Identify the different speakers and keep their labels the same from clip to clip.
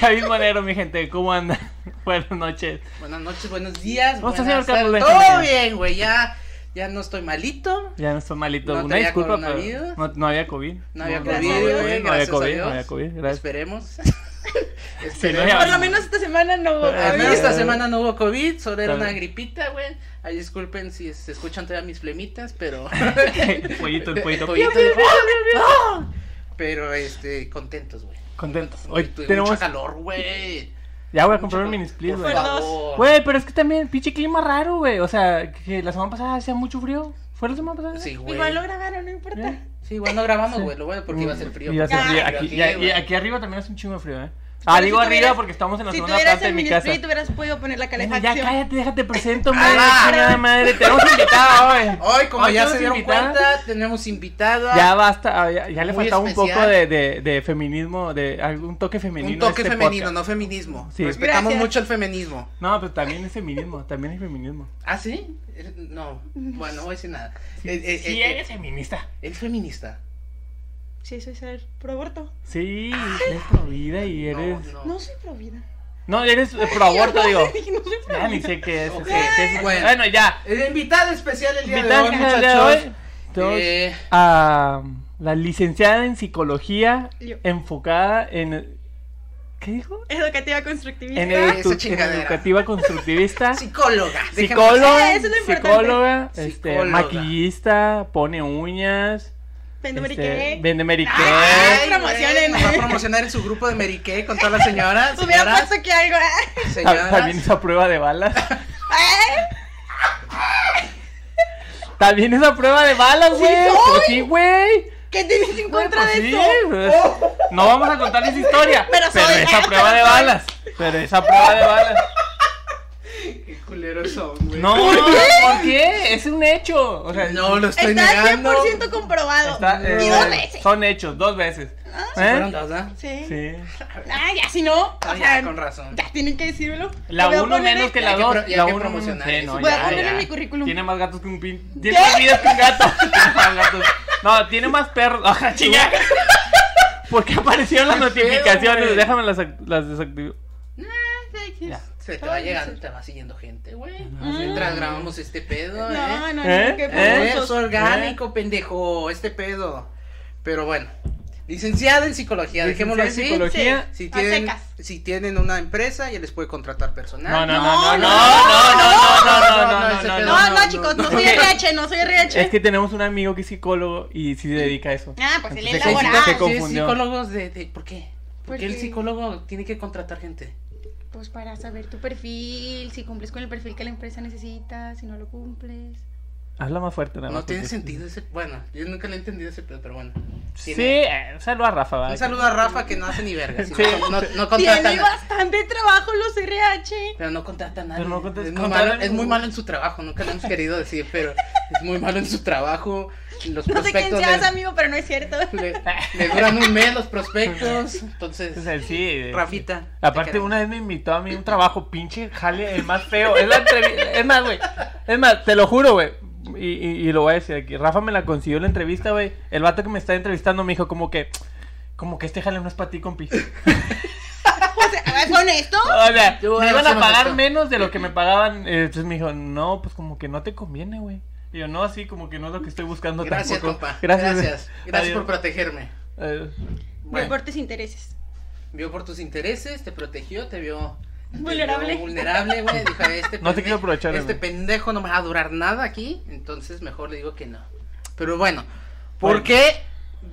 Speaker 1: David Manero, mi gente, ¿cómo anda? Buenas noches.
Speaker 2: Buenas noches, buenos días.
Speaker 1: ¿Cómo está,
Speaker 2: buenas
Speaker 1: señor Carlos
Speaker 2: tardes.
Speaker 1: Benjamín?
Speaker 2: Todo bien, güey. Ya, ya no estoy malito.
Speaker 1: Ya no estoy malito.
Speaker 2: No
Speaker 1: Una
Speaker 2: traía
Speaker 1: disculpa, pero
Speaker 2: coronavirus.
Speaker 1: no, no había COVID.
Speaker 2: No había
Speaker 3: Gracias
Speaker 2: COVID,
Speaker 3: a Dios.
Speaker 2: güey.
Speaker 1: no había
Speaker 2: Gracias a
Speaker 1: COVID,
Speaker 2: Dios.
Speaker 1: no había COVID. Gracias.
Speaker 2: Esperemos.
Speaker 1: había-
Speaker 3: Por lo menos esta semana no hubo
Speaker 1: Al
Speaker 2: Al menos
Speaker 3: COVID.
Speaker 2: esta semana no hubo COVID, solo era
Speaker 1: Eh, Está
Speaker 2: una
Speaker 1: bien.
Speaker 2: gripita, güey. Ahí disculpen si se escuchan todavía mis flemitas, pero.
Speaker 1: El pollito, el pollito.
Speaker 2: Pollito, el- Pero este, contentos, güey.
Speaker 1: Contentos. Hoy
Speaker 2: Tuve
Speaker 1: tenemos.
Speaker 2: mucho calor, güey.
Speaker 1: Ya voy a
Speaker 2: Mucho
Speaker 1: comprar un
Speaker 2: calor.
Speaker 1: mini split,
Speaker 2: Por
Speaker 1: güey.
Speaker 3: favor.
Speaker 2: favor.
Speaker 1: Güey, pero es que también, pinche clima raro, güey. O sea, que la semana pasada hacía mucho frío. ¿Fue la semana pasada?
Speaker 2: Sí, güey.
Speaker 3: Igual lo grabaron, no importa.
Speaker 1: ¿Eh?
Speaker 2: Sí, igual no grabamos,
Speaker 1: Sí.
Speaker 2: güey. Lo bueno porque iba a ser frío.
Speaker 1: Iba a ser
Speaker 3: Ah,
Speaker 1: frío.
Speaker 2: pero
Speaker 1: Aquí,
Speaker 2: aquí,
Speaker 1: y, a- y
Speaker 2: güey.
Speaker 1: aquí arriba también hace un chingo de frío, ¿eh? Ah,
Speaker 3: si
Speaker 1: digo
Speaker 3: tuvieras-
Speaker 1: arriba porque estamos en la
Speaker 3: Si
Speaker 1: segunda
Speaker 3: tuvieras
Speaker 1: planta
Speaker 3: el
Speaker 1: de mi
Speaker 3: minisplit,
Speaker 1: casa.
Speaker 3: hubieras podido poner la
Speaker 1: Bueno, ya
Speaker 3: calefacción.
Speaker 1: cállate, déjate presento, madre.
Speaker 3: Ah.
Speaker 1: chingada madre, tenemos invitada hoy.
Speaker 2: Hoy, como
Speaker 1: Hoy
Speaker 2: ya
Speaker 1: tenemos
Speaker 2: se dieron
Speaker 1: invitada.
Speaker 2: cuenta, tenemos invitada.
Speaker 1: Ya basta, ah, ya, ya le
Speaker 2: Muy
Speaker 1: faltaba un
Speaker 2: especial.
Speaker 1: poco de, de, de feminismo, de algún toque femenino.
Speaker 2: Un
Speaker 1: a
Speaker 2: toque
Speaker 1: este
Speaker 2: femenino,
Speaker 1: podcast.
Speaker 2: no feminismo.
Speaker 1: Sí.
Speaker 2: Respetamos
Speaker 3: Gracias.
Speaker 2: mucho el feminismo.
Speaker 1: ¿no? pero también es feminismo, también es feminismo.
Speaker 2: ¿Ah, sí? Eh, No. Bueno, no voy a decir nada.
Speaker 1: Sí,
Speaker 2: Eh, eh,
Speaker 1: sí
Speaker 2: eh,
Speaker 1: eres feminista.
Speaker 2: ¿Es feminista?
Speaker 3: Sí, soy ser pro aborto.
Speaker 1: Sí, eres pro vida y eres.
Speaker 2: No, no.
Speaker 3: No soy pro vida.
Speaker 1: No, eres eh, pro aborto, digo.
Speaker 3: Dije, no soy pro
Speaker 1: Ya ni
Speaker 3: vida.
Speaker 1: sé qué es.
Speaker 2: Ok,
Speaker 1: qué es, qué es.
Speaker 2: bueno.
Speaker 1: Bueno, ya.
Speaker 2: El invitado especial el día
Speaker 1: Invitada
Speaker 2: de hoy,
Speaker 1: especial
Speaker 2: muchachos.
Speaker 1: del día de hoy. Tenemos
Speaker 2: Eh,
Speaker 1: a la licenciada en psicología
Speaker 3: Yo.
Speaker 1: enfocada en. ¿Qué dijo?
Speaker 3: Educativa constructivista.
Speaker 1: En,
Speaker 2: Esa
Speaker 1: edu- en
Speaker 2: chingadera.
Speaker 1: educativa constructivista.
Speaker 2: psicóloga.
Speaker 1: Ah,
Speaker 2: déjame
Speaker 1: Psicóloga,
Speaker 3: Eh, eso es lo importante.
Speaker 1: psicóloga, este,
Speaker 2: Psicóloga.
Speaker 1: maquillista, pone uñas,
Speaker 3: Vende Ah, Mary
Speaker 1: este,
Speaker 3: Kay.
Speaker 1: vende Mary
Speaker 2: decir.
Speaker 1: Kay.
Speaker 2: Ay,
Speaker 3: Promocionen.
Speaker 2: güey, nos Va a promocionar en su grupo de Mary Kay con todas las señoras.
Speaker 3: Hubiera
Speaker 2: Señoras,
Speaker 3: puesto que algo. ¿eh?
Speaker 1: Ta-
Speaker 2: señoras.
Speaker 1: También esa prueba de balas.
Speaker 3: ¿Eh?
Speaker 1: También esa prueba de balas, güey. Pues sí, güey.
Speaker 3: ¿Qué tienes
Speaker 1: Güey,
Speaker 3: en contra
Speaker 1: pues
Speaker 3: de
Speaker 1: sí,
Speaker 3: eso? Oh,
Speaker 1: pues. No vamos a contar esa historia. Pero,
Speaker 3: Pero soy-
Speaker 1: esa prueba de
Speaker 3: soy-
Speaker 1: balas. Pero esa prueba de balas.
Speaker 2: Qué culeros son, güey.
Speaker 1: No, ¿por qué? Es un hecho. O sea,
Speaker 2: No, lo estoy
Speaker 3: Está
Speaker 2: negando.
Speaker 3: 100% comprobado.
Speaker 1: está, eh,
Speaker 3: y dos veces.
Speaker 1: son hechos, dos veces. ¿Eh?
Speaker 2: Fueron dos, ¿ah?
Speaker 3: Sí.
Speaker 1: Sí.
Speaker 3: Ah, ya si no.
Speaker 2: Ah,
Speaker 3: O
Speaker 2: ya,
Speaker 3: sea,
Speaker 2: con razón.
Speaker 3: ya tienen que decírmelo.
Speaker 1: La
Speaker 3: Lo voy a
Speaker 1: uno
Speaker 3: poner
Speaker 1: menos
Speaker 3: en-
Speaker 1: que la
Speaker 2: hay que
Speaker 1: dos.
Speaker 2: pro- y hay
Speaker 1: la
Speaker 2: que
Speaker 1: uno-
Speaker 2: promocionar
Speaker 1: sí,
Speaker 2: eso,
Speaker 1: no,
Speaker 2: ya,
Speaker 3: Voy
Speaker 1: ya,
Speaker 3: a poner
Speaker 1: ya.
Speaker 3: en mi currículum.
Speaker 1: Tiene más gatos que un pin. Tiene más vidas que un gato. Tiene más gatos. No, tiene más perros. Ajá, chinga. ¿Por qué aparecieron las
Speaker 2: Qué pedo,
Speaker 1: notificaciones?
Speaker 2: güey.
Speaker 1: Déjame las, ac- las desactivo. Ya.
Speaker 2: Se te va llegando, te va siguiendo gente, güey.
Speaker 1: Ajá,
Speaker 3: sí.
Speaker 2: Mientras grabamos este pedo, ¿eh?
Speaker 3: No, no, no,
Speaker 1: ¿Eh?
Speaker 3: qué
Speaker 1: ¿Eh?
Speaker 2: Eh,
Speaker 3: famosos.
Speaker 2: Es orgánico, pendejo, este pedo. Pero bueno, licenciada en psicología, dejémoslo
Speaker 1: Licenciada en
Speaker 2: así.
Speaker 1: psicología.
Speaker 2: Si
Speaker 3: A
Speaker 2: tienen,
Speaker 3: secas.
Speaker 2: si tienen una empresa, ya les puede contratar personal.
Speaker 1: No, no, no, no, no, no,
Speaker 3: no,
Speaker 1: no,
Speaker 2: no,
Speaker 1: no,
Speaker 2: ese
Speaker 1: no,
Speaker 2: pedo
Speaker 1: no,
Speaker 3: No,
Speaker 1: no.
Speaker 3: no, chicos, no soy
Speaker 1: Ok.
Speaker 3: RH, no soy RH.
Speaker 1: Es que tenemos un amigo que es psicólogo y sí se dedica a eso.
Speaker 3: Ah, pues él
Speaker 1: Entonces,
Speaker 2: Sí, sí,
Speaker 1: se-
Speaker 3: elabora.
Speaker 1: se
Speaker 2: sí,
Speaker 1: confundió.
Speaker 2: psicólogos de, de- ¿Por qué? ¿Por qué el
Speaker 3: Porque-
Speaker 2: psicólogo tiene que contratar gente?
Speaker 3: Pues para saber tu perfil, si cumples con el perfil que la empresa necesita, si no lo cumples.
Speaker 1: Habla más fuerte, nada más.
Speaker 2: No tiene
Speaker 1: porque-
Speaker 2: sentido ese. Bueno, yo nunca le he entendido ese pedo, pero bueno.
Speaker 1: Sí,
Speaker 2: Tiene-
Speaker 1: eh, un saludo a Rafa. ¿verdad?
Speaker 2: Un saludo a Rafa que no hace ni verga. si
Speaker 1: Sí.
Speaker 2: no, no, no contrata
Speaker 3: Tiene
Speaker 2: nada.
Speaker 3: bastante trabajo los RH.
Speaker 2: Pero no contrata a nadie.
Speaker 1: Pero no contrata-
Speaker 2: es, muy
Speaker 1: contrata
Speaker 2: malo, es
Speaker 1: ningún-
Speaker 2: muy malo en su trabajo, nunca lo hemos querido decir, pero es muy malo en su trabajo. Los
Speaker 3: No sé quién
Speaker 2: prospectos
Speaker 3: seas,
Speaker 2: le-
Speaker 3: amigo, pero no es cierto.
Speaker 2: le, le duran un mes los prospectos. Entonces,
Speaker 1: Entonces, sí, eh,
Speaker 2: Rafita. te
Speaker 1: Aparte,
Speaker 2: queremos.
Speaker 1: una vez me invitó a mí a un trabajo, pinche jale, el más feo. Es, la entrevista, es más, güey. Es más, te lo juro, güey. Y, y- y lo voy a decir aquí. Rafa me la consiguió la entrevista, güey. El vato que me está entrevistando me dijo como que... Como que este jale no es para ti, compi.
Speaker 3: O sea, ¿ah, ¿Son esto?
Speaker 1: O sea,
Speaker 2: Yo,
Speaker 1: me
Speaker 2: bueno,
Speaker 1: iban
Speaker 2: sí
Speaker 1: a
Speaker 2: me
Speaker 1: pagar
Speaker 2: gustó.
Speaker 1: menos de lo que me pagaban. eh, Entonces me dijo, no, pues como que no te conviene, güey. Y yo, no, así como que no es lo que estoy buscando
Speaker 2: Gracias,
Speaker 1: tampoco.
Speaker 2: compa.
Speaker 1: Gracias.
Speaker 2: Gracias. Gracias,
Speaker 1: Adiós.
Speaker 2: por protegerme.
Speaker 1: Eh,
Speaker 2: Bueno,
Speaker 3: Deportes e intereses.
Speaker 2: vio por tus intereses, te protegió, te vio. te vio
Speaker 3: Vulnerable.
Speaker 2: vulnerable, güey. Dijo, este
Speaker 1: No te
Speaker 2: pende-
Speaker 1: quiero aprovechar,
Speaker 2: Este
Speaker 1: güey.
Speaker 2: pendejo no me va a durar nada aquí. Entonces, mejor le digo que no. Pero bueno,
Speaker 1: Bueno.
Speaker 2: ¿por qué?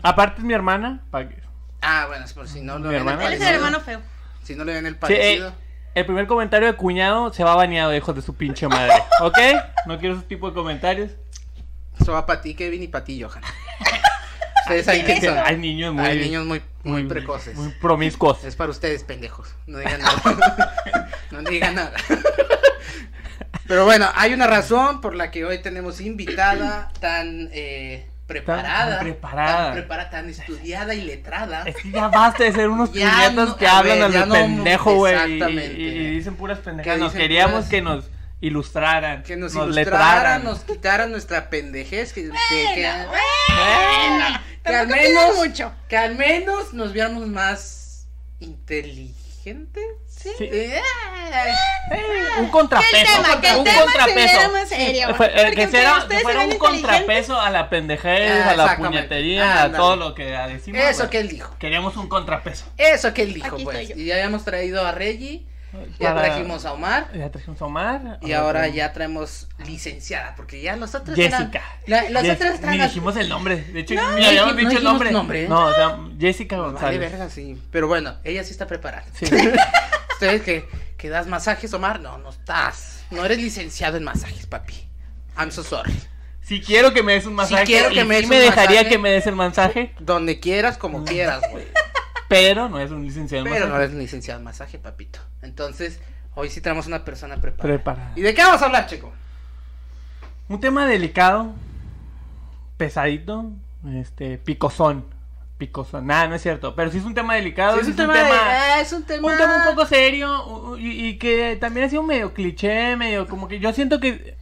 Speaker 1: aparte es mi hermana. pa' que-
Speaker 2: Ah, bueno, es por si no lo
Speaker 1: Mi
Speaker 2: ven el
Speaker 1: hermana.
Speaker 3: Él es el
Speaker 2: parecido.
Speaker 3: hermano feo.
Speaker 2: Si no le ven el
Speaker 1: Sí, eh,
Speaker 2: parecido.
Speaker 1: el primer comentario de cuñado se va bañado, hijos de su pinche madre. ¿Ok? No quiero ese tipo de comentarios.
Speaker 2: Eso va para ti, Kevin, y para ti, Johan. Ustedes saben quién son.
Speaker 1: Hay niños muy.
Speaker 2: Hay niños muy, muy, precoces.
Speaker 1: Muy promiscuos.
Speaker 2: Es para ustedes, pendejos. No digan nada. no digan nada. Pero bueno, hay una razón por la que hoy tenemos invitada tan eh, preparada.
Speaker 1: Tan preparada.
Speaker 2: Tan, prepara- tan estudiada y letrada.
Speaker 1: Es que ya basta de ser unos
Speaker 2: Ya
Speaker 1: puñetas
Speaker 2: no-
Speaker 1: que
Speaker 2: a
Speaker 1: hablan
Speaker 2: ver,
Speaker 1: a
Speaker 2: ya
Speaker 1: los
Speaker 2: no-
Speaker 1: pendejos, güey. y-
Speaker 2: exactamente.
Speaker 1: Y, y dicen puras pendejas.
Speaker 2: Que
Speaker 1: Nos
Speaker 2: dicen
Speaker 1: queríamos
Speaker 2: puras-
Speaker 1: que nos ilustraran.
Speaker 2: Que nos,
Speaker 1: letraran.
Speaker 2: ilustraran, nos quitaran nuestra pendejez. Que, que- que-
Speaker 3: Bueno,
Speaker 1: Eh,
Speaker 3: Tampoco tiene mucho.
Speaker 2: que al menos nos viéramos más inteligentes. gente.
Speaker 3: Sí.
Speaker 1: Sí.
Speaker 2: Eh,
Speaker 1: Un contrapeso.
Speaker 3: Que el tema, que el
Speaker 1: un
Speaker 3: tema estuviera
Speaker 1: contrapeso.
Speaker 3: más serio.
Speaker 1: Fue- eh,
Speaker 3: Porque
Speaker 1: que será-
Speaker 3: ustedes
Speaker 1: fuera
Speaker 3: eran
Speaker 1: un contrapeso a la pendejez,
Speaker 2: Ah,
Speaker 1: a la
Speaker 2: exactamente.
Speaker 1: puñetería, a
Speaker 2: Ándale.
Speaker 1: todo lo que decimos.
Speaker 2: Eso
Speaker 1: güey.
Speaker 2: que él dijo.
Speaker 1: Queríamos un contrapeso.
Speaker 2: Eso que él dijo,
Speaker 3: Aquí
Speaker 2: pues.
Speaker 3: estoy yo.
Speaker 2: Y ya habíamos traído a Reggie, ya
Speaker 1: Para-
Speaker 2: trajimos a Omar.
Speaker 1: Ya trajimos a Omar.
Speaker 2: Y ahora ya traemos licenciada, porque ya los otros eran-
Speaker 1: Jessica.
Speaker 2: la- los
Speaker 1: Jess-
Speaker 2: otros
Speaker 1: Ni
Speaker 2: están así.
Speaker 1: dijimos el nombre. De hecho,
Speaker 2: No,
Speaker 1: ni
Speaker 2: no
Speaker 1: habíamos dicho
Speaker 2: dijimos- no
Speaker 1: el nombre.
Speaker 2: dijimos nombre.
Speaker 1: No, o sea, Jessica
Speaker 2: Vale,
Speaker 1: González.
Speaker 2: verga, sí. Pero bueno, ella sí está preparada.
Speaker 1: Sí.
Speaker 2: Ustedes que, que das masajes, Omar, no, no estás. No eres licenciado en masajes, papi. I'm so sorry.
Speaker 1: Si quiero que me des un masaje.
Speaker 2: quiero que
Speaker 1: y
Speaker 2: me
Speaker 1: sí
Speaker 2: des
Speaker 1: me
Speaker 2: un
Speaker 1: dejaría
Speaker 2: masaje.
Speaker 1: que me des el masaje,
Speaker 2: Donde quieras, como quieras, güey.
Speaker 1: pero no es un licenciado en
Speaker 2: Pero no
Speaker 1: masaje.
Speaker 2: eres licenciado en masaje, papito. Entonces, hoy sí tenemos una persona preparada.
Speaker 1: Prepara.
Speaker 2: ¿Y de qué vamos a hablar, chico?
Speaker 1: Un tema delicado, pesadito, este, picosón. Picosón. Nada, no es cierto. Pero sí es un tema delicado.
Speaker 2: Sí,
Speaker 1: sí Ah, es un tema...
Speaker 2: de- Ah, es un tema.
Speaker 1: Un tema un poco serio u- u- y, y que también ha sido medio cliché, medio como que yo siento que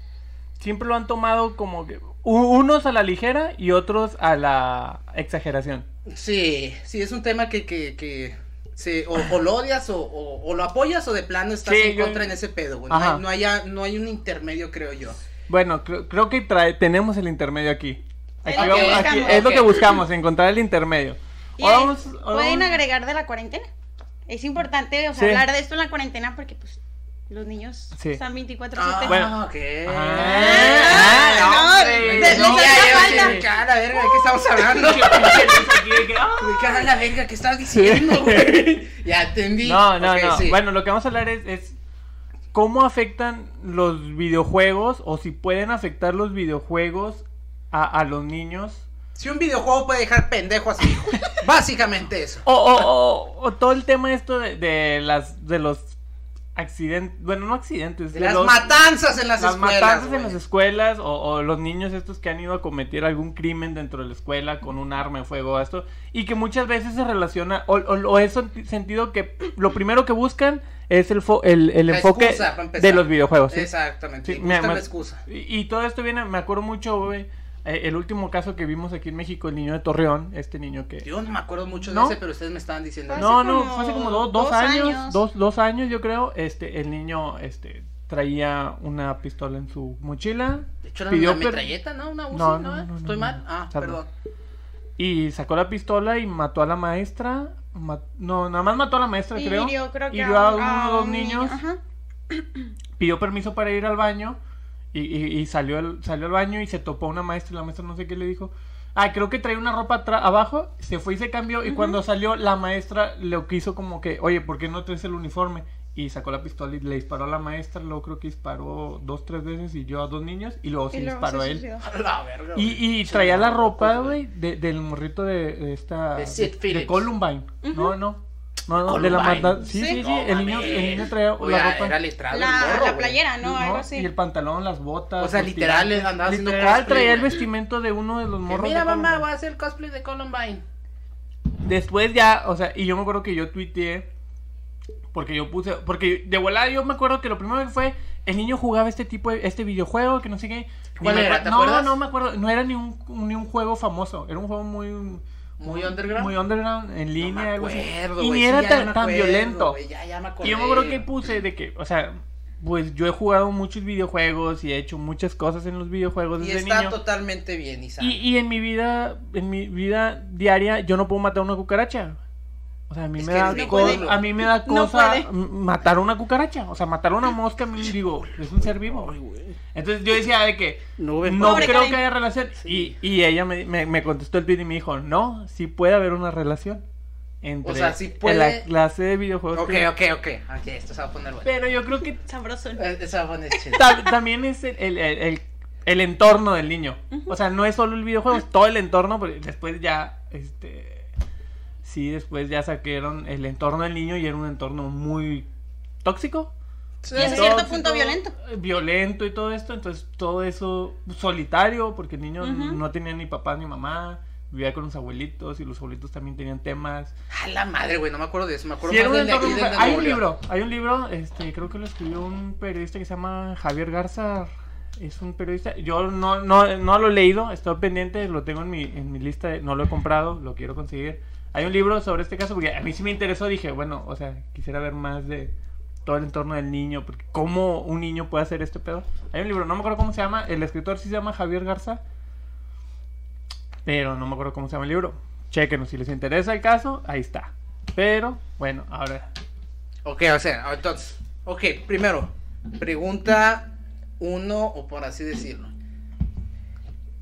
Speaker 1: siempre lo han tomado como que u- unos a la ligera y otros a la exageración.
Speaker 2: Sí, sí, es un tema que. que, que se, o, o lo odias o, o- o lo apoyas o de plano estás
Speaker 1: Sí,
Speaker 2: en
Speaker 1: yo-
Speaker 2: contra en ese pedo, güey. No hay,
Speaker 1: Ajá.
Speaker 2: no, haya- no hay un intermedio, creo yo.
Speaker 1: Bueno, creo, creo que trae- tenemos el intermedio aquí.
Speaker 3: Es
Speaker 1: Aquí
Speaker 3: lo que
Speaker 1: vamos- aquí-
Speaker 3: buscamos.
Speaker 1: es lo que
Speaker 2: Ok.
Speaker 1: buscamos, encontrar el intermedio.
Speaker 3: Y
Speaker 1: Ahora
Speaker 3: ahí
Speaker 1: vamos- ahora
Speaker 3: pueden
Speaker 1: vamos-
Speaker 3: agregar de la cuarentena. Es importante, o sea,
Speaker 1: Sí.
Speaker 3: hablar de esto en la cuarentena porque, pues, los niños
Speaker 1: Sí.
Speaker 3: están 24
Speaker 2: Ah,
Speaker 3: 7
Speaker 1: Bueno.
Speaker 2: ok.
Speaker 1: Ah,
Speaker 3: Ah, no,
Speaker 1: hombre.
Speaker 3: les- les
Speaker 1: No,
Speaker 3: hacía
Speaker 1: ya, ya,
Speaker 3: falta.
Speaker 1: sí.
Speaker 2: Cara, verga, ¿de qué estamos hablando?
Speaker 1: Qué pinche luz aquí de que, ah.
Speaker 2: Uy, cara, la verga, ¿qué estás diciendo, güey? Ya entendí.
Speaker 1: No, no,
Speaker 2: Ok,
Speaker 1: no.
Speaker 2: sí.
Speaker 1: Bueno, lo que vamos a hablar es, es cómo afectan los videojuegos o si pueden afectar los videojuegos a, a los niños.
Speaker 2: Si un videojuego puede dejar pendejo a su hijo. Básicamente eso.
Speaker 1: O, o- o- o todo el tema esto de, de las de los accidentes, bueno, no accidentes,
Speaker 2: De
Speaker 1: de
Speaker 2: las
Speaker 1: los-
Speaker 2: matanzas en las,
Speaker 1: las
Speaker 2: escuelas.
Speaker 1: matanzas en
Speaker 2: güey.
Speaker 1: las escuelas o, o los niños estos que han ido a cometer algún crimen dentro de la escuela con un arma de fuego o esto y que muchas veces se relaciona o, o, o es senti- sentido que lo primero que buscan es el, fo- el, el
Speaker 2: La
Speaker 1: enfoque
Speaker 2: excusa, para empezar.
Speaker 1: de los videojuegos ¿sí?
Speaker 2: Exactamente.
Speaker 1: Sí,
Speaker 2: y
Speaker 1: me-
Speaker 2: buscan
Speaker 1: me-
Speaker 2: la excusa.
Speaker 1: Y, y todo esto viene, me acuerdo mucho, güey, eh, el último caso que vimos aquí en México, el niño de Torreón, este niño que...
Speaker 2: Yo no me acuerdo mucho
Speaker 1: ¿No? Ah,
Speaker 2: de ese, pero ustedes me estaban diciendo.
Speaker 3: Hace
Speaker 1: No, no,
Speaker 3: como
Speaker 1: fue hace como do- dos,
Speaker 3: dos
Speaker 1: años,
Speaker 3: años.
Speaker 1: Dos, dos años yo creo, este, el niño, este, traía una pistola en su mochila
Speaker 2: De hecho, era
Speaker 1: pidió
Speaker 2: una
Speaker 1: per-
Speaker 2: metralleta, ¿no? Una UCI,
Speaker 1: No,
Speaker 2: ¿no?
Speaker 1: no,
Speaker 2: eh?
Speaker 1: no,
Speaker 2: ¿Estoy
Speaker 1: no,
Speaker 2: mal?
Speaker 1: no.
Speaker 2: Ah,
Speaker 1: Salvo.
Speaker 2: perdón.
Speaker 1: y sacó la pistola y mató a la maestra, ma- no, nada más mató a la maestra,
Speaker 3: Y
Speaker 1: creo,
Speaker 3: hirió, creo que
Speaker 1: hirió a
Speaker 3: un-
Speaker 1: uno o
Speaker 3: a
Speaker 1: dos
Speaker 3: un niño.
Speaker 1: niños.
Speaker 3: Ajá.
Speaker 1: pidió permiso para ir al baño y, y- y salió, al, salió al baño y se topó a una maestra y la maestra no sé qué le dijo. Ah, creo que traía una ropa atra- abajo, se fue y se cambió y cuando salió la maestra lo quiso como que, oye, ¿por qué no traes el uniforme? Y sacó la pistola y le disparó a la maestra, luego creo que disparó dos, tres veces y yo a dos niños y luego pues, se
Speaker 3: Y luego
Speaker 1: disparó
Speaker 3: se
Speaker 1: a él.
Speaker 3: suicidó.
Speaker 2: A la verga.
Speaker 1: Y,
Speaker 2: güey.
Speaker 1: y
Speaker 2: Sí,
Speaker 1: traía
Speaker 2: no,
Speaker 1: la
Speaker 2: no, pues,
Speaker 1: ropa,
Speaker 2: no,
Speaker 1: güey, de- del morrito de, de esta...
Speaker 2: De Sid Phillips.
Speaker 1: Columbine. No, no. No, no, de la
Speaker 2: Columbine.
Speaker 1: maldad. Sí, sí, sí,
Speaker 2: No
Speaker 1: el, niño, el
Speaker 2: mames.
Speaker 1: niño traía
Speaker 2: Güey,
Speaker 1: la ropa.
Speaker 2: Era letrado el
Speaker 3: La,
Speaker 2: morro,
Speaker 3: la
Speaker 2: güey.
Speaker 3: playera, ¿no?
Speaker 1: No,
Speaker 3: Algo así.
Speaker 1: Y el pantalón, las botas.
Speaker 2: O sea,
Speaker 1: los
Speaker 2: literal,
Speaker 1: tirantes.
Speaker 2: andaba haciendo
Speaker 1: Pues, Literal,
Speaker 2: cosplay,
Speaker 1: traía el
Speaker 2: güey.
Speaker 1: vestimento de uno de los
Speaker 2: Que
Speaker 1: morros.
Speaker 2: Mira,
Speaker 1: de
Speaker 2: mamá,
Speaker 1: Columbine.
Speaker 2: voy a hacer cosplay de Columbine.
Speaker 1: Después ya, o sea, y yo me acuerdo que yo tuiteé. Porque yo puse. Porque de volada yo me acuerdo que lo primero que fue. El niño jugaba este tipo de, este videojuego que no sé qué. Ni
Speaker 2: ¿Cuál
Speaker 1: me
Speaker 2: era?
Speaker 1: acuer-
Speaker 2: ¿Te
Speaker 1: no,
Speaker 2: acuerdas?
Speaker 1: no me acuerdo. No era ni un, ni un juego famoso. Era un juego muy.
Speaker 2: Muy underground.
Speaker 1: Muy underground, en
Speaker 2: No me
Speaker 1: línea, algo así.
Speaker 2: acuerdo,
Speaker 1: Y
Speaker 2: güey,
Speaker 1: ni
Speaker 2: sí,
Speaker 1: era
Speaker 2: ya
Speaker 1: tan,
Speaker 2: me
Speaker 1: tan
Speaker 2: acuerdo,
Speaker 1: violento.
Speaker 2: güey, Ya, ya me
Speaker 1: Y
Speaker 2: acordé.
Speaker 1: yo me acuerdo que puse de que, o sea, pues yo he jugado muchos videojuegos y he hecho muchas cosas en los videojuegos
Speaker 2: Y
Speaker 1: desde
Speaker 2: está
Speaker 1: niño.
Speaker 2: totalmente bien, Isa.
Speaker 1: Y, y en mi vida, en mi vida diaria, yo no puedo matar una cucaracha. O sea, a mí,
Speaker 2: Es
Speaker 1: me
Speaker 2: que
Speaker 1: da,
Speaker 2: no
Speaker 1: co-
Speaker 2: puede.
Speaker 1: a mí me da
Speaker 3: No
Speaker 1: cosa
Speaker 3: puede.
Speaker 1: m- matar una cucaracha. O sea, matar una mosca, a mí digo, es un ser vivo. Entonces yo decía de que
Speaker 2: No
Speaker 1: no
Speaker 2: ven
Speaker 3: Pobre
Speaker 1: creo
Speaker 3: Karen.
Speaker 1: que haya relación.
Speaker 2: Sí.
Speaker 1: Y, y ella me, me- me contestó el tweet y me dijo, no, sí puede haber una relación. Entre
Speaker 2: O sea, sí
Speaker 1: la
Speaker 2: puede-
Speaker 1: clase de videojuegos.
Speaker 2: Ok,
Speaker 1: que-
Speaker 2: ok, ok. Ok, esto se va a poner bueno.
Speaker 1: Pero yo creo que
Speaker 3: Sabroso.
Speaker 2: Eh, Esto se va a poner chido.
Speaker 1: Ta- también es el, el- el- el- el entorno del niño. O sea, no es solo el videojuego, es todo el entorno. Porque después ya, este. Sí, después ya saquearon el entorno del niño y era un entorno muy tóxico.
Speaker 3: Y hasta
Speaker 1: Tóxico,
Speaker 3: cierto punto violento.
Speaker 1: Violento y todo esto. Entonces, todo eso solitario, porque el niño
Speaker 3: Ujú.
Speaker 1: no tenía ni papá ni mamá. Vivía con los abuelitos y los abuelitos también tenían temas.
Speaker 2: A la madre, güey, no me acuerdo de eso. Me acuerdo
Speaker 1: Sí, era
Speaker 2: más
Speaker 1: un
Speaker 2: del de aquí,
Speaker 1: entorno-
Speaker 2: del
Speaker 1: hay
Speaker 2: de Nuevo
Speaker 1: un
Speaker 2: León.
Speaker 1: libro, hay un libro, este, creo que lo escribió un periodista que se llama Javier Garza. Es un periodista, yo no, no, no lo he leído, estoy pendiente, lo tengo en mi, en mi lista, de- no lo he comprado, lo quiero conseguir. Hay un libro sobre este caso porque a mí sí me interesó. Dije, bueno, o sea, quisiera ver más de todo el entorno del niño. Porque ¿Cómo un niño puede hacer este pedo? Hay un libro, no me acuerdo cómo se llama. El escritor sí se llama Javier Garza. Pero no me acuerdo cómo se llama el libro. Chequenos, si les interesa el caso, ahí está. Pero, bueno, ahora.
Speaker 2: Ok, o sea, entonces, ok, primero, pregunta uno, o por así decirlo.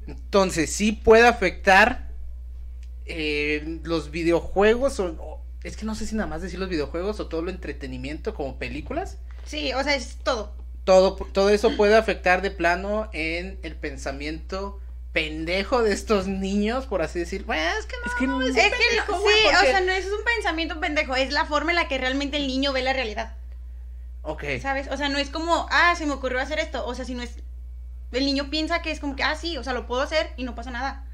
Speaker 2: Entonces, ¿sí puede afectar eh, los videojuegos? O, o- es que no sé si nada más decir los videojuegos o todo lo entretenimiento como películas.
Speaker 3: Sí, o sea, es todo.
Speaker 2: Todo, todo eso puede afectar de plano en el pensamiento pendejo de estos niños, por así decir. Bueno, es que no.
Speaker 1: Es que no
Speaker 3: Es,
Speaker 1: es.
Speaker 3: que
Speaker 2: pendejo,
Speaker 3: no,
Speaker 2: güey,
Speaker 3: sí, o
Speaker 2: porque-
Speaker 3: sea, no es un pensamiento pendejo, es la forma en la que realmente el niño ve la realidad,
Speaker 2: Ok.
Speaker 3: ¿sabes? O sea, no es como, ah, se me ocurrió hacer esto, o sea, si no es el niño piensa que es como que, ah, sí, o sea, lo puedo hacer y no pasa nada.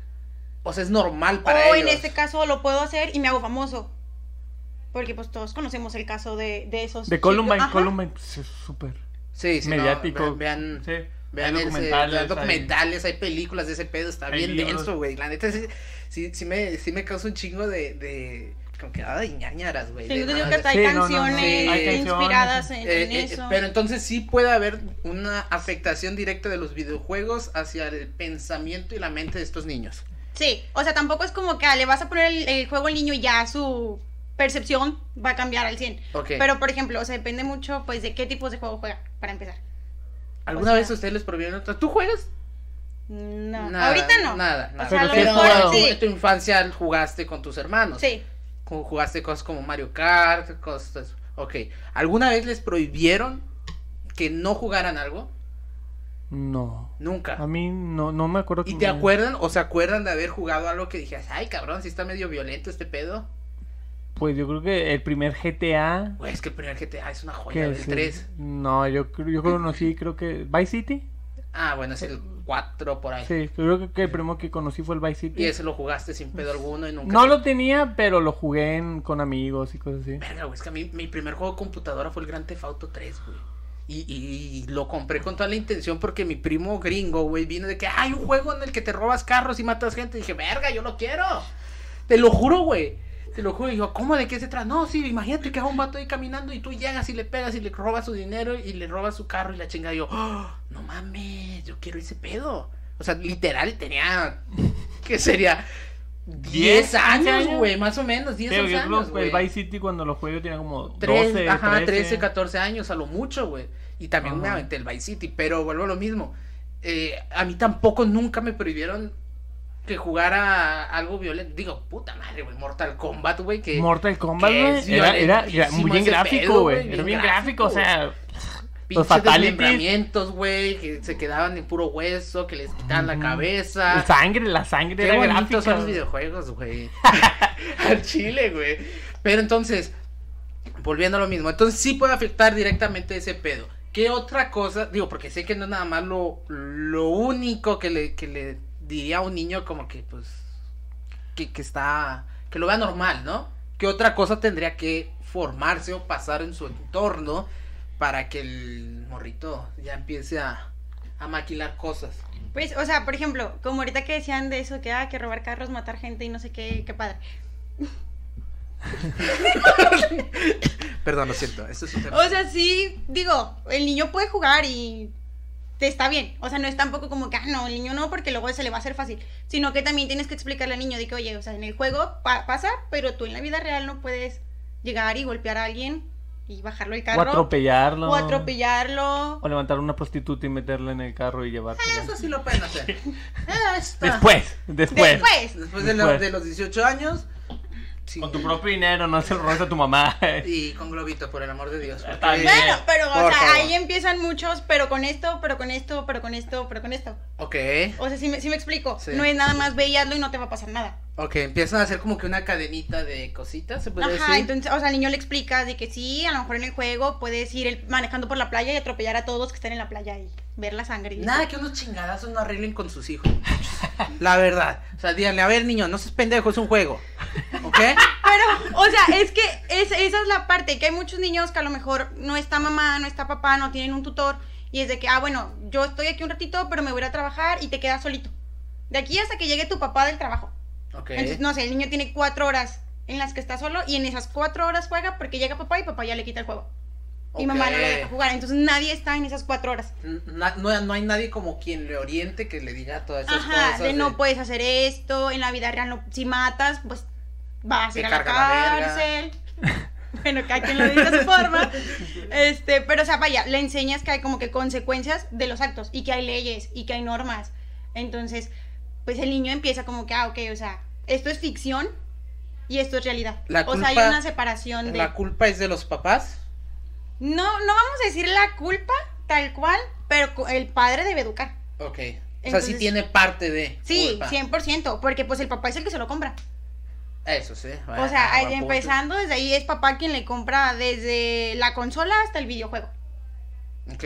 Speaker 2: O sea, es normal para
Speaker 3: o
Speaker 2: ellos.
Speaker 3: en este caso lo puedo hacer y me hago famoso. Porque pues todos conocemos el caso de, de esos
Speaker 1: De
Speaker 3: chicos-
Speaker 1: Columbine,
Speaker 3: Ajá.
Speaker 1: Columbine, pues, es súper
Speaker 2: Sí, sí, no,
Speaker 1: mediático.
Speaker 2: ve- vean,
Speaker 1: Sí,
Speaker 2: Vean
Speaker 1: hay
Speaker 2: ese-
Speaker 1: documentales,
Speaker 2: vean
Speaker 1: hay-
Speaker 2: documentales, hay películas de ese pedo, está
Speaker 1: hay
Speaker 2: bien
Speaker 1: libros.
Speaker 2: denso, güey. La neta sí, sí, sí me, sí me causa un chingo de, de como que ah, de ñañaras, güey.
Speaker 3: Tengo
Speaker 2: de
Speaker 3: entendido
Speaker 2: nada.
Speaker 3: que hasta hay
Speaker 1: Sí, no, no, no.
Speaker 3: canciones
Speaker 2: Sí, hay canciones.
Speaker 3: inspiradas en,
Speaker 2: Eh,
Speaker 3: en
Speaker 2: eh,
Speaker 3: eso.
Speaker 2: pero entonces sí puede haber una afectación directa de los videojuegos hacia el pensamiento y la mente de estos niños.
Speaker 3: Sí, o sea, tampoco es como que ah, le vas a poner el, el juego al niño y ya su percepción va a cambiar al 100.
Speaker 2: Ok.
Speaker 3: Pero, por ejemplo, o sea, depende mucho, pues, de qué tipos de juego juega, para empezar.
Speaker 2: ¿Alguna
Speaker 3: o sea-
Speaker 2: vez ustedes les prohibieron otra- ¿Tú juegas?
Speaker 3: No,
Speaker 2: Nada,
Speaker 3: ahorita no.
Speaker 2: Nada, nada.
Speaker 3: O sea, a lo
Speaker 1: Pero sí
Speaker 3: mejor
Speaker 1: has jugado.
Speaker 2: tú
Speaker 3: sí.
Speaker 2: en tu infancia jugaste con tus hermanos.
Speaker 3: Sí.
Speaker 2: como jugaste cosas como Mario Kart, cosas. Ok. ¿Alguna vez les prohibieron que no jugaran algo?
Speaker 1: No. A
Speaker 2: Nunca.
Speaker 1: mí no, no me acuerdo.
Speaker 2: ¿Y
Speaker 1: que
Speaker 2: te
Speaker 1: me-
Speaker 2: acuerdan o se acuerdan de haber jugado algo que dijeras, ay cabrón, si está medio violento este pedo?
Speaker 1: Pues yo creo que el primer GTA.
Speaker 2: Güey, es que el primer GTA es una joya,
Speaker 1: Que
Speaker 2: el
Speaker 1: es el-
Speaker 2: 3.
Speaker 1: No, yo, creo- yo conocí, creo que. ¿Vice City?
Speaker 2: Ah, bueno, es el 4 por ahí.
Speaker 1: Sí, creo que, que el primero que conocí fue el Vice City.
Speaker 2: Y ese lo jugaste sin pedo alguno y nunca.
Speaker 1: No lo tenía, pero lo jugué en- con amigos y cosas así.
Speaker 2: Verga, güey, es que a mí mi primer juego de computadora fue el Grand Theft Auto 3, güey. Y, y- y lo compré con toda la intención porque mi primo gringo, güey, vino de que hay un juego en el que te robas carros y matas gente. Y dije, verga, yo lo quiero. Te lo juro, güey. Te lo juro. Y yo, ¿cómo de qué se trata? No, sí, imagínate que va un vato ahí caminando y tú llegas y le pegas y le robas su dinero y le robas su carro y la chinga. yo, "Oh, no mames, yo quiero ese pedo. O sea, literal tenía, ¿qué sería? 10
Speaker 1: 15
Speaker 2: años,
Speaker 1: años.
Speaker 2: güey, más o menos, 10
Speaker 1: Pero yo
Speaker 2: años.
Speaker 1: creo que el
Speaker 2: güey.
Speaker 1: Vice City cuando lo jugué yo tenía como
Speaker 2: 3,
Speaker 1: 12,
Speaker 2: ajá, 13.
Speaker 1: 13.
Speaker 2: 14 años a lo mucho, güey. Y también me
Speaker 1: Ajá.
Speaker 2: aventé el Vice City, pero vuelvo a lo mismo. Eh, a mí tampoco nunca me prohibieron que jugara algo violento. Digo, puta madre, güey, Mortal Kombat, güey, que...
Speaker 1: Mortal Kombat,
Speaker 2: que es
Speaker 1: güey. Era, era gra-
Speaker 2: violentísimo
Speaker 1: muy bien
Speaker 2: ese
Speaker 1: gráfico,
Speaker 2: pedo, güey,
Speaker 1: güey. Era
Speaker 2: bien
Speaker 1: bien gráfico, o sea.
Speaker 2: pinches
Speaker 1: fatalities.
Speaker 2: desmembramientos, güey, que se quedaban en puro hueso, que les quitaban la
Speaker 1: Ujú. Este
Speaker 2: cabeza.
Speaker 1: el Sangre, la sangre
Speaker 2: Qué
Speaker 1: era
Speaker 2: bonitos son
Speaker 1: gráfica.
Speaker 2: los videojuegos, güey. Al chile, güey. Pero entonces, volviendo a lo mismo, entonces sí puede afectar directamente ese pedo. ¿Qué otra cosa? Digo, porque sé que no es nada más lo, lo único que le, que le diría a un niño como que, pues, que, que está, que lo vea normal, ¿no? ¿Qué otra cosa tendría que formarse o pasar en su entorno para que el morrito ya empiece a, a maquilar cosas?
Speaker 3: Pues, o sea, por ejemplo, como ahorita que decían de eso, que, ah, que robar carros, matar gente y no sé qué, qué padre.
Speaker 2: Perdón, lo siento, eso es un tema.
Speaker 3: O sea, sí, digo, el niño puede jugar y te está bien. O sea, no es tampoco como que, ah, no, el niño no, porque luego se le va a hacer fácil. Sino que también tienes que explicarle al niño de que, oye, o sea, en el juego pa- pasa, pero tú en la vida real no puedes llegar y golpear a alguien y bajarlo del
Speaker 1: O
Speaker 3: carro.
Speaker 1: atropellarlo.
Speaker 3: O atropellarlo.
Speaker 1: O levantar a una prostituta y meterla en el carro y llevársela.
Speaker 2: Eso sí lo pueden hacer. Esta.
Speaker 1: Después, después.
Speaker 3: Después.
Speaker 2: Después de, la-
Speaker 1: Después.
Speaker 2: de los 18 años. sí.
Speaker 1: Con tu propio dinero, no se lo robes a tu mamá.
Speaker 2: Y con globito, por el amor de Dios. porque-
Speaker 1: También.
Speaker 3: Bueno, pero, o
Speaker 2: Por
Speaker 3: sea,
Speaker 2: favor.
Speaker 3: ahí empiezan muchos, pero con esto, pero con esto, pero con esto, pero con esto.
Speaker 2: Ok,
Speaker 3: O sea, sí me, sí me explico.
Speaker 2: Sí.
Speaker 3: No es nada más ve y hazlo y no te va a pasar nada.
Speaker 2: ok, empiezan a hacer como que una cadenita de cositas, se puede
Speaker 3: Ajá,
Speaker 2: decir.
Speaker 3: entonces, o sea, al niño le explicas de que sí, a lo mejor en el juego puedes ir el- manejando por la playa y atropellar a todos los que estén en la playa y ver la sangre. y
Speaker 2: Nada que unos chingadazos no arreglen con sus hijos. muchachos. La verdad. O sea, díganle, a ver, niño, no seas pendejo, es un juego. ¿Ok?
Speaker 3: Pero, Ah, o sea, es que es- esa es la parte, que hay muchos niños que a lo mejor no está mamá, no está papá, no tienen un tutor, y es de que, ah, bueno, yo estoy aquí un ratito, pero me voy a ir a trabajar y te quedas solito. De aquí hasta que llegue tu papá del trabajo.
Speaker 2: Ok.
Speaker 3: Entonces, no sé, el niño tiene cuatro horas en las que está solo y en esas cuatro horas juega porque llega papá y papá ya le quita el juego. Y mamá no le deja jugar, entonces nadie está en esas cuatro horas.
Speaker 2: Na- no, no hay nadie como quien le oriente que le diga todas esas
Speaker 3: Ajá,
Speaker 2: cosas.
Speaker 3: de no puedes hacer esto, en la vida real no, si matas, pues vas a
Speaker 2: Te
Speaker 3: ir a la
Speaker 2: carga la verga.
Speaker 3: cárcel. bueno, cada quien lo dice a su forma. Este, pero o sea, vaya, le enseñas que hay como que consecuencias de los actos y que hay leyes y que hay normas. Entonces, pues el niño empieza como que, ah, ok, o sea, esto es ficción y esto es realidad.
Speaker 2: La
Speaker 3: o sea, hay
Speaker 2: culpa-
Speaker 3: una separación de...
Speaker 2: La culpa es de los papás.
Speaker 3: No, no vamos a decir la culpa tal cual, pero cu- el padre debe educar.
Speaker 2: Ok. o sea, sí
Speaker 3: Entonces-
Speaker 2: tiene parte de.
Speaker 3: Sí,
Speaker 2: culpa.
Speaker 3: 100%, porque pues el papá es el que se lo compra.
Speaker 2: Eso sí.
Speaker 3: O sea, ahí
Speaker 2: buen punto.
Speaker 3: empezando desde ahí es papá quien le compra desde la consola hasta el videojuego.
Speaker 2: Ok.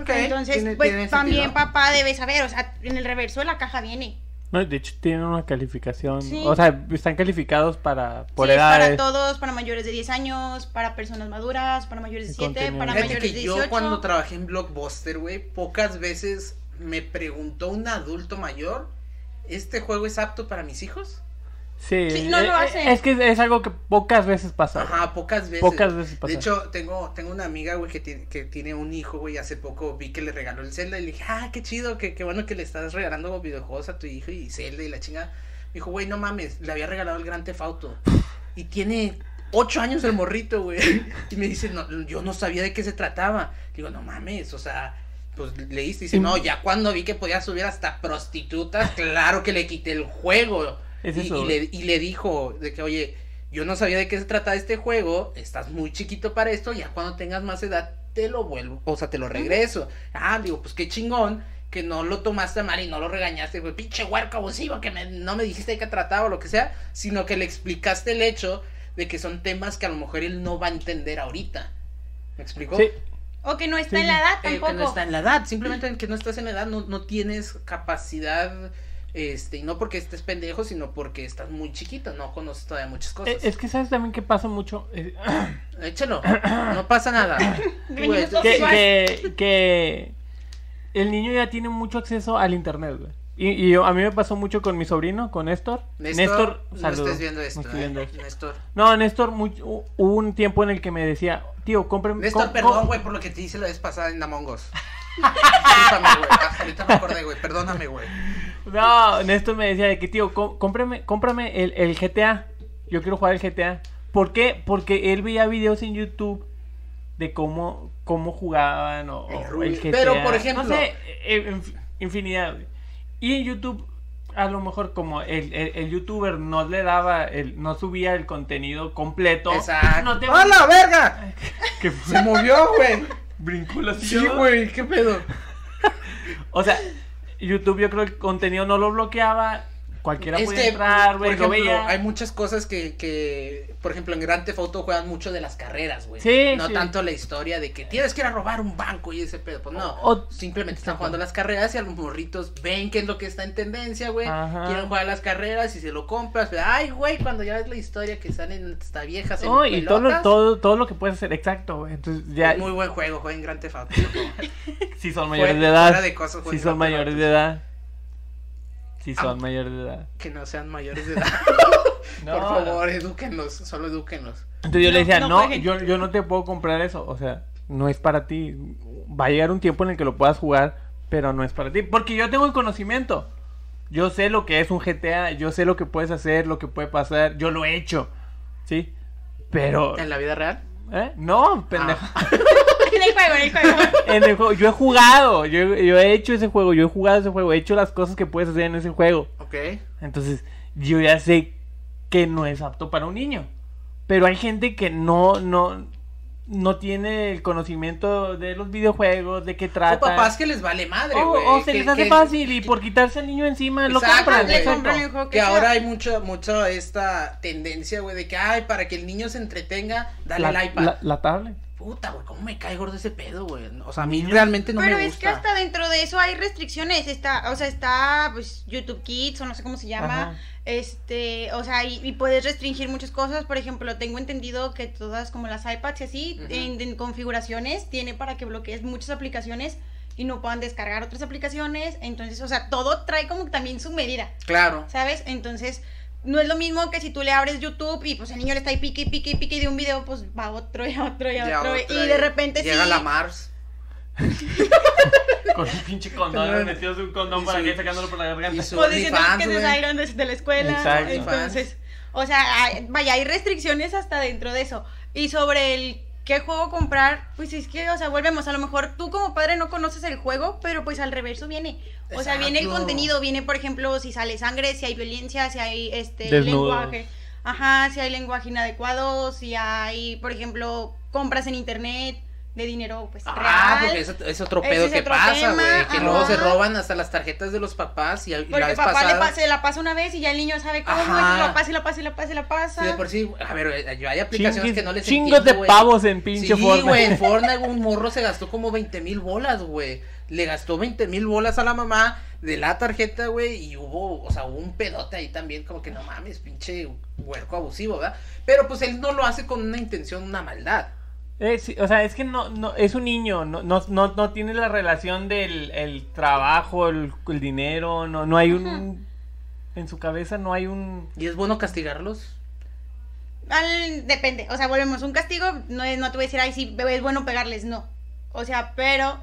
Speaker 2: ok,
Speaker 3: Entonces,
Speaker 2: tiene-
Speaker 3: pues
Speaker 2: tiene
Speaker 3: también
Speaker 2: sentido.
Speaker 3: papá debe saber, o sea, en el reverso de la caja viene.
Speaker 1: No, de hecho, tienen una calificación.
Speaker 3: Sí.
Speaker 1: O sea, están calificados para por
Speaker 3: Sí, es para
Speaker 1: edades.
Speaker 3: todos, para mayores de 10 años, para personas maduras, para mayores de
Speaker 1: Y
Speaker 3: 7,
Speaker 1: contenido.
Speaker 3: para
Speaker 1: Fíjate
Speaker 2: Fíjate
Speaker 3: mayores de
Speaker 2: que
Speaker 3: 18.
Speaker 2: yo cuando trabajé en Blockbuster, güey, pocas veces me preguntó un adulto mayor, ¿este juego es apto para mis hijos?
Speaker 1: Sí,
Speaker 3: Sí, no
Speaker 1: eh,
Speaker 3: lo
Speaker 1: eh,
Speaker 3: hace.
Speaker 1: Es que es algo que pocas veces pasa.
Speaker 2: Ajá, pocas veces.
Speaker 1: Pocas veces pasa.
Speaker 2: De hecho, tengo, tengo una amiga, güey, que tiene, que tiene un hijo, güey, hace poco vi que le regaló el Zelda y le dije, ah, qué chido, qué, qué bueno que le estás regalando videojuegos a tu hijo y Zelda y la chingada. Me dijo, güey, no mames, le había regalado el Gran Tefauto. Y tiene ocho años el morrito, güey. Y me dice, no, yo no sabía de qué se trataba. Digo, no mames, o sea, pues leíste. Y dice,
Speaker 1: Y-
Speaker 2: no, ya cuando vi que podía subir hasta prostitutas, claro que le quité el juego.
Speaker 1: Es
Speaker 2: y,
Speaker 1: eso,
Speaker 2: y le, y le dijo de que, oye, yo no sabía de qué se trata este juego, estás muy chiquito para esto, ya cuando tengas más edad te lo vuelvo, o sea, te lo regreso. Ah, digo, pues qué chingón que no lo tomaste a mal y no lo regañaste, güey, pinche huerco abusivo que me- no me dijiste de qué trataba o lo que sea, sino que le explicaste el hecho de que son temas que a lo mejor él no va a entender ahorita. ¿Me explicó?
Speaker 1: Sí,
Speaker 3: O que no está
Speaker 1: Sí.
Speaker 3: en la edad
Speaker 2: Eh,
Speaker 3: tampoco.
Speaker 2: que no está en la edad, simplemente que no estás en la edad, no, no tienes capacidad, este, y no porque estés pendejo, sino porque estás muy chiquito, no conoces todavía muchas cosas.
Speaker 1: Eh, es que sabes también que pasa mucho. eh,
Speaker 2: Échalo, no pasa nada.
Speaker 3: Venimos
Speaker 2: Güey,
Speaker 1: que,
Speaker 3: Igual.
Speaker 1: que, que el niño ya tiene mucho acceso al internet, güey. Y, y yo- a mí me pasó mucho con mi sobrino, con Néstor.
Speaker 2: Néstor, no
Speaker 1: saludo.
Speaker 2: estés viendo
Speaker 1: No,
Speaker 2: esto.
Speaker 1: estoy
Speaker 2: eh,
Speaker 1: viendo esto.
Speaker 2: Néstor,
Speaker 1: No, Néstor, mucho- hu- hubo un tiempo en el que me decía, tío, cómprame.
Speaker 2: Néstor
Speaker 1: com-
Speaker 2: perdón,
Speaker 1: com-
Speaker 2: güey, por lo que te hice la vez pasada en Among Us. Discúlpame, güey. ah, Ahorita me acordé, güey. Perdóname, güey.
Speaker 1: No, Néstor me decía de que, tío, com- cómprame, cómprame el, el GTA. Yo quiero jugar el GTA. ¿Por qué? Porque él veía videos en YouTube de cómo, cómo jugaban o,
Speaker 2: El
Speaker 1: o
Speaker 2: Rubi-
Speaker 1: el GTA.
Speaker 2: Pero, por ejemplo-
Speaker 1: No sé, eh, inf- infinidad. güey. Y en YouTube, a lo mejor como el, el- el youtuber no le daba, el, no subía el contenido completo.
Speaker 2: Exacto.
Speaker 1: No te-
Speaker 2: ¡A la verga!
Speaker 1: Que
Speaker 2: Se movió, güey.
Speaker 1: brincó la
Speaker 2: Sí,
Speaker 1: silla.
Speaker 2: güey, qué pedo.
Speaker 1: O sea, YouTube yo creo que el contenido no lo bloqueaba. Cualquiera
Speaker 2: Es
Speaker 1: podía
Speaker 2: que,
Speaker 1: entrar,
Speaker 2: Este, por
Speaker 1: güey, lo
Speaker 2: ejemplo,
Speaker 1: veía.
Speaker 2: hay muchas cosas que, que, por ejemplo, en Grand Theft Auto juegan mucho de las carreras, güey.
Speaker 1: Sí,
Speaker 2: no
Speaker 1: sí.
Speaker 2: tanto la historia de que tienes que ir a robar un banco y ese pedo. Pues no,
Speaker 1: O-
Speaker 2: simplemente están
Speaker 1: Exacto.
Speaker 2: jugando las carreras y a los morritos ven qué es lo que está en tendencia, güey.
Speaker 1: Ajá.
Speaker 2: Quieren jugar las carreras y se lo compras. pero, Ay, güey, cuando ya ves la historia que salen hasta viejas en
Speaker 1: No, y todo lo,
Speaker 2: pelotas,
Speaker 1: todo, todo lo que puedes hacer, exacto. güey. Entonces, ya,
Speaker 2: es Muy buen juego, jueguen Grand Theft Auto. por favor.
Speaker 1: si son
Speaker 2: Fuera-
Speaker 1: mayores de
Speaker 2: fuera
Speaker 1: edad,
Speaker 2: de cosas,
Speaker 1: si
Speaker 2: jueguen
Speaker 1: son
Speaker 2: Grand Theft
Speaker 1: mayores
Speaker 2: Auto.
Speaker 1: de edad, si
Speaker 2: Ah.
Speaker 1: son mayores de edad.
Speaker 2: Que no sean mayores de edad.
Speaker 1: No,
Speaker 2: por favor, edúquenlos, solo edúquenlos.
Speaker 1: Entonces yo le decía,
Speaker 3: No,
Speaker 1: no,
Speaker 3: no jueguen".
Speaker 1: yo, yo no te puedo comprar eso, o sea, no es para ti. Va a llegar un tiempo en el que lo puedas jugar, pero no es para ti. Porque yo tengo el conocimiento. Yo sé lo que es un GTA, yo sé lo que puedes hacer, lo que puede pasar, yo lo he hecho, ¿sí? Pero...
Speaker 2: ¿En la vida real?
Speaker 1: ¿eh?
Speaker 2: Ah.
Speaker 1: No, pendejo.
Speaker 3: en el juego, en el juego.
Speaker 1: En el juego, yo he jugado, yo, yo he hecho ese juego, yo he jugado ese juego, he hecho las cosas que puedes hacer en ese juego.
Speaker 2: Ok.
Speaker 1: Entonces, yo ya sé que no es apto para un niño. Pero hay gente que no, no, no tiene el conocimiento de los videojuegos, de qué trata.
Speaker 2: O papás que les vale madre,
Speaker 1: O-
Speaker 2: güey.
Speaker 1: o se
Speaker 2: que-
Speaker 1: les hace
Speaker 2: que-
Speaker 1: fácil y por quitarse al niño encima lo
Speaker 2: Exacto,
Speaker 1: compran.
Speaker 2: güey.
Speaker 3: Le
Speaker 1: exacto.
Speaker 3: compran el juego
Speaker 2: Que
Speaker 3: sea.
Speaker 2: ahora hay mucha, mucha esta tendencia, güey, de que, ay, para que el niño se entretenga, dale
Speaker 1: La,
Speaker 2: al iPad.
Speaker 1: la- la tablet.
Speaker 2: Puta, güey, cómo me cae gordo ese pedo, güey. O sea, a mí
Speaker 1: Niños.
Speaker 2: realmente no
Speaker 3: Pero
Speaker 2: me
Speaker 3: es que
Speaker 2: gusta.
Speaker 3: hasta dentro de eso hay restricciones, está, o sea, está pues YouTube Kids o no sé cómo se llama,
Speaker 1: Ajá.
Speaker 3: este, o sea, y, y puedes restringir muchas cosas, por ejemplo, tengo entendido que todas como las iPads y así,
Speaker 2: Ujú.
Speaker 3: en, en configuraciones tiene para que bloquees muchas aplicaciones y no puedan descargar otras aplicaciones, entonces, o sea, todo trae como que también su medida,
Speaker 2: Claro.
Speaker 3: ¿sabes? Entonces, no es lo mismo que si tú le abres YouTube y pues el niño le está ahí pique y pique y pique y de un video pues va otro y a otro y a
Speaker 2: Ya
Speaker 3: otro
Speaker 2: otra,
Speaker 3: y de repente
Speaker 2: Llega
Speaker 3: sí
Speaker 2: la Mars.
Speaker 1: Con un pinche condón,
Speaker 2: Con-
Speaker 1: le metidos un condón
Speaker 2: y
Speaker 1: para
Speaker 2: su-
Speaker 1: que sacándolo por la garganta.
Speaker 2: y su-
Speaker 3: o Pues diciendo
Speaker 2: OnlyFans,
Speaker 3: que se
Speaker 2: güey.
Speaker 3: salieron de, de la escuela.
Speaker 1: Exacto.
Speaker 3: Entonces, o sea, hay- vaya, hay restricciones hasta dentro de eso. Y sobre el qué juego comprar, pues es que, o sea, volvemos, a lo mejor tú como padre no conoces el juego, pero pues al reverso viene. O sea, viene el
Speaker 2: Exacto.
Speaker 3: contenido, viene, por ejemplo, si sale sangre, si hay violencia, si hay este
Speaker 1: Desnudos.
Speaker 3: lenguaje. Ajá, si hay lenguaje inadecuado, si hay, por ejemplo, compras en internet de dinero pues
Speaker 2: Ah,
Speaker 3: real.
Speaker 2: porque es, es otro
Speaker 3: Ese
Speaker 2: pedo
Speaker 3: es
Speaker 2: que
Speaker 3: otro
Speaker 2: pasa,
Speaker 3: tema,
Speaker 2: güey. Que luego se
Speaker 3: ajá.
Speaker 2: roban hasta las tarjetas de los papás y, y la
Speaker 3: Porque
Speaker 2: vez
Speaker 3: papá le
Speaker 2: pasada.
Speaker 3: pa- se la pasa una vez y ya el niño sabe cómo
Speaker 2: Ajá.
Speaker 3: es, y lo pasa y lo pasa y lo pasa y lo pasa.
Speaker 2: Sí, de por sí, a ver, eh, yo hay aplicaciones
Speaker 1: Chingues-
Speaker 2: que no les
Speaker 1: chingos de
Speaker 2: entiendo, güey.
Speaker 1: pavos en pinche
Speaker 2: sí,
Speaker 1: Fortnite.
Speaker 2: güey, en Fortnite un morro se gastó como 20 mil bolas, güey. Le gastó 20 mil bolas a la mamá de la tarjeta, güey, y hubo, o sea, hubo un pedote ahí también, como que no mames, pinche huerco abusivo, ¿verdad? Pero pues él no lo hace con una intención, una maldad.
Speaker 1: Eh, sí, o sea, es que no, no es un niño, no, no, no, no tiene la relación del el trabajo, el, el dinero, no, no hay un... En su cabeza no hay un...
Speaker 2: ¿Y es bueno castigarlos?
Speaker 3: Al- depende, o sea, volvemos, un castigo no, es, no te voy a decir, ay, sí, es bueno pegarles, no. O sea, pero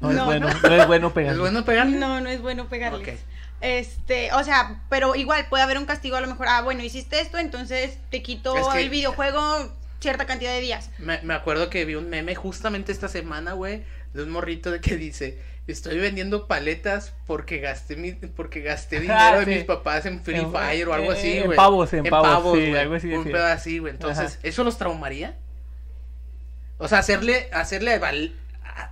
Speaker 1: No, es
Speaker 3: No.
Speaker 1: bueno, no es bueno pegar.
Speaker 2: ¿Es bueno pegarles?
Speaker 3: no, no es bueno pegarles.
Speaker 2: Ok.
Speaker 3: Este, o sea, pero igual puede haber un castigo a lo mejor, ah, bueno, hiciste esto, entonces te quito
Speaker 2: Es que-
Speaker 3: el videojuego cierta cantidad de días.
Speaker 2: Me, me acuerdo que vi un meme justamente esta semana, güey, de un morrito de que dice, estoy vendiendo paletas porque gasté mi, porque gasté dinero
Speaker 1: Ah,
Speaker 2: de
Speaker 1: sí.
Speaker 2: mis papás en Free
Speaker 1: En-
Speaker 2: Fire o algo
Speaker 1: eh,
Speaker 2: así,
Speaker 1: en
Speaker 2: güey.
Speaker 1: pavos, en pavos, sí,
Speaker 2: güey,
Speaker 1: algo así
Speaker 2: Un
Speaker 1: decía.
Speaker 2: pedo así, güey. Entonces,
Speaker 1: Ajá.
Speaker 2: ¿eso los traumaría? O sea, hacerle, hacerle val- a-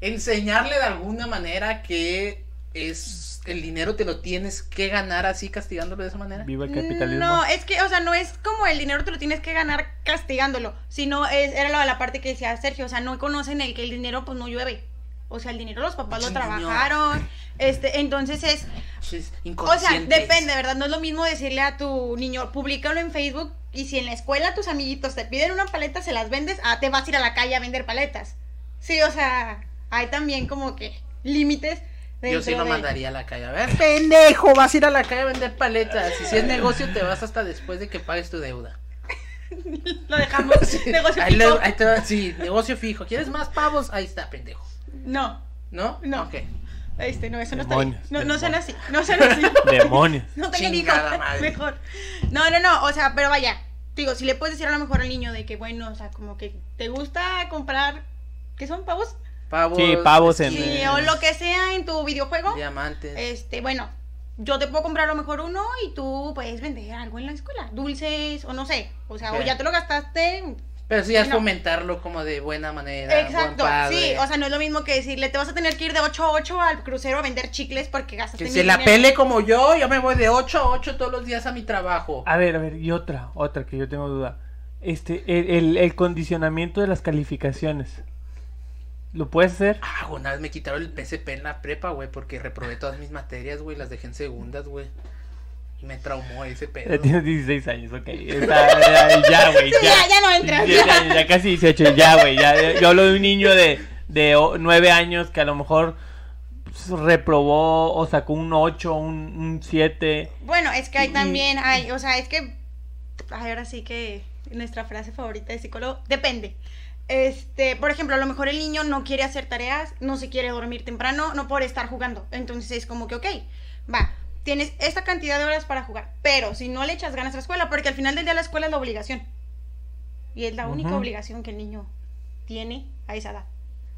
Speaker 2: enseñarle de alguna manera que es el dinero te lo tienes que ganar así castigándolo de esa manera.
Speaker 1: Viva el capitalismo.
Speaker 3: Mm, No, es que, o sea, no es como el dinero te lo tienes que ganar castigándolo, sino es, era la, la parte que decía Sergio, o sea, no conocen el que el dinero pues no llueve. O sea, el dinero los papás lo
Speaker 2: Pinche niño.
Speaker 3: trabajaron. Este, entonces es,
Speaker 2: Pinches
Speaker 3: o sea,
Speaker 2: inconscientes.
Speaker 3: depende, ¿verdad? No es lo mismo decirle a tu niño, públicalo en Facebook y si en la escuela tus amiguitos te piden una paleta, se las vendes, ah, te vas a ir a la calle a vender paletas. Sí, o sea, hay también como que límites.
Speaker 2: Yo sí
Speaker 3: dentro
Speaker 2: lo
Speaker 3: de-
Speaker 2: mandaría a la calle. A ver, pendejo, vas a ir a la calle a vender paletas. Y si es negocio, te vas hasta después de que pagues tu deuda.
Speaker 3: Lo dejamos. negocio
Speaker 2: Ahí le-
Speaker 3: fijo.
Speaker 2: ahí te va- sí, negocio fijo. ¿Quieres más pavos? Ahí está, pendejo.
Speaker 3: No,
Speaker 2: ¿No?
Speaker 3: No.
Speaker 2: Ok.
Speaker 3: este, no, eso no está bien.
Speaker 1: Demonios,
Speaker 3: No, no sean
Speaker 1: demonios.
Speaker 3: así, no sean así.
Speaker 1: Demonios.
Speaker 3: No tengan hijos,
Speaker 2: Chingada madre.
Speaker 3: mejor. No, no, no, o sea, pero vaya, digo, si le puedes decir a lo mejor al niño de que, bueno, o sea, como que te gusta comprar, ¿qué son pavos?
Speaker 2: Pavos.
Speaker 1: Sí, pavos en-
Speaker 3: Sí,
Speaker 2: esquinas,
Speaker 3: o lo que sea en tu videojuego,
Speaker 2: Diamantes.
Speaker 3: este, bueno, yo te puedo comprar a lo mejor uno y tú puedes vender algo en la escuela, dulces o no sé, o sea,
Speaker 2: Ok.
Speaker 3: o ya te lo gastaste.
Speaker 2: Pero sí, ya es
Speaker 3: no.
Speaker 2: fomentarlo como de buena manera.
Speaker 3: Exacto,
Speaker 2: buen padre.
Speaker 3: sí, o sea, no es lo mismo que decirle, te vas a tener que ir de 8 a 8 al crucero a vender chicles porque gastaste
Speaker 2: Que
Speaker 3: mil
Speaker 2: se la
Speaker 3: dinero".
Speaker 2: pele como yo, yo me voy de 8 a 8 todos los días a mi trabajo.
Speaker 1: A ver, a ver, y otra, otra que yo tengo duda. Este, el, el- el condicionamiento de las calificaciones. ¿Lo puedes hacer?
Speaker 2: Ah, güey, una vez me quitaron el PSP en la prepa, güey, porque reprobé todas mis materias, güey, las dejé en segundas, güey. Y me traumó ese
Speaker 1: Ya
Speaker 2: pedo.
Speaker 1: tienes 16 años, ok. Está- ya, ya, güey.
Speaker 3: Sí, ya, ya no entras,
Speaker 1: Ya, ya- ya casi 18, ya, güey. ya- ya- yo hablo de un niño de, de 9 años que a lo mejor pues, reprobó o sacó un 8, un, un 7.
Speaker 3: Bueno, es que hay
Speaker 1: Y-
Speaker 3: también, hay, o sea, es que, ay, ahora sí que nuestra frase favorita de psicólogo, depende. Este, por ejemplo, a lo mejor el niño no quiere hacer tareas, no se quiere dormir temprano, no por estar jugando. Entonces es como que, ok, va, tienes esta cantidad de horas para jugar, pero si no le echas ganas a la escuela, porque al final del día la escuela es la obligación. Y es la única
Speaker 1: Ujú.
Speaker 3: obligación que el niño tiene a esa edad.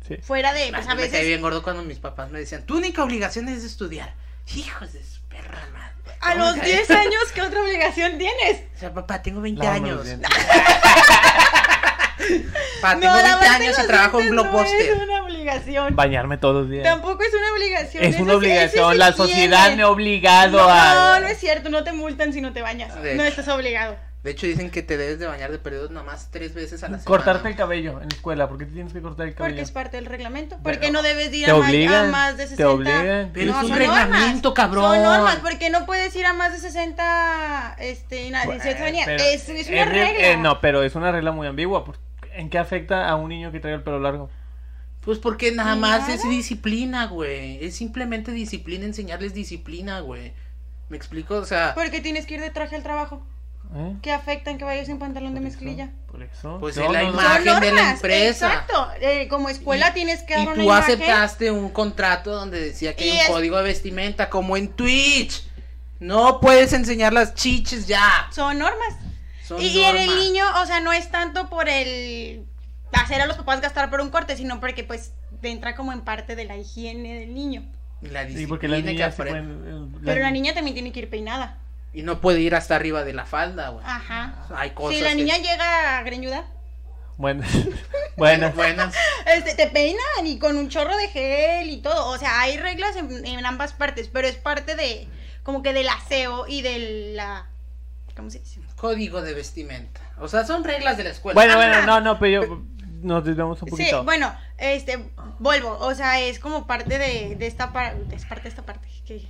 Speaker 1: Sí.
Speaker 3: Fuera de, pues
Speaker 2: Ah,
Speaker 3: a
Speaker 2: me caí
Speaker 3: veces...
Speaker 2: bien gordo cuando mis papás me decían, tu única obligación es estudiar. Hijos de su perra madre.
Speaker 3: A
Speaker 2: No me
Speaker 3: los
Speaker 2: caí-
Speaker 3: 10 años, ¿qué otra obligación tienes?
Speaker 2: O sea, papá, tengo 20
Speaker 1: Lávame los
Speaker 2: años.
Speaker 1: dientes.
Speaker 2: Papá, tengo 20
Speaker 3: lavarte
Speaker 2: años y
Speaker 3: los
Speaker 2: trabajo en
Speaker 3: dientes no
Speaker 2: Blockbuster.
Speaker 3: es una obligación.
Speaker 1: Bañarme todos los días.
Speaker 3: Tampoco es una obligación.
Speaker 1: es
Speaker 3: eso
Speaker 1: una obligación.
Speaker 3: eso se
Speaker 1: La
Speaker 3: tiene.
Speaker 1: sociedad me ha obligado
Speaker 3: no,
Speaker 1: a.
Speaker 3: No, no es cierto. No te multan si no te bañas.
Speaker 2: De
Speaker 3: no
Speaker 2: hecho.
Speaker 3: estás obligado.
Speaker 2: De hecho, dicen que te debes de bañar de periodos nomás tres veces a la semana.
Speaker 1: Cortarte el cabello en la escuela. ¿Por qué te tienes que cortar el
Speaker 3: Porque
Speaker 1: cabello?
Speaker 3: es parte del reglamento.
Speaker 2: Bueno,
Speaker 3: Porque no debes de ir
Speaker 1: te
Speaker 3: a, ma- a
Speaker 1: obligan,
Speaker 3: más de
Speaker 1: te
Speaker 3: 60.
Speaker 1: obligan.
Speaker 2: Pero
Speaker 3: No,
Speaker 2: es un
Speaker 3: son
Speaker 2: reglamento,
Speaker 3: normas,
Speaker 2: cabrón.
Speaker 3: Son normas. Porque no puedes ir a más de 60. Este, y nada, 18 años.
Speaker 1: Pero-
Speaker 3: Es, es una
Speaker 1: eh, re-
Speaker 3: regla.
Speaker 1: eh, no, pero es una regla muy ambigua. porque- ¿En qué afecta a un niño que trae el pelo largo?
Speaker 2: Pues porque nada
Speaker 3: Ni
Speaker 2: más
Speaker 3: nada.
Speaker 2: es disciplina, güey. Es simplemente disciplina, enseñarles disciplina, güey. ¿Me explico? O sea,
Speaker 3: Porque tienes que ir de traje al trabajo.
Speaker 1: ¿Eh?
Speaker 3: ¿Qué afecta en que vayas sin pantalón de
Speaker 1: Por eso,
Speaker 3: mezclilla?
Speaker 1: Por eso.
Speaker 2: Pues
Speaker 1: No,
Speaker 2: es la
Speaker 1: no, no.
Speaker 2: imagen. de la empresa.
Speaker 3: Exacto. Eh, como escuela
Speaker 2: Y-
Speaker 3: tienes que dar
Speaker 2: y
Speaker 3: una
Speaker 2: tú
Speaker 3: imagen.
Speaker 2: aceptaste un contrato donde decía que
Speaker 3: Y
Speaker 2: hay un
Speaker 3: es-
Speaker 2: código de vestimenta, como en Twitch. No puedes enseñar las chiches ya.
Speaker 3: Son normas.
Speaker 2: Son
Speaker 3: y, y en el
Speaker 2: normas.
Speaker 3: niño, o sea, no es tanto por el hacer a los papás gastar por un corte, sino porque pues entra como en parte de la higiene del niño.
Speaker 2: Y La
Speaker 1: Sí, porque la
Speaker 2: disciplina que
Speaker 1: niña se
Speaker 2: aprende.
Speaker 1: pueden- eh,
Speaker 3: Pero la niña también tiene que ir peinada.
Speaker 2: Y no puede ir hasta arriba de la falda, güey.
Speaker 3: Ajá.
Speaker 2: Hay cosas.
Speaker 3: si la
Speaker 2: que-
Speaker 3: niña llega greñuda,
Speaker 1: Bueno, bueno.
Speaker 2: Buenas.
Speaker 3: este, te peinan y con un chorro de gel y todo. O sea, hay reglas en, en ambas partes, pero es parte de como que del aseo y de la... ¿Cómo se dice?
Speaker 2: Código de vestimenta. O sea, son reglas de la escuela. Ah,
Speaker 1: Bueno, bueno,
Speaker 3: Ajá.
Speaker 1: no, no, pero yo nos desviamos un
Speaker 3: Sí,
Speaker 1: poquito.
Speaker 3: bueno, este, vuelvo, o sea, es como parte de, de esta parte, es parte de esta parte, que,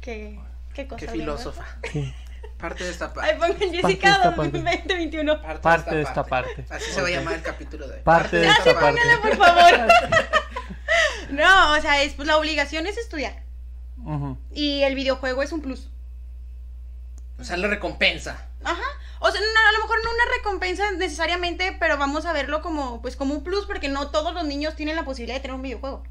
Speaker 3: que, qué cosa.
Speaker 2: Qué
Speaker 3: güey, ¿no?
Speaker 2: filósofa.
Speaker 1: Sí,
Speaker 2: Parte de esta
Speaker 3: Ay,
Speaker 2: parte.
Speaker 3: pongan
Speaker 1: de esta
Speaker 3: Jessica
Speaker 1: parte.
Speaker 3: 2021.
Speaker 1: Parte de esta parte.
Speaker 2: Así se va a llamar el capítulo de hoy.
Speaker 1: Parte de esta parte.
Speaker 3: Pónganla, por favor. No, o sea, es, pues, la obligación es estudiar,
Speaker 1: Ujú.
Speaker 3: y el videojuego es un plus.
Speaker 2: O sea, la recompensa.
Speaker 3: Ajá. O sea, no, a lo mejor no una recompensa necesariamente, pero vamos a verlo como, pues, como un plus, porque no todos los niños tienen la posibilidad de tener un videojuego.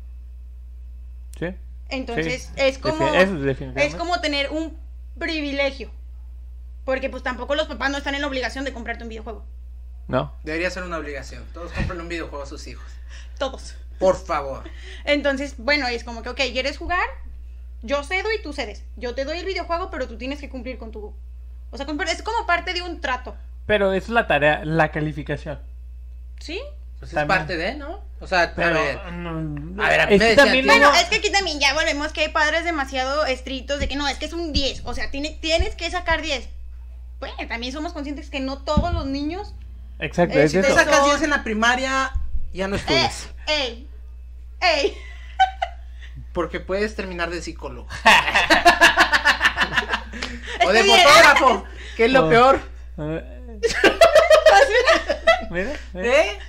Speaker 1: Sí.
Speaker 3: Entonces,
Speaker 1: sí.
Speaker 3: es como.
Speaker 1: Defi- eso es definitivamente.
Speaker 3: es como tener un privilegio. Porque pues tampoco los papás no están en la obligación de comprarte un videojuego.
Speaker 1: No.
Speaker 2: Debería ser una obligación. Todos compren un videojuego a sus hijos.
Speaker 3: Todos.
Speaker 2: Por favor.
Speaker 3: Entonces, bueno, es como que, ok, ¿quieres jugar? Yo cedo y tú cedes. Yo te doy el videojuego, pero tú tienes que cumplir con tu... O sea, compar- es como parte de un trato.
Speaker 1: Pero es la tarea, la calificación.
Speaker 3: ¿Sí?
Speaker 2: Pues es
Speaker 1: También.
Speaker 2: parte de, ¿no? O sea,
Speaker 1: Pero.
Speaker 2: a ver.
Speaker 1: no,
Speaker 2: A ver, a mí
Speaker 1: es
Speaker 2: me
Speaker 1: que
Speaker 2: decían,
Speaker 1: también
Speaker 2: "Tío,
Speaker 1: luego-
Speaker 3: Bueno, es que aquí también ya volvemos que hay padres demasiado estrictos de que no, es que es un 10. O sea, tiene, tienes que sacar 10. Bueno, también somos conscientes que no todos los niños...
Speaker 1: Exacto,
Speaker 3: eh,
Speaker 1: es
Speaker 3: si te
Speaker 2: Te
Speaker 1: eso.
Speaker 3: saca-
Speaker 2: sacas 10 en la primaria, ya no
Speaker 3: ¡Eh!
Speaker 2: estudias.
Speaker 3: ¡Ey! ¡Ey!
Speaker 2: Porque puedes terminar de psicólogo. o de
Speaker 3: Estudié.
Speaker 2: fotógrafo, que es lo
Speaker 1: Oh.
Speaker 2: peor.
Speaker 1: Eh, Mira, mira,
Speaker 2: ¿Eh?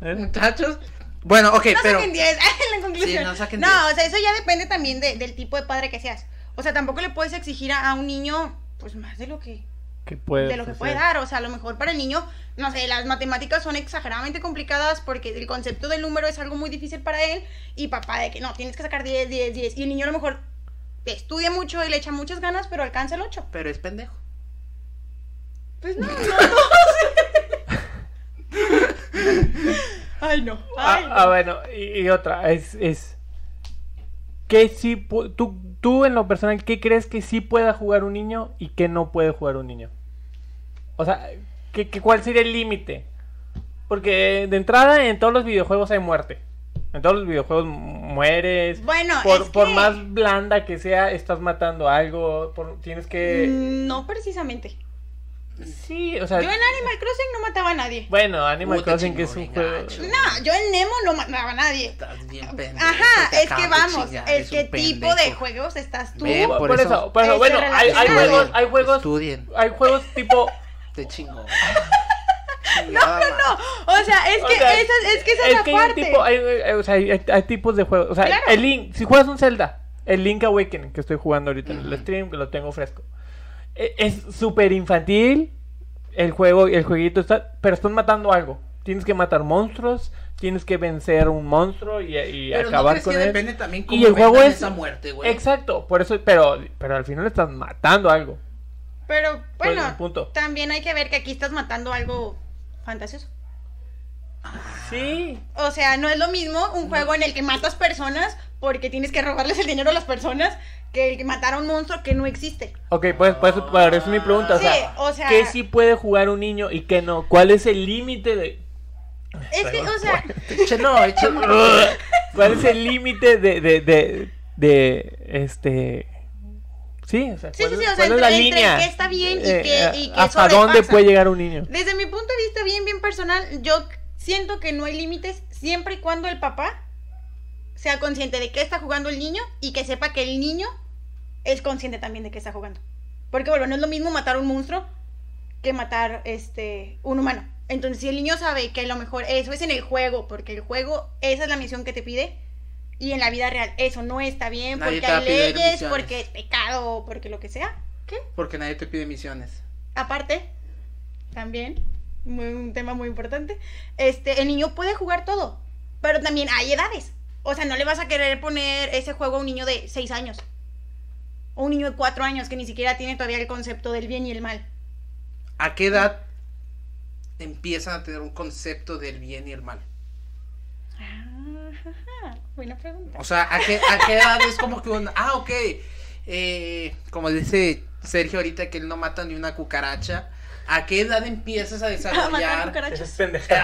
Speaker 1: mira.
Speaker 2: Muchachos. Bueno, ok,
Speaker 3: No
Speaker 2: pero.
Speaker 3: saquen 10, la conclusión.
Speaker 2: Sí, no saquen 10.
Speaker 3: o sea, eso ya depende también de- del tipo de padre que seas. O sea, tampoco le puedes exigir a, a un niño, pues, más de lo que
Speaker 1: ¿Qué puedes
Speaker 3: de lo que puede
Speaker 1: hacer?
Speaker 3: dar. O sea, a lo mejor para el niño, no sé, las matemáticas son exageradamente complicadas porque el concepto del número es algo muy difícil para él. Y papá, de que no, tienes que sacar 10, 10, 10. Y el niño a lo mejor estudia mucho y le echa muchas ganas, pero alcanza el 8.
Speaker 2: Pero es pendejo.
Speaker 3: Pues no, no, Ay, no. Ay,
Speaker 1: Ah, ah, bueno, y, y otra, es, es ¿qué sí pu- tú, tú en lo personal, ¿qué crees que sí pueda jugar un niño y qué no puede jugar un niño? O sea, ¿qué, qué- cuál sería el límite? Porque de entrada en todos los videojuegos hay muerte. En todos los videojuegos mu- mueres.
Speaker 3: Bueno,
Speaker 1: por,
Speaker 3: es
Speaker 1: por
Speaker 3: que-
Speaker 1: más blanda que sea, estás matando algo. por- tienes que...
Speaker 3: No precisamente.
Speaker 1: Sí, o sea...
Speaker 3: Mm. Yo en Animal Crossing no mataba a nadie.
Speaker 1: Bueno, Animal
Speaker 2: Uh, te
Speaker 1: Crossing que
Speaker 2: chingó
Speaker 1: es un
Speaker 2: bien
Speaker 1: juego...
Speaker 2: gacho.
Speaker 3: No, yo en Nemo no mataba a nadie.
Speaker 2: Estás bien pendejo.
Speaker 3: Ajá,
Speaker 2: te acaban
Speaker 3: es que
Speaker 2: de
Speaker 3: vamos,
Speaker 2: chingar,
Speaker 3: es
Speaker 2: eres
Speaker 3: que
Speaker 2: un
Speaker 3: tipo de
Speaker 2: pendejo.
Speaker 3: juegos estás tú.
Speaker 2: Ven,
Speaker 1: Por, eso, por eso,
Speaker 3: Es
Speaker 1: bueno, hay, hay
Speaker 3: relacionado.
Speaker 1: juegos, hay juegos,
Speaker 2: Estudien,
Speaker 1: hay juegos tipo,
Speaker 2: te chingo. no, no,
Speaker 3: O sea, es que
Speaker 1: O sea,
Speaker 3: esa, es que esa es,
Speaker 1: es
Speaker 3: la
Speaker 1: que hay un
Speaker 3: parte.
Speaker 1: tipo, hay, hay- o sea, hay, hay tipos de juegos, o sea,
Speaker 3: Claro.
Speaker 1: el Link, si juegas un Zelda, el Link Awakening que estoy jugando ahorita en el
Speaker 2: Ujú.
Speaker 1: stream, que lo tengo fresco, e- es súper infantil el juego, el jueguito está, pero estás matando algo, tienes que matar monstruos, tienes que vencer un monstruo y, y
Speaker 2: Pero no
Speaker 1: acabar
Speaker 2: crees
Speaker 1: con
Speaker 2: que
Speaker 1: él.
Speaker 2: depende también cómo
Speaker 1: Y el juego
Speaker 2: vendan
Speaker 1: es-
Speaker 2: esa muerte, güey.
Speaker 1: Exacto, por eso, pero, pero al final estás matando algo.
Speaker 3: Pero
Speaker 1: Pues,
Speaker 3: bueno,
Speaker 1: punto.
Speaker 3: también hay que ver que aquí estás matando algo fantasioso. Ah.
Speaker 1: Sí,
Speaker 3: O sea, no es lo mismo un juego en el que matas personas porque tienes que robarles el dinero a las personas que el que matar a un monstruo que no existe.
Speaker 1: Ok, pues, por eso- por eso es mi pregunta. O
Speaker 3: Sí,
Speaker 1: sea,
Speaker 3: o sea-
Speaker 1: ¿qué sí puede jugar un niño y qué no? ¿Cuál es el límite de.?
Speaker 3: Es que, o sea,
Speaker 2: Che, no, eche-
Speaker 1: ¿Cuál es el límite de, de, de, de. Este. Sí, o sea,
Speaker 3: Sí,
Speaker 1: ¿cuál,
Speaker 3: sí, sí,
Speaker 1: es-
Speaker 3: o sea,
Speaker 1: cuál es la
Speaker 3: entre- entre
Speaker 1: línea? Eh,
Speaker 3: qué está bien y qué- y qué
Speaker 1: ¿Hasta dónde
Speaker 3: sobrepasa?
Speaker 1: puede llegar un niño?
Speaker 3: Desde mi punto de vista bien, bien personal, yo siento que no hay límites siempre y cuando el papá sea consciente de qué está jugando el niño y que sepa que el niño es consciente también de qué está jugando. Porque, bueno, no es lo mismo matar un monstruo que matar este, un humano. Entonces, si el niño sabe que a lo mejor eso es en el juego, porque el juego, esa es la misión que te pide, Y en la vida real eso no está bien
Speaker 2: Nadie
Speaker 3: porque
Speaker 2: te va a
Speaker 3: hay
Speaker 2: pedir
Speaker 3: leyes,
Speaker 2: misiones.
Speaker 3: porque es pecado, porque lo que sea. ¿Qué?
Speaker 2: Porque nadie te pide misiones.
Speaker 3: Aparte, también, muy- un tema muy importante, este, el niño puede jugar todo, pero también hay edades. O sea, no le vas a querer poner ese juego a un niño de 6 años. O un niño de 4 años que ni siquiera tiene todavía el concepto del bien y el mal.
Speaker 2: ¿A qué edad empiezan a tener un concepto del bien y el mal?
Speaker 3: Ajá, buena pregunta.
Speaker 2: O sea, ¿a qué, a qué edad es como que un, ah, ok, eh, como dice Sergio ahorita que él no mata ni una cucaracha, ¿a qué edad empiezas a
Speaker 3: A matar
Speaker 2: desarrollar?
Speaker 1: Esa
Speaker 3: cucarachas.
Speaker 1: es
Speaker 2: Ajá,
Speaker 1: pendeja.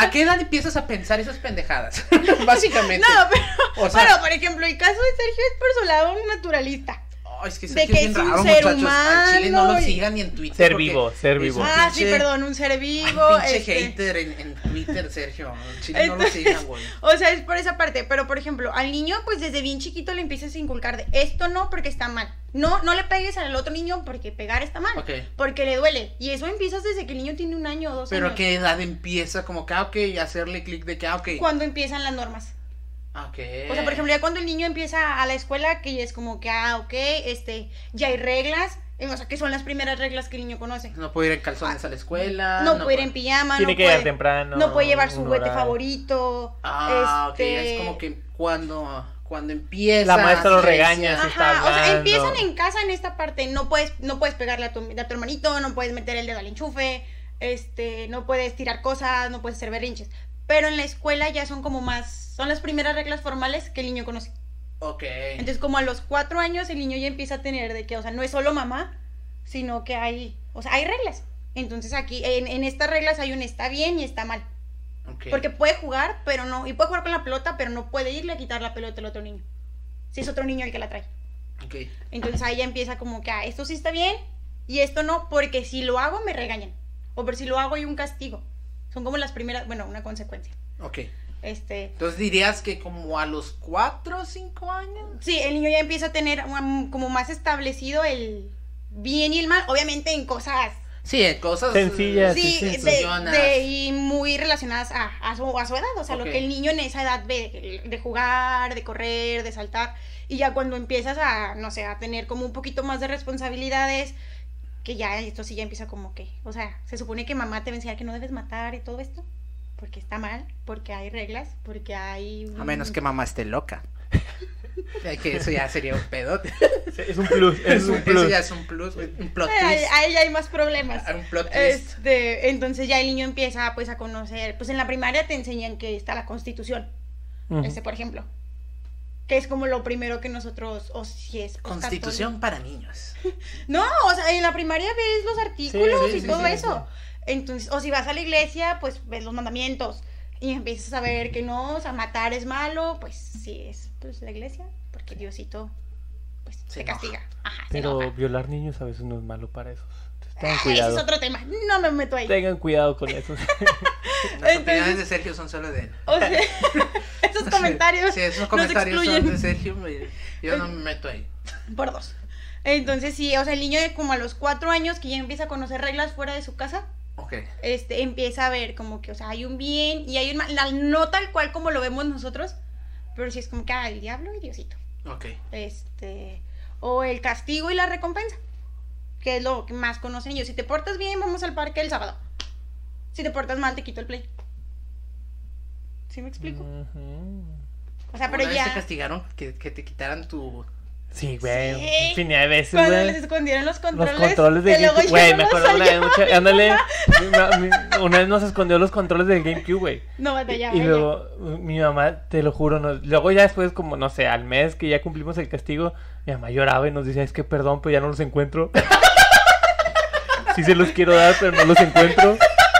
Speaker 2: ¿A, a, qué edad empiezas a pensar esas pendejadas? Básicamente.
Speaker 3: No, pero,
Speaker 2: este. o sea,
Speaker 3: bueno, por ejemplo, el caso de Sergio es por su lado un naturalista.
Speaker 2: oh, es que,
Speaker 3: de
Speaker 2: Sergio
Speaker 3: que
Speaker 2: bien
Speaker 3: es un
Speaker 2: raro,
Speaker 3: ser
Speaker 2: muchachos. Al Chile no lo
Speaker 3: humano y-
Speaker 2: sigan ni en Twitter.
Speaker 1: Ser
Speaker 2: porque
Speaker 1: vivo, ser
Speaker 2: es
Speaker 1: vivo.
Speaker 2: un
Speaker 3: Ah, sí,
Speaker 2: pinche-
Speaker 3: perdón, un ser
Speaker 2: Ay,
Speaker 3: vivo.
Speaker 2: pinche
Speaker 3: este,
Speaker 2: hater en, en Twitter, Sergio. Al Chile no lo
Speaker 3: Entonces-
Speaker 2: sigan, güey.
Speaker 3: O sea, es por esa parte, pero por ejemplo, al niño pues desde bien chiquito le empiezas a inculcar de esto no porque está mal. No, no le pegues al otro niño porque pegar está mal.
Speaker 2: Ok.
Speaker 3: Porque le duele. Y eso empiezas desde que el niño tiene un año o dos
Speaker 2: Pero a
Speaker 3: años.
Speaker 2: qué edad empieza como que, ah, ok, hacerle clic de que, ah, ok.
Speaker 3: Cuando empiezan las normas.
Speaker 2: ah, ok.
Speaker 3: O sea, por ejemplo, ya cuando el niño empieza a la escuela, que ya es como que, ah, ok, este, ya hay reglas. eh, O sea, que son las primeras reglas que el niño conoce.
Speaker 2: No puedo ir en calzones a la escuela.
Speaker 3: No, puede ir
Speaker 2: puedo-
Speaker 3: en pijama,
Speaker 1: Tiene
Speaker 3: no
Speaker 1: que
Speaker 3: puede,
Speaker 1: llegar temprano,
Speaker 3: No puede llevar su
Speaker 1: un
Speaker 3: juguete
Speaker 1: horario.
Speaker 3: favorito.
Speaker 2: Ah, ok, ya
Speaker 3: este,
Speaker 2: es como que cuando, cuando empieza.
Speaker 1: La maestra lo
Speaker 2: sí,
Speaker 1: regaña,
Speaker 2: sí,
Speaker 1: sí.
Speaker 2: ah,
Speaker 1: está
Speaker 3: Ajá, o sea,
Speaker 1: hablando.
Speaker 3: empiezan en casa en esta parte. No puedes, no puedes pegarle a tu, a tu hermanito, no puedes meter el dedo al enchufe, este, no puedes tirar cosas, no puedes hacer berrinches. Pero en la escuela ya son como más, son las primeras reglas formales que el niño conoce.
Speaker 2: Ah, Ok.
Speaker 3: Entonces, como a los cuatro años, el niño ya empieza a tener de que, o sea, no es solo mamá, sino que hay, o sea, hay reglas. Entonces aquí, en, en estas reglas hay un está bien y está mal.
Speaker 2: ok.
Speaker 3: Porque puede jugar, pero no, y puede jugar con la pelota, pero no puede irle a quitar la pelota al otro niño. Si es otro niño el que la trae.
Speaker 2: ok.
Speaker 3: Entonces ahí ya empieza como que, ah, esto sí está bien y esto no, porque si lo hago me regañan. O por si lo hago hay un castigo. Son como las primeras, bueno, una consecuencia.
Speaker 2: Ok.
Speaker 3: Este,
Speaker 2: Entonces dirías que como a los 4 o 5 años.
Speaker 3: sí, el niño ya empieza a tener um, como más establecido el bien y el mal, obviamente en cosas
Speaker 2: Sí, en cosas
Speaker 1: Sencillas.
Speaker 2: eh,
Speaker 1: sí,
Speaker 3: sí,
Speaker 1: sí, sí.
Speaker 3: de,
Speaker 2: Funcionas.
Speaker 3: de- y muy relacionadas a, a su, a su edad, o sea,
Speaker 2: Ok.
Speaker 3: lo que el niño en esa edad ve, de jugar, de correr, de saltar, y ya cuando empiezas a, no sé, a tener como un poquito más de responsabilidades, que ya esto sí ya empieza como que, o sea, se supone que mamá te va a enseñar que no debes matar y todo esto, porque está mal, porque hay reglas, porque hay...
Speaker 2: A menos que mamá esté loca. Ya que eso ya sería un pedote.
Speaker 1: Sí, Es un plus, es un plus.
Speaker 2: Eso ya es un plus, un plot
Speaker 3: Ahí-
Speaker 2: twist. Ah,
Speaker 3: ahí ya hay más problemas.
Speaker 2: Un plot twist.
Speaker 3: Este, entonces ya el niño empieza pues a conocer, pues en la primaria te enseñan que está la constitución,
Speaker 1: Ujú.
Speaker 3: Ese, Este, por ejemplo. Que es como lo primero que nosotros, o si es... pues,
Speaker 2: Constitución para niños.
Speaker 3: católico. No, o sea, en la primaria ves los artículos
Speaker 1: sí,
Speaker 3: y
Speaker 1: sí,
Speaker 3: todo
Speaker 1: sí,
Speaker 3: eso. Entonces, o si vas a la iglesia, pues ves los mandamientos. Y empiezas a ver que no, o sea, matar es malo, pues sí es pues, la iglesia, porque Diosito pues
Speaker 2: Se
Speaker 3: te
Speaker 2: enoja.
Speaker 3: castiga. Ajá, se
Speaker 1: Pero
Speaker 3: enoja.
Speaker 1: violar niños a veces no es malo para esos. Entonces,
Speaker 3: Ah,
Speaker 1: tengan
Speaker 3: Ese es
Speaker 1: cuidado.
Speaker 3: otro tema, no me meto ahí.
Speaker 1: Tengan cuidado con eso.
Speaker 2: Las
Speaker 3: Entonces-
Speaker 2: opiniones de Sergio son solo de él.
Speaker 3: O sea, esos comentarios
Speaker 2: Sí, esos
Speaker 3: nos
Speaker 2: comentarios son
Speaker 3: excluyen.
Speaker 2: de Sergio. me- Yo no me meto ahí.
Speaker 3: por dos. Entonces sí, o sea, el niño de como a los cuatro años que ya empieza a conocer reglas fuera de su casa,
Speaker 2: Ok.
Speaker 3: este, empieza a ver como que, o sea, hay un bien y hay un mal, la- no tal cual como lo vemos nosotros, pero sí es como que, ah, el diablo y Diosito,
Speaker 2: Ok.
Speaker 3: este, o el castigo y la recompensa, que es lo que más conocen ellos. Si te portas bien, vamos al parque el sábado. Si te portas mal, te quito el play. ¿Sí me explico?
Speaker 1: Ujú.
Speaker 3: O sea,
Speaker 2: ¿Alguna
Speaker 3: pero
Speaker 2: vez
Speaker 3: ya...
Speaker 2: te castigaron que, que te quitaran tu.
Speaker 1: Sí, güey.
Speaker 3: Sí.
Speaker 1: Infinidad de veces,
Speaker 3: Cuando les
Speaker 1: güey.
Speaker 3: escondieron los
Speaker 1: Los
Speaker 3: controles,
Speaker 1: controles de
Speaker 3: que luego
Speaker 1: GameCube.
Speaker 3: ya
Speaker 1: Güey,
Speaker 3: no
Speaker 1: me
Speaker 3: los
Speaker 1: acuerdo una vez.
Speaker 3: hallaba.
Speaker 1: mucha- Ándale. Mi ma- mi- Una vez nos escondió los controles del GameCube, güey.
Speaker 3: No,
Speaker 1: Y,
Speaker 3: batallaba.
Speaker 1: y
Speaker 3: ella.
Speaker 1: luego mi mamá, te lo juro, nos- luego ya después, como no sé, al mes que ya cumplimos el castigo, mi mamá lloraba y nos decía, es que perdón, pero ya no los encuentro. sí se los quiero dar, pero no los encuentro.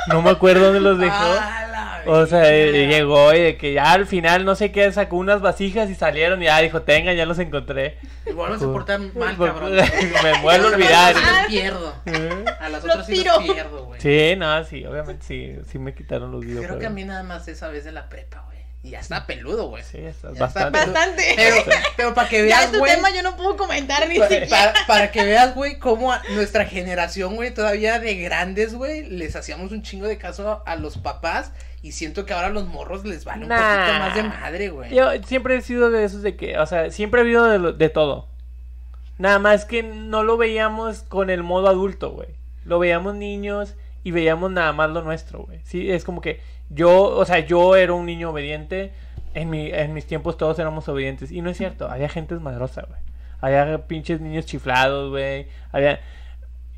Speaker 1: No me acuerdo dónde los dejó.
Speaker 2: ¡Ah, la
Speaker 1: O sea, eh,
Speaker 2: verga!
Speaker 1: llegó y de que ya al final no sé qué, sacó unas vasijas y salieron y ya dijo, tenga, ya los encontré. Pues,
Speaker 2: Y vuelves a portar mal, cabrón.
Speaker 1: Me vuelvo a olvidar.
Speaker 2: Yo los pierdo.
Speaker 1: ¿Eh?
Speaker 2: A las
Speaker 3: Los
Speaker 2: otras sí los
Speaker 3: tiro.
Speaker 2: pierdo, güey.
Speaker 1: Sí, no, sí, obviamente sí, sí me quitaron los videojuegos.
Speaker 2: Creo que a mí nada más esa vez de la prepa, güey. Y ya está peludo, güey.
Speaker 1: Sí, estás
Speaker 2: Ya está.
Speaker 1: bastante.
Speaker 3: Bastante.
Speaker 2: Pero, pero para que
Speaker 3: ya
Speaker 2: veas,
Speaker 3: este
Speaker 2: güey.
Speaker 3: tema yo no puedo comentar ni
Speaker 2: pa-
Speaker 3: siquiera.
Speaker 2: Para, para que veas, güey, cómo a nuestra generación, güey, todavía de grandes, güey, les hacíamos un chingo de caso a, a los papás. Y siento que ahora los morros les vale un
Speaker 1: Nah.
Speaker 2: poquito más de madre, güey.
Speaker 1: Yo siempre he sido de esos de que, o sea, siempre he vivido de, lo- de todo. Nada más que no lo veíamos con el modo adulto, güey. Lo veíamos niños y veíamos nada más lo nuestro, güey. Sí, es como que yo, o sea, yo era un niño obediente. En, mi, en mis tiempos todos éramos obedientes. Y no es cierto, había gente madrosa, güey. Había pinches niños chiflados, güey. Había...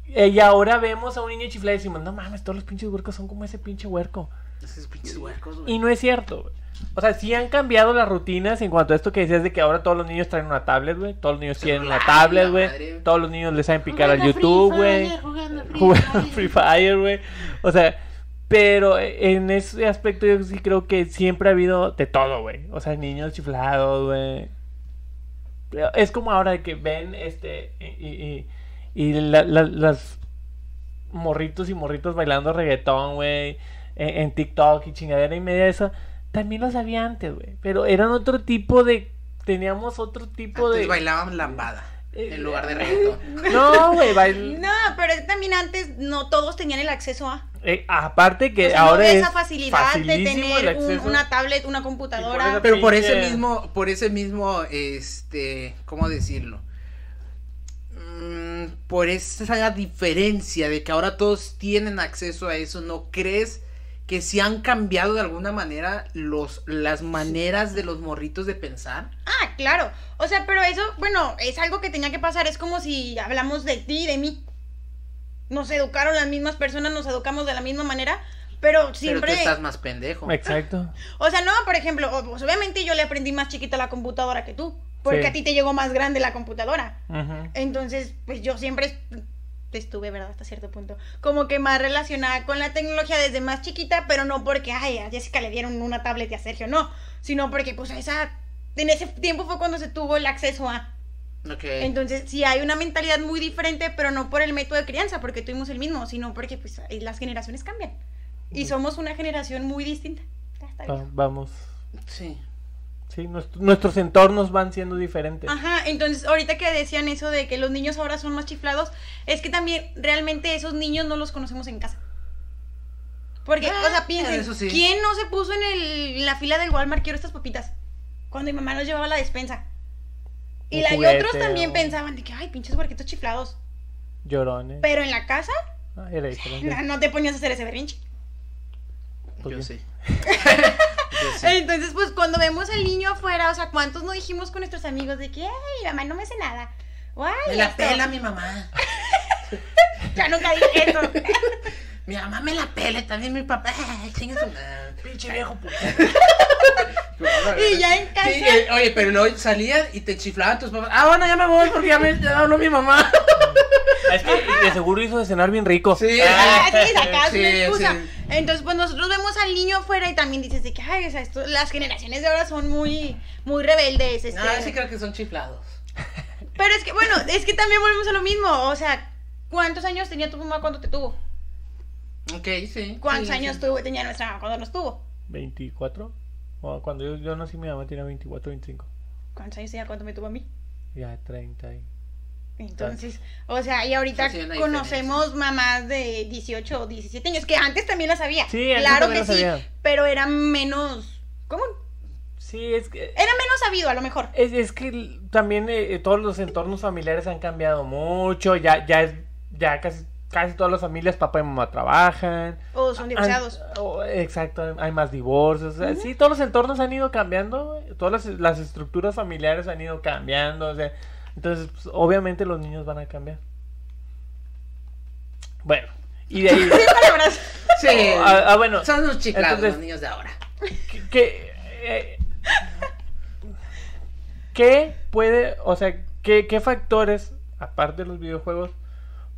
Speaker 1: Eh, Y ahora vemos a un niño chiflado y decimos, no mames, todos los pinches huercos son como ese pinche huerco.
Speaker 2: Esos pinches huercos, güey.
Speaker 1: Y no es cierto, güey. O sea, sí han cambiado las rutinas en cuanto a esto que decías de que ahora todos los niños traen una tablet, güey. Todos los niños tienen una
Speaker 2: Celular,
Speaker 1: tablet,
Speaker 2: la
Speaker 1: güey.
Speaker 2: madre.
Speaker 1: Todos los niños les saben picar al YouTube, güey.
Speaker 4: Jugando
Speaker 1: Jugando a Free Fire, güey. O sea, pero en ese aspecto yo sí creo que siempre ha habido de todo, güey. O sea, niños chiflados, güey. Pero Es como ahora que ven, este, y, y, y- y la- la- las morritos y morritos bailando reggaetón, güey, en, en TikTok y chingadera y media de eso. También los había antes, güey. Pero eran otro tipo de... Teníamos otro tipo
Speaker 2: Antes
Speaker 1: de...
Speaker 2: bailaban lambada
Speaker 1: Eh,
Speaker 2: en lugar de reggaetón.
Speaker 1: No, güey, bail...
Speaker 3: No, pero es que también antes no todos tenían el acceso a.
Speaker 1: Eh, aparte que
Speaker 3: O sea, no
Speaker 1: ahora
Speaker 3: había
Speaker 1: es
Speaker 3: esa facilidad de
Speaker 1: facilísimo el
Speaker 3: tener un-
Speaker 1: acceso.
Speaker 3: una tablet, una
Speaker 1: Y por
Speaker 3: computadora.
Speaker 1: eso-
Speaker 2: Pero por ese
Speaker 1: Pinche-
Speaker 2: mismo, por ese mismo, este, ¿cómo decirlo? Mm, Por esa diferencia de que ahora todos tienen acceso a eso, ¿no crees que si han cambiado de alguna manera los, las maneras de los morritos de pensar?
Speaker 3: Ah, claro. O sea, pero eso, bueno, es algo que tenía que pasar. Es como si hablamos de ti y de mí. Nos educaron las mismas personas, nos educamos de la misma manera, pero siempre...
Speaker 2: Pero tú estás más pendejo.
Speaker 1: Exacto.
Speaker 3: O sea, no, por ejemplo, o- pues, obviamente yo le aprendí más chiquita la computadora que tú, porque
Speaker 1: Sí.
Speaker 3: a ti te llegó más grande la computadora.
Speaker 1: Ujú.
Speaker 3: Entonces, pues yo siempre est- estuve, ¿verdad? Hasta cierto punto. Como que más relacionada con la tecnología desde más chiquita, pero no porque, ay, a Jessica le dieron una tablet y a Sergio no, sino porque pues a esa... En ese tiempo fue cuando se tuvo el acceso a...
Speaker 2: Ok.
Speaker 3: Entonces, sí hay una mentalidad muy diferente, pero no por el método de crianza, porque tuvimos el mismo, sino porque pues ahí las generaciones cambian. Y somos una generación muy distinta. Ya está
Speaker 1: Va-
Speaker 3: bien.
Speaker 1: Vamos.
Speaker 2: Sí.
Speaker 1: Sí, nuestro- nuestros entornos van siendo diferentes.
Speaker 3: Ajá, entonces ahorita que decían eso de que los niños ahora son más chiflados, es que también realmente esos niños no los conocemos en casa. Porque,
Speaker 2: Ah,
Speaker 3: o sea, piensen,
Speaker 2: eso sí.
Speaker 3: ¿quién no se puso en, el- en la fila del Walmart quiero estas papitas? Cuando mi mamá nos llevaba a la despensa. Y,
Speaker 1: Un
Speaker 3: la, y
Speaker 1: juguete
Speaker 3: otros también
Speaker 1: o-
Speaker 3: pensaban de que, ay, pinches huerquitos chiflados.
Speaker 1: Llorones.
Speaker 3: Pero en la casa,
Speaker 1: Ah, era
Speaker 3: no,
Speaker 1: diferente.
Speaker 3: no te ponías a hacer ese berrinche.
Speaker 1: Pues
Speaker 2: Yo
Speaker 1: bien.
Speaker 2: sí. Yo sí.
Speaker 3: Entonces, pues cuando vemos al niño afuera, o sea, ¿cuántos no dijimos con nuestros amigos de que, ay, mi mamá no me hace nada? O, "Ay,
Speaker 2: Me la
Speaker 3: esto".
Speaker 2: pela mi mamá.
Speaker 3: Ya nunca dije eso.
Speaker 2: Mi mamá me la pela y también mi papá. Chinga su madre.
Speaker 1: Pinche viejo puto.
Speaker 3: Y ya en casa-
Speaker 2: Sí, eh, oye, pero luego salían y te chiflaban tus papás. Ah, bueno, ya me voy porque ya me ya habló mi mamá.
Speaker 1: Ah, Es que de seguro hizo de cenar bien rico.
Speaker 2: Sí.
Speaker 3: Ah, sí, sacabas
Speaker 2: Sí,
Speaker 3: una excusa.
Speaker 2: sí.
Speaker 3: Entonces, pues nosotros vemos al niño afuera y también dices de que, ay, o sea, esto- las generaciones de ahora son muy, muy rebeldes. este.
Speaker 2: Ah, sí creo que son chiflados.
Speaker 3: Pero es que, bueno, es que también volvemos a lo mismo. O sea, ¿cuántos años tenía tu mamá cuando te tuvo?
Speaker 2: Ok, sí.
Speaker 3: ¿Cuántos
Speaker 2: sí,
Speaker 3: años
Speaker 2: sí.
Speaker 3: tuvo, tenía nuestra mamá cuando nos tuvo?
Speaker 1: ¿24? O cuando yo, yo nací mi mamá tenía 24, 25.
Speaker 3: ¿Cuántos años tenía cuando me tuvo a mí?
Speaker 1: Ya 30 y...
Speaker 3: Entonces, o sea, y ahorita
Speaker 2: Sí, sí, una
Speaker 3: conocemos mamás de 18 o 17 años, que antes también las había.
Speaker 1: Sí, antes
Speaker 3: claro
Speaker 1: también
Speaker 3: que
Speaker 1: las
Speaker 3: sí,
Speaker 1: había.
Speaker 3: pero era menos común.
Speaker 1: Sí, es que...
Speaker 3: Era menos sabido, a lo mejor.
Speaker 1: Es, es que l- también eh, eh, todos los entornos familiares han cambiado mucho. Ya, ya es... Ya casi, casi todas las familias, papá y mamá trabajan.
Speaker 3: O son divorciados.
Speaker 1: Ah, An- oh, exacto, hay más divorcios. o sea, Sí, todos los entornos han ido cambiando, güey, todas las, las estructuras familiares han ido cambiando. o sea, entonces, pues, obviamente los niños van a cambiar. Bueno, y de ahí...
Speaker 3: Palabras.
Speaker 2: Sí.
Speaker 1: ah, ah, bueno,
Speaker 2: Son los chiflados
Speaker 1: Entonces-
Speaker 2: los niños de ahora.
Speaker 1: que- que... eh, ¿Qué puede, o sea, qué, qué factores, aparte de los videojuegos,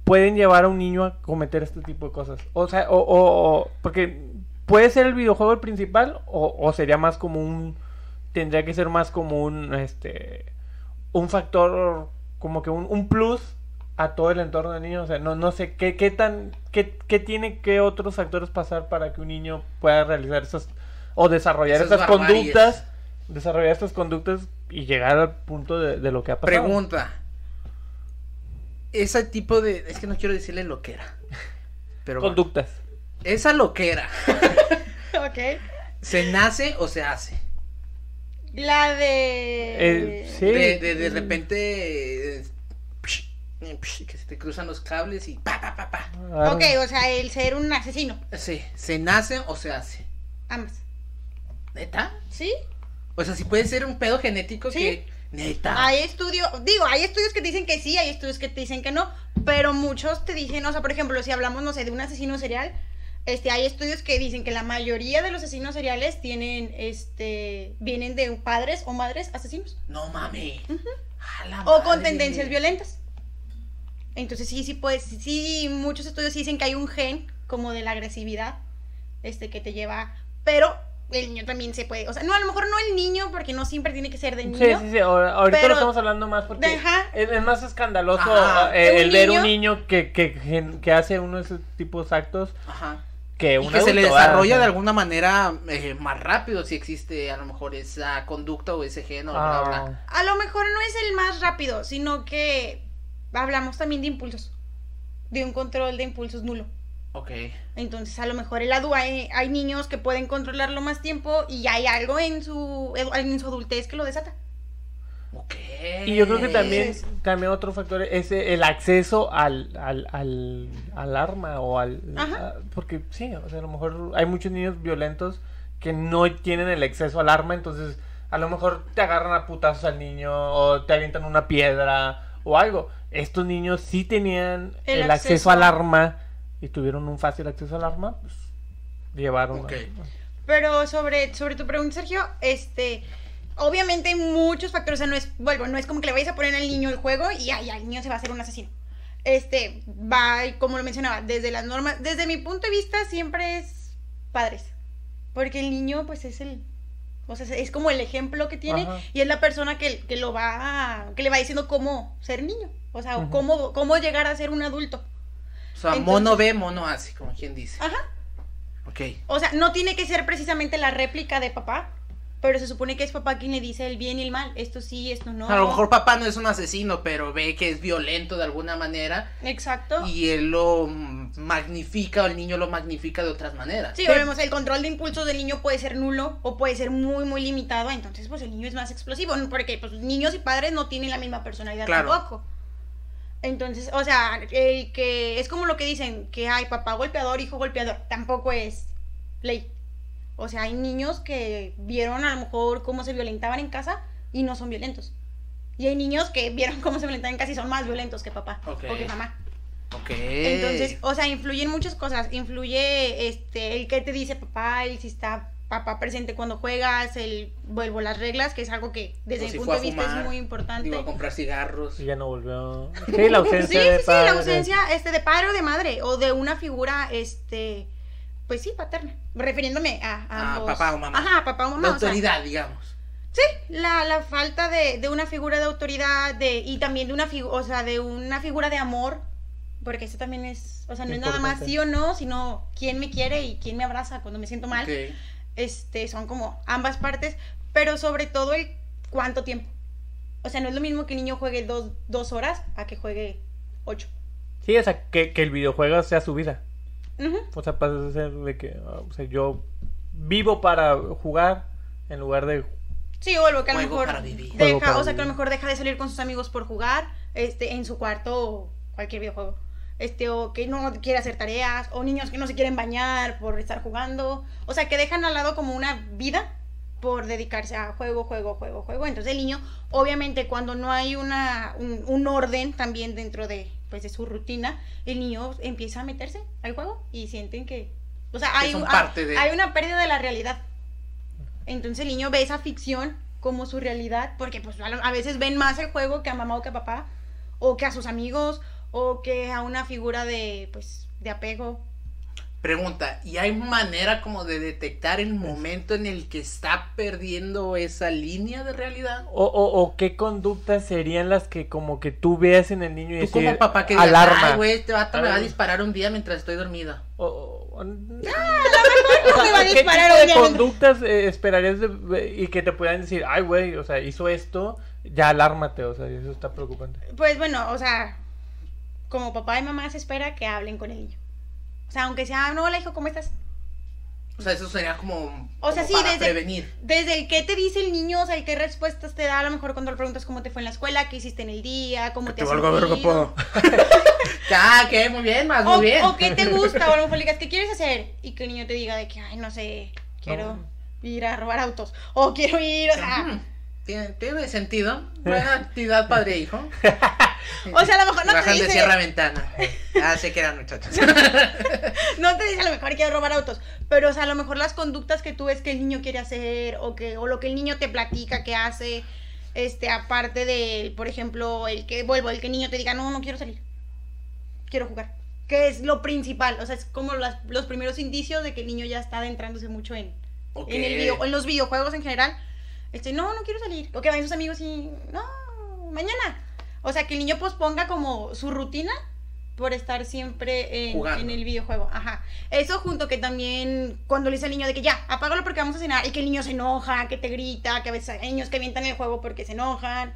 Speaker 1: pueden llevar a un niño a cometer este tipo de cosas? O sea, o, o- o- porque puede ser el videojuego el principal o, o sería más como un, tendría que ser más como un, este, un factor, como que un, un plus a todo el entorno del niño. O sea, no, no sé, ¿qué, qué tan, qué, qué tiene que otros factores pasar para que un niño pueda realizar esas o desarrollar
Speaker 2: Esas
Speaker 1: estas
Speaker 2: barbaries.
Speaker 1: conductas, desarrollar estas conductas y llegar al punto de, de lo que ha pasado.
Speaker 2: Pregunta. Ese tipo de. Es que no quiero decirle loquera. Pero. bueno.
Speaker 1: Conductas.
Speaker 2: esa loquera.
Speaker 3: Ok.
Speaker 2: ¿Se nace o se hace?
Speaker 3: La de.
Speaker 1: Eh, sí.
Speaker 2: De, de, de repente. eh, psh, eh, psh, Que se te cruzan los cables y. Pa, pa, pa, pa.
Speaker 1: Ah,
Speaker 3: Ok, o sea, el ser un asesino.
Speaker 2: Sí. ¿Se nace o se hace?
Speaker 3: Ambas.
Speaker 2: ¿Neta?
Speaker 3: ¿Sí?
Speaker 2: O sea, si puede ser un pedo genético
Speaker 3: Sí.
Speaker 2: que. Neta.
Speaker 3: Hay estudios, digo, hay estudios que te dicen que sí, hay estudios que te dicen que no, pero muchos te dicen, o sea, por ejemplo, si hablamos, no sé, de un asesino serial, este, hay estudios que dicen que la mayoría de los asesinos seriales tienen, este, vienen de padres o madres asesinos,
Speaker 2: No mames. A la
Speaker 3: o con
Speaker 2: madre.
Speaker 3: tendencias violentas. Entonces sí, sí, pues, sí, muchos estudios sí dicen que hay un gen como de la agresividad, este, que te lleva, pero el niño también se puede, o sea, no, a lo mejor no el niño, porque no siempre tiene que ser de niño.
Speaker 1: Sí, sí, sí. ahora- Ahorita
Speaker 3: Pero-
Speaker 1: lo estamos hablando más porque
Speaker 3: Ajá.
Speaker 1: es, es más escandaloso
Speaker 2: Ajá.
Speaker 1: eh,
Speaker 3: Un
Speaker 1: el ver un
Speaker 3: niño-
Speaker 1: niño que, que, gen- que hace uno de esos tipos de actos
Speaker 2: Ajá.
Speaker 1: que
Speaker 2: y
Speaker 1: un
Speaker 2: que se
Speaker 1: adulto,
Speaker 2: le
Speaker 1: ah, ¿verdad?
Speaker 2: desarrolla
Speaker 1: O sea,
Speaker 2: de alguna manera eh, más rápido si existe a lo mejor esa conducta o ese gen o bla, bla, bla.
Speaker 1: ah,
Speaker 3: A lo mejor no es el más rápido, sino que hablamos también de impulsos, de un control de impulsos nulo.
Speaker 2: Ok.
Speaker 3: Entonces, a lo mejor el ADU hay, hay niños que pueden controlarlo más tiempo y hay algo en su, en su adultez que lo desata.
Speaker 2: Ok.
Speaker 1: Y yo creo que también,
Speaker 3: Eh, Sí.
Speaker 1: también otro factor es el acceso al, al, al, al arma o al...
Speaker 3: Ajá.
Speaker 1: a- porque sí, o sea, a lo mejor hay muchos niños violentos que no tienen el acceso al arma, entonces a lo mejor te agarran a putazos al niño o te avientan una piedra o algo. Estos niños sí tenían el,
Speaker 3: El
Speaker 1: acceso,
Speaker 3: acceso.
Speaker 1: al arma y tuvieron un fácil acceso al arma, pues llevaron...
Speaker 2: Ok.
Speaker 3: Pero sobre, sobre tu pregunta, Sergio, este, obviamente hay muchos factores, o sea, no es, vuelvo, no es como que le vayas a poner al niño el juego y ay, al niño se va a hacer un asesino. Este, va, como lo mencionaba, desde las normas, desde mi punto de vista siempre es padres, porque el niño pues es el, o sea, es como el ejemplo que tiene
Speaker 1: Ajá.
Speaker 3: y es la persona que, que lo va, a- que le va diciendo cómo ser niño, o sea,
Speaker 1: Ujú.
Speaker 3: cómo, cómo llegar a ser un adulto.
Speaker 2: O sea,
Speaker 3: Entonces-
Speaker 2: mono ve, mono hace, como quien dice.
Speaker 3: Ajá.
Speaker 2: Ok.
Speaker 3: O sea, no tiene que ser precisamente la réplica de papá, pero se supone que es papá quien le dice el bien y el mal. Esto sí, esto no.
Speaker 2: A lo mejor papá no es un asesino, pero ve que es violento de alguna manera
Speaker 3: Exacto.
Speaker 2: y él lo mm, magnifica o el niño lo magnifica de otras maneras.
Speaker 3: Sí, volvemos, el control de impulsos del niño puede ser nulo o puede ser muy, muy limitado, entonces pues el niño es más explosivo, ¿no? porque pues niños y padres no tienen la misma personalidad
Speaker 2: Claro.
Speaker 3: tampoco. Entonces, o sea, el que es como lo que dicen, que hay papá golpeador, hijo golpeador, tampoco es ley. O sea, hay niños que vieron a lo mejor cómo se violentaban en casa y no son violentos. Y hay niños que vieron cómo se violentaban en casa y son más violentos que papá
Speaker 2: Ok.
Speaker 3: o que mamá.
Speaker 2: Ok.
Speaker 3: Entonces, o sea, influyen muchas cosas. Influye este, el que te dice papá, el si está papá presente cuando juegas, el vuelvo las reglas, que es algo que desde
Speaker 2: O
Speaker 3: mi
Speaker 2: si
Speaker 3: punto
Speaker 2: fue a
Speaker 3: de vista
Speaker 2: fumar,
Speaker 3: es muy importante.
Speaker 2: Digo, a comprar cigarros.
Speaker 1: Y ya no volvió. Sí, la
Speaker 3: Sí,
Speaker 1: ausencia
Speaker 3: sí,
Speaker 1: de
Speaker 3: sí, la
Speaker 1: padres.
Speaker 3: ausencia este, de padre o de madre, o de una figura, este, pues sí, paterna. Refiriéndome a, a
Speaker 2: Ah,
Speaker 3: ambos.
Speaker 2: papá o mamá.
Speaker 3: Ajá, papá o
Speaker 2: La
Speaker 3: mamá. o sea,
Speaker 2: autoridad, digamos.
Speaker 3: la, la falta de, de una figura de autoridad de, y también de una figura, o sea, de una figura de amor, porque eso también es, o sea, no es nada más
Speaker 1: Importante.
Speaker 3: sí o no, sino quién me quiere y quién me abraza cuando me siento mal.
Speaker 2: Ok.
Speaker 3: Este, son como ambas partes, pero sobre todo el cuánto tiempo. O sea, no es lo mismo que un niño juegue dos, dos horas a que juegue ocho.
Speaker 1: Sí, o sea, que, que el videojuego sea su vida.
Speaker 3: Ujú.
Speaker 1: O sea, pasa a ser de que ah, o sea, yo vivo para jugar en lugar de...
Speaker 3: Sí, o algo que a lo
Speaker 2: Juego
Speaker 3: mejor
Speaker 2: para vivir.
Speaker 1: Juego
Speaker 3: deja,
Speaker 1: para
Speaker 3: o sea, que a lo
Speaker 1: vivir.
Speaker 3: mejor deja de salir con sus amigos por jugar, este, en su cuarto o cualquier videojuego. Este, o que no quiere hacer tareas, o niños que no se quieren bañar por estar jugando. O sea, que dejan al lado como una vida por dedicarse a juego, juego, juego, juego. Entonces el niño, obviamente, cuando no hay una, un, un orden también dentro de, pues, de su rutina, el niño empieza a meterse al juego y sienten que... O sea, hay,
Speaker 2: son
Speaker 3: un- ah,
Speaker 2: parte de-
Speaker 3: hay una pérdida de la realidad. Entonces el niño ve esa ficción como su realidad, porque pues a, lo- a veces ven más el juego que a mamá o que a papá, o que a sus amigos, o que a una figura de, pues, de apego.
Speaker 2: Pregunta, ¿y hay manera como de detectar
Speaker 3: Pues,
Speaker 2: el momento en el que está perdiendo esa línea de realidad?
Speaker 1: O, o, o qué conductas serían las que como que tú veas en el niño y
Speaker 2: Tú
Speaker 1: decir,
Speaker 2: como papá que digas,
Speaker 1: alarma.
Speaker 2: ay, güey, este vato me va a
Speaker 1: Ay.
Speaker 2: disparar un día mientras estoy dormida.
Speaker 1: O- o,
Speaker 3: No me va a
Speaker 1: ¿Qué
Speaker 3: disparar,
Speaker 1: tipo de
Speaker 3: obviamente.
Speaker 1: conductas eh, esperarías de- y que te puedan decir, ay, güey, o sea, hizo esto, ya alármate, o sea, eso está preocupante.
Speaker 3: Pues bueno, o sea, como papá y mamá se espera que hablen con el niño. O sea, aunque sea, no, hola hijo, ¿cómo estás?
Speaker 2: O sea, eso sería como,
Speaker 3: O sea,
Speaker 2: como
Speaker 3: sí,
Speaker 2: para
Speaker 3: desde-
Speaker 2: prevenir.
Speaker 3: Desde el qué te dice el niño, o sea, el qué respuestas te da, a lo mejor cuando le preguntas cómo te fue en la escuela, qué hiciste en el día, cómo te has sentido.
Speaker 2: Ya, que Ah, muy bien, más
Speaker 3: O,
Speaker 2: muy bien.
Speaker 3: o qué te gusta, o a lo mejor le digas, ¿qué quieres hacer? Y que el niño te diga de que, ay, no sé, quiero
Speaker 1: No.
Speaker 3: ir a robar autos, o quiero ir, o sea,
Speaker 2: Ujú. Tiene, tiene sentido. Buena actividad padre e hijo.
Speaker 3: o sea, a lo mejor no te
Speaker 2: Bajan de
Speaker 3: dice-
Speaker 2: cierra ventana. Ah, se quedan muchachos.
Speaker 3: no te dice a lo mejor quiero robar autos, pero o sea, a lo mejor las conductas que tú ves que el niño quiere hacer, o que, o lo que el niño te platica que hace, este, aparte de, por ejemplo, el que vuelvo, el que el niño te diga, no, no quiero salir, quiero jugar. Que es lo principal, o sea, es como las- los primeros indicios de que el niño ya está adentrándose mucho en,
Speaker 2: Ok.
Speaker 3: en, el video- en los videojuegos en general. Este, no, no quiero salir. O que vayan sus amigos y, no, mañana. O sea, que el niño posponga como su rutina por estar siempre en,
Speaker 2: Jugando.
Speaker 3: en el videojuego. Ajá. Eso junto que también cuando le dice al niño de que ya, apágalo porque vamos a cenar. Y que el niño se enoja, que te grita, que a veces hay niños que avientan el juego porque se enojan.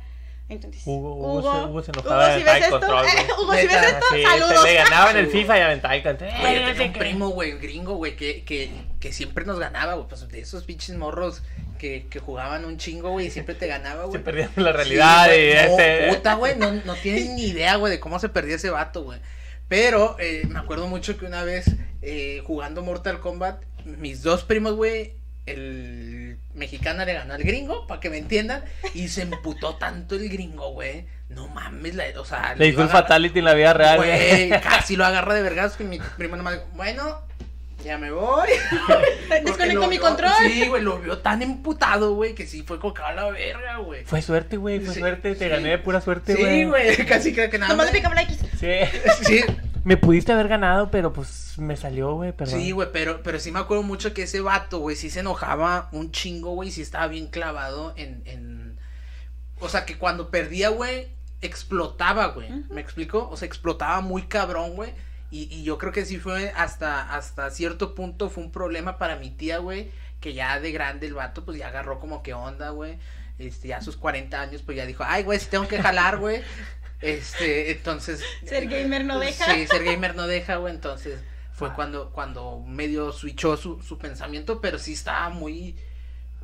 Speaker 3: Entonces,
Speaker 1: Hugo- Hugo se- Hugo se enojaba
Speaker 3: Hugo,
Speaker 1: de
Speaker 3: si ves
Speaker 1: Fight
Speaker 3: esto,
Speaker 1: Control, güey.
Speaker 3: Hugo, si ves
Speaker 2: Neta,
Speaker 3: esto,
Speaker 1: Ah, Sí,
Speaker 3: Ah, saludos.
Speaker 1: te le ganaba en el
Speaker 2: Sí.
Speaker 1: FIFA y aventaba el cante.
Speaker 2: Güey, yo tenía un primo, güey, gringo, güey, que, que, que siempre nos ganaba, güey. Pues de esos pinches morros que, que jugaban un chingo, güey, y siempre te ganaba, güey.
Speaker 1: Se perdían la realidad
Speaker 2: Sí,
Speaker 1: y
Speaker 2: güey, no,
Speaker 1: este...
Speaker 2: puta, güey, no, no tienen ni idea, güey, de cómo se perdió ese vato, güey. Pero eh, me acuerdo mucho que una vez eh, jugando Mortal Kombat, mis dos primos, güey, el mexicano le ganó al gringo, para que me entiendan, y se emputó tanto el gringo, güey. No mames, la- o sea,
Speaker 1: Le hizo
Speaker 2: iba
Speaker 1: un
Speaker 2: a agarrar-
Speaker 1: fatality en la vida real. güey.
Speaker 2: Güey, casi lo agarra de vergas y mi primo nomás dijo, bueno, ya me voy. Porque
Speaker 3: Desconecto
Speaker 2: lo
Speaker 3: mi
Speaker 2: vio-
Speaker 3: control.
Speaker 2: Sí, güey, lo vio tan emputado, güey, que sí fue coca a la verga, güey.
Speaker 1: Fue suerte, güey, fue
Speaker 2: Sí,
Speaker 1: suerte. Te
Speaker 2: sí.
Speaker 1: gané de pura suerte, güey.
Speaker 2: Sí, güey, casi creo que nada
Speaker 3: Nomás
Speaker 2: más.
Speaker 3: le picaba la X.
Speaker 1: Sí.
Speaker 2: Sí,
Speaker 1: Me pudiste haber ganado, pero pues me salió, güey, perdón.
Speaker 2: sí, güey, pero, pero sí me acuerdo mucho que ese vato, güey, sí se enojaba un chingo, güey, sí estaba bien clavado en, en... O sea, que cuando perdía, güey, explotaba, güey,
Speaker 3: Ujú.
Speaker 2: ¿me explico? O sea, explotaba muy cabrón, güey, y, y yo creo que sí fue hasta, hasta cierto punto fue un problema para mi tía, güey, que ya de grande el vato, pues ya agarró como que onda, güey, este, ya a sus 40 años, pues ya dijo, ay, güey, si tengo que jalar, güey, este, entonces...
Speaker 3: Ser gamer no deja.
Speaker 2: Pues
Speaker 3: Ah.
Speaker 2: Sí, ser gamer no deja, güey, entonces fue cuando, cuando medio switchó su, su pensamiento, pero sí estaba muy,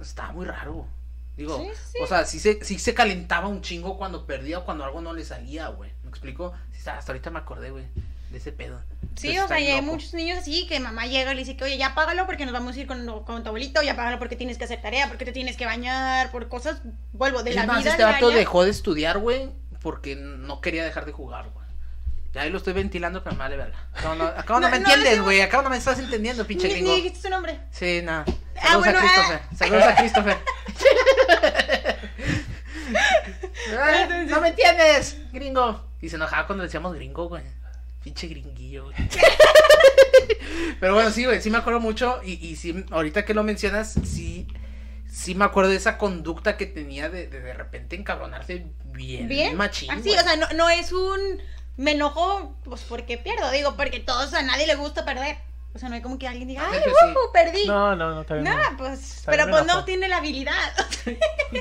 Speaker 2: estaba muy raro, digo,
Speaker 3: Sí, sí.
Speaker 2: o sea, sí se, sí se calentaba un chingo cuando perdía o cuando algo no le salía, güey, ¿me explico? Sí, hasta hasta ahorita me acordé, güey, de ese pedo.
Speaker 3: Sí,
Speaker 2: Entonces,
Speaker 3: o
Speaker 2: está
Speaker 3: sea, y hay
Speaker 2: loco.
Speaker 3: muchos niños así que mamá llega y le dice que, oye, ya págalo porque nos vamos a ir con, con tu abuelito, ya págalo porque tienes que hacer tarea, porque te tienes que bañar, por cosas, vuelvo, de
Speaker 2: Es
Speaker 3: la
Speaker 2: más,
Speaker 3: vida
Speaker 2: este vato
Speaker 3: diaria.
Speaker 2: dejó de estudiar, güey, porque no quería dejar de jugar, güey. Ya ahí lo estoy ventilando, pero me vale verga. No, no, acá no,
Speaker 3: No,
Speaker 2: me
Speaker 3: no
Speaker 2: entiendes,
Speaker 3: decimos-
Speaker 2: güey. Acá no me estás entendiendo, pinche
Speaker 3: Ni,
Speaker 2: gringo.
Speaker 3: ni dijiste su nombre.
Speaker 2: Sí, nada.
Speaker 3: Ah,
Speaker 2: Saludos
Speaker 3: bueno,
Speaker 2: a Christopher. Saludos a Christopher. Ah, no me entiendes, gringo. Y se enojaba cuando le decíamos gringo, güey. Pinche gringuillo, güey. Pero bueno, sí, güey, sí me acuerdo mucho. Y, y sí, ahorita que lo mencionas, sí, sí me acuerdo de esa conducta que tenía de de, de repente encabronarse bien,
Speaker 3: Bien.
Speaker 2: machín.
Speaker 3: Así,
Speaker 2: güey.
Speaker 3: o sea, no, no es un. Me enojo, pues porque pierdo, digo, porque todos a nadie le gusta perder. O sea, no hay como que alguien diga,
Speaker 2: Ah,
Speaker 3: ay,
Speaker 2: eso sí.
Speaker 3: ujú, perdí.
Speaker 1: No, no, no, está bien.
Speaker 3: Nada, pues,
Speaker 1: También
Speaker 3: pero
Speaker 1: me
Speaker 3: pues
Speaker 1: enojó.
Speaker 3: no tiene la habilidad.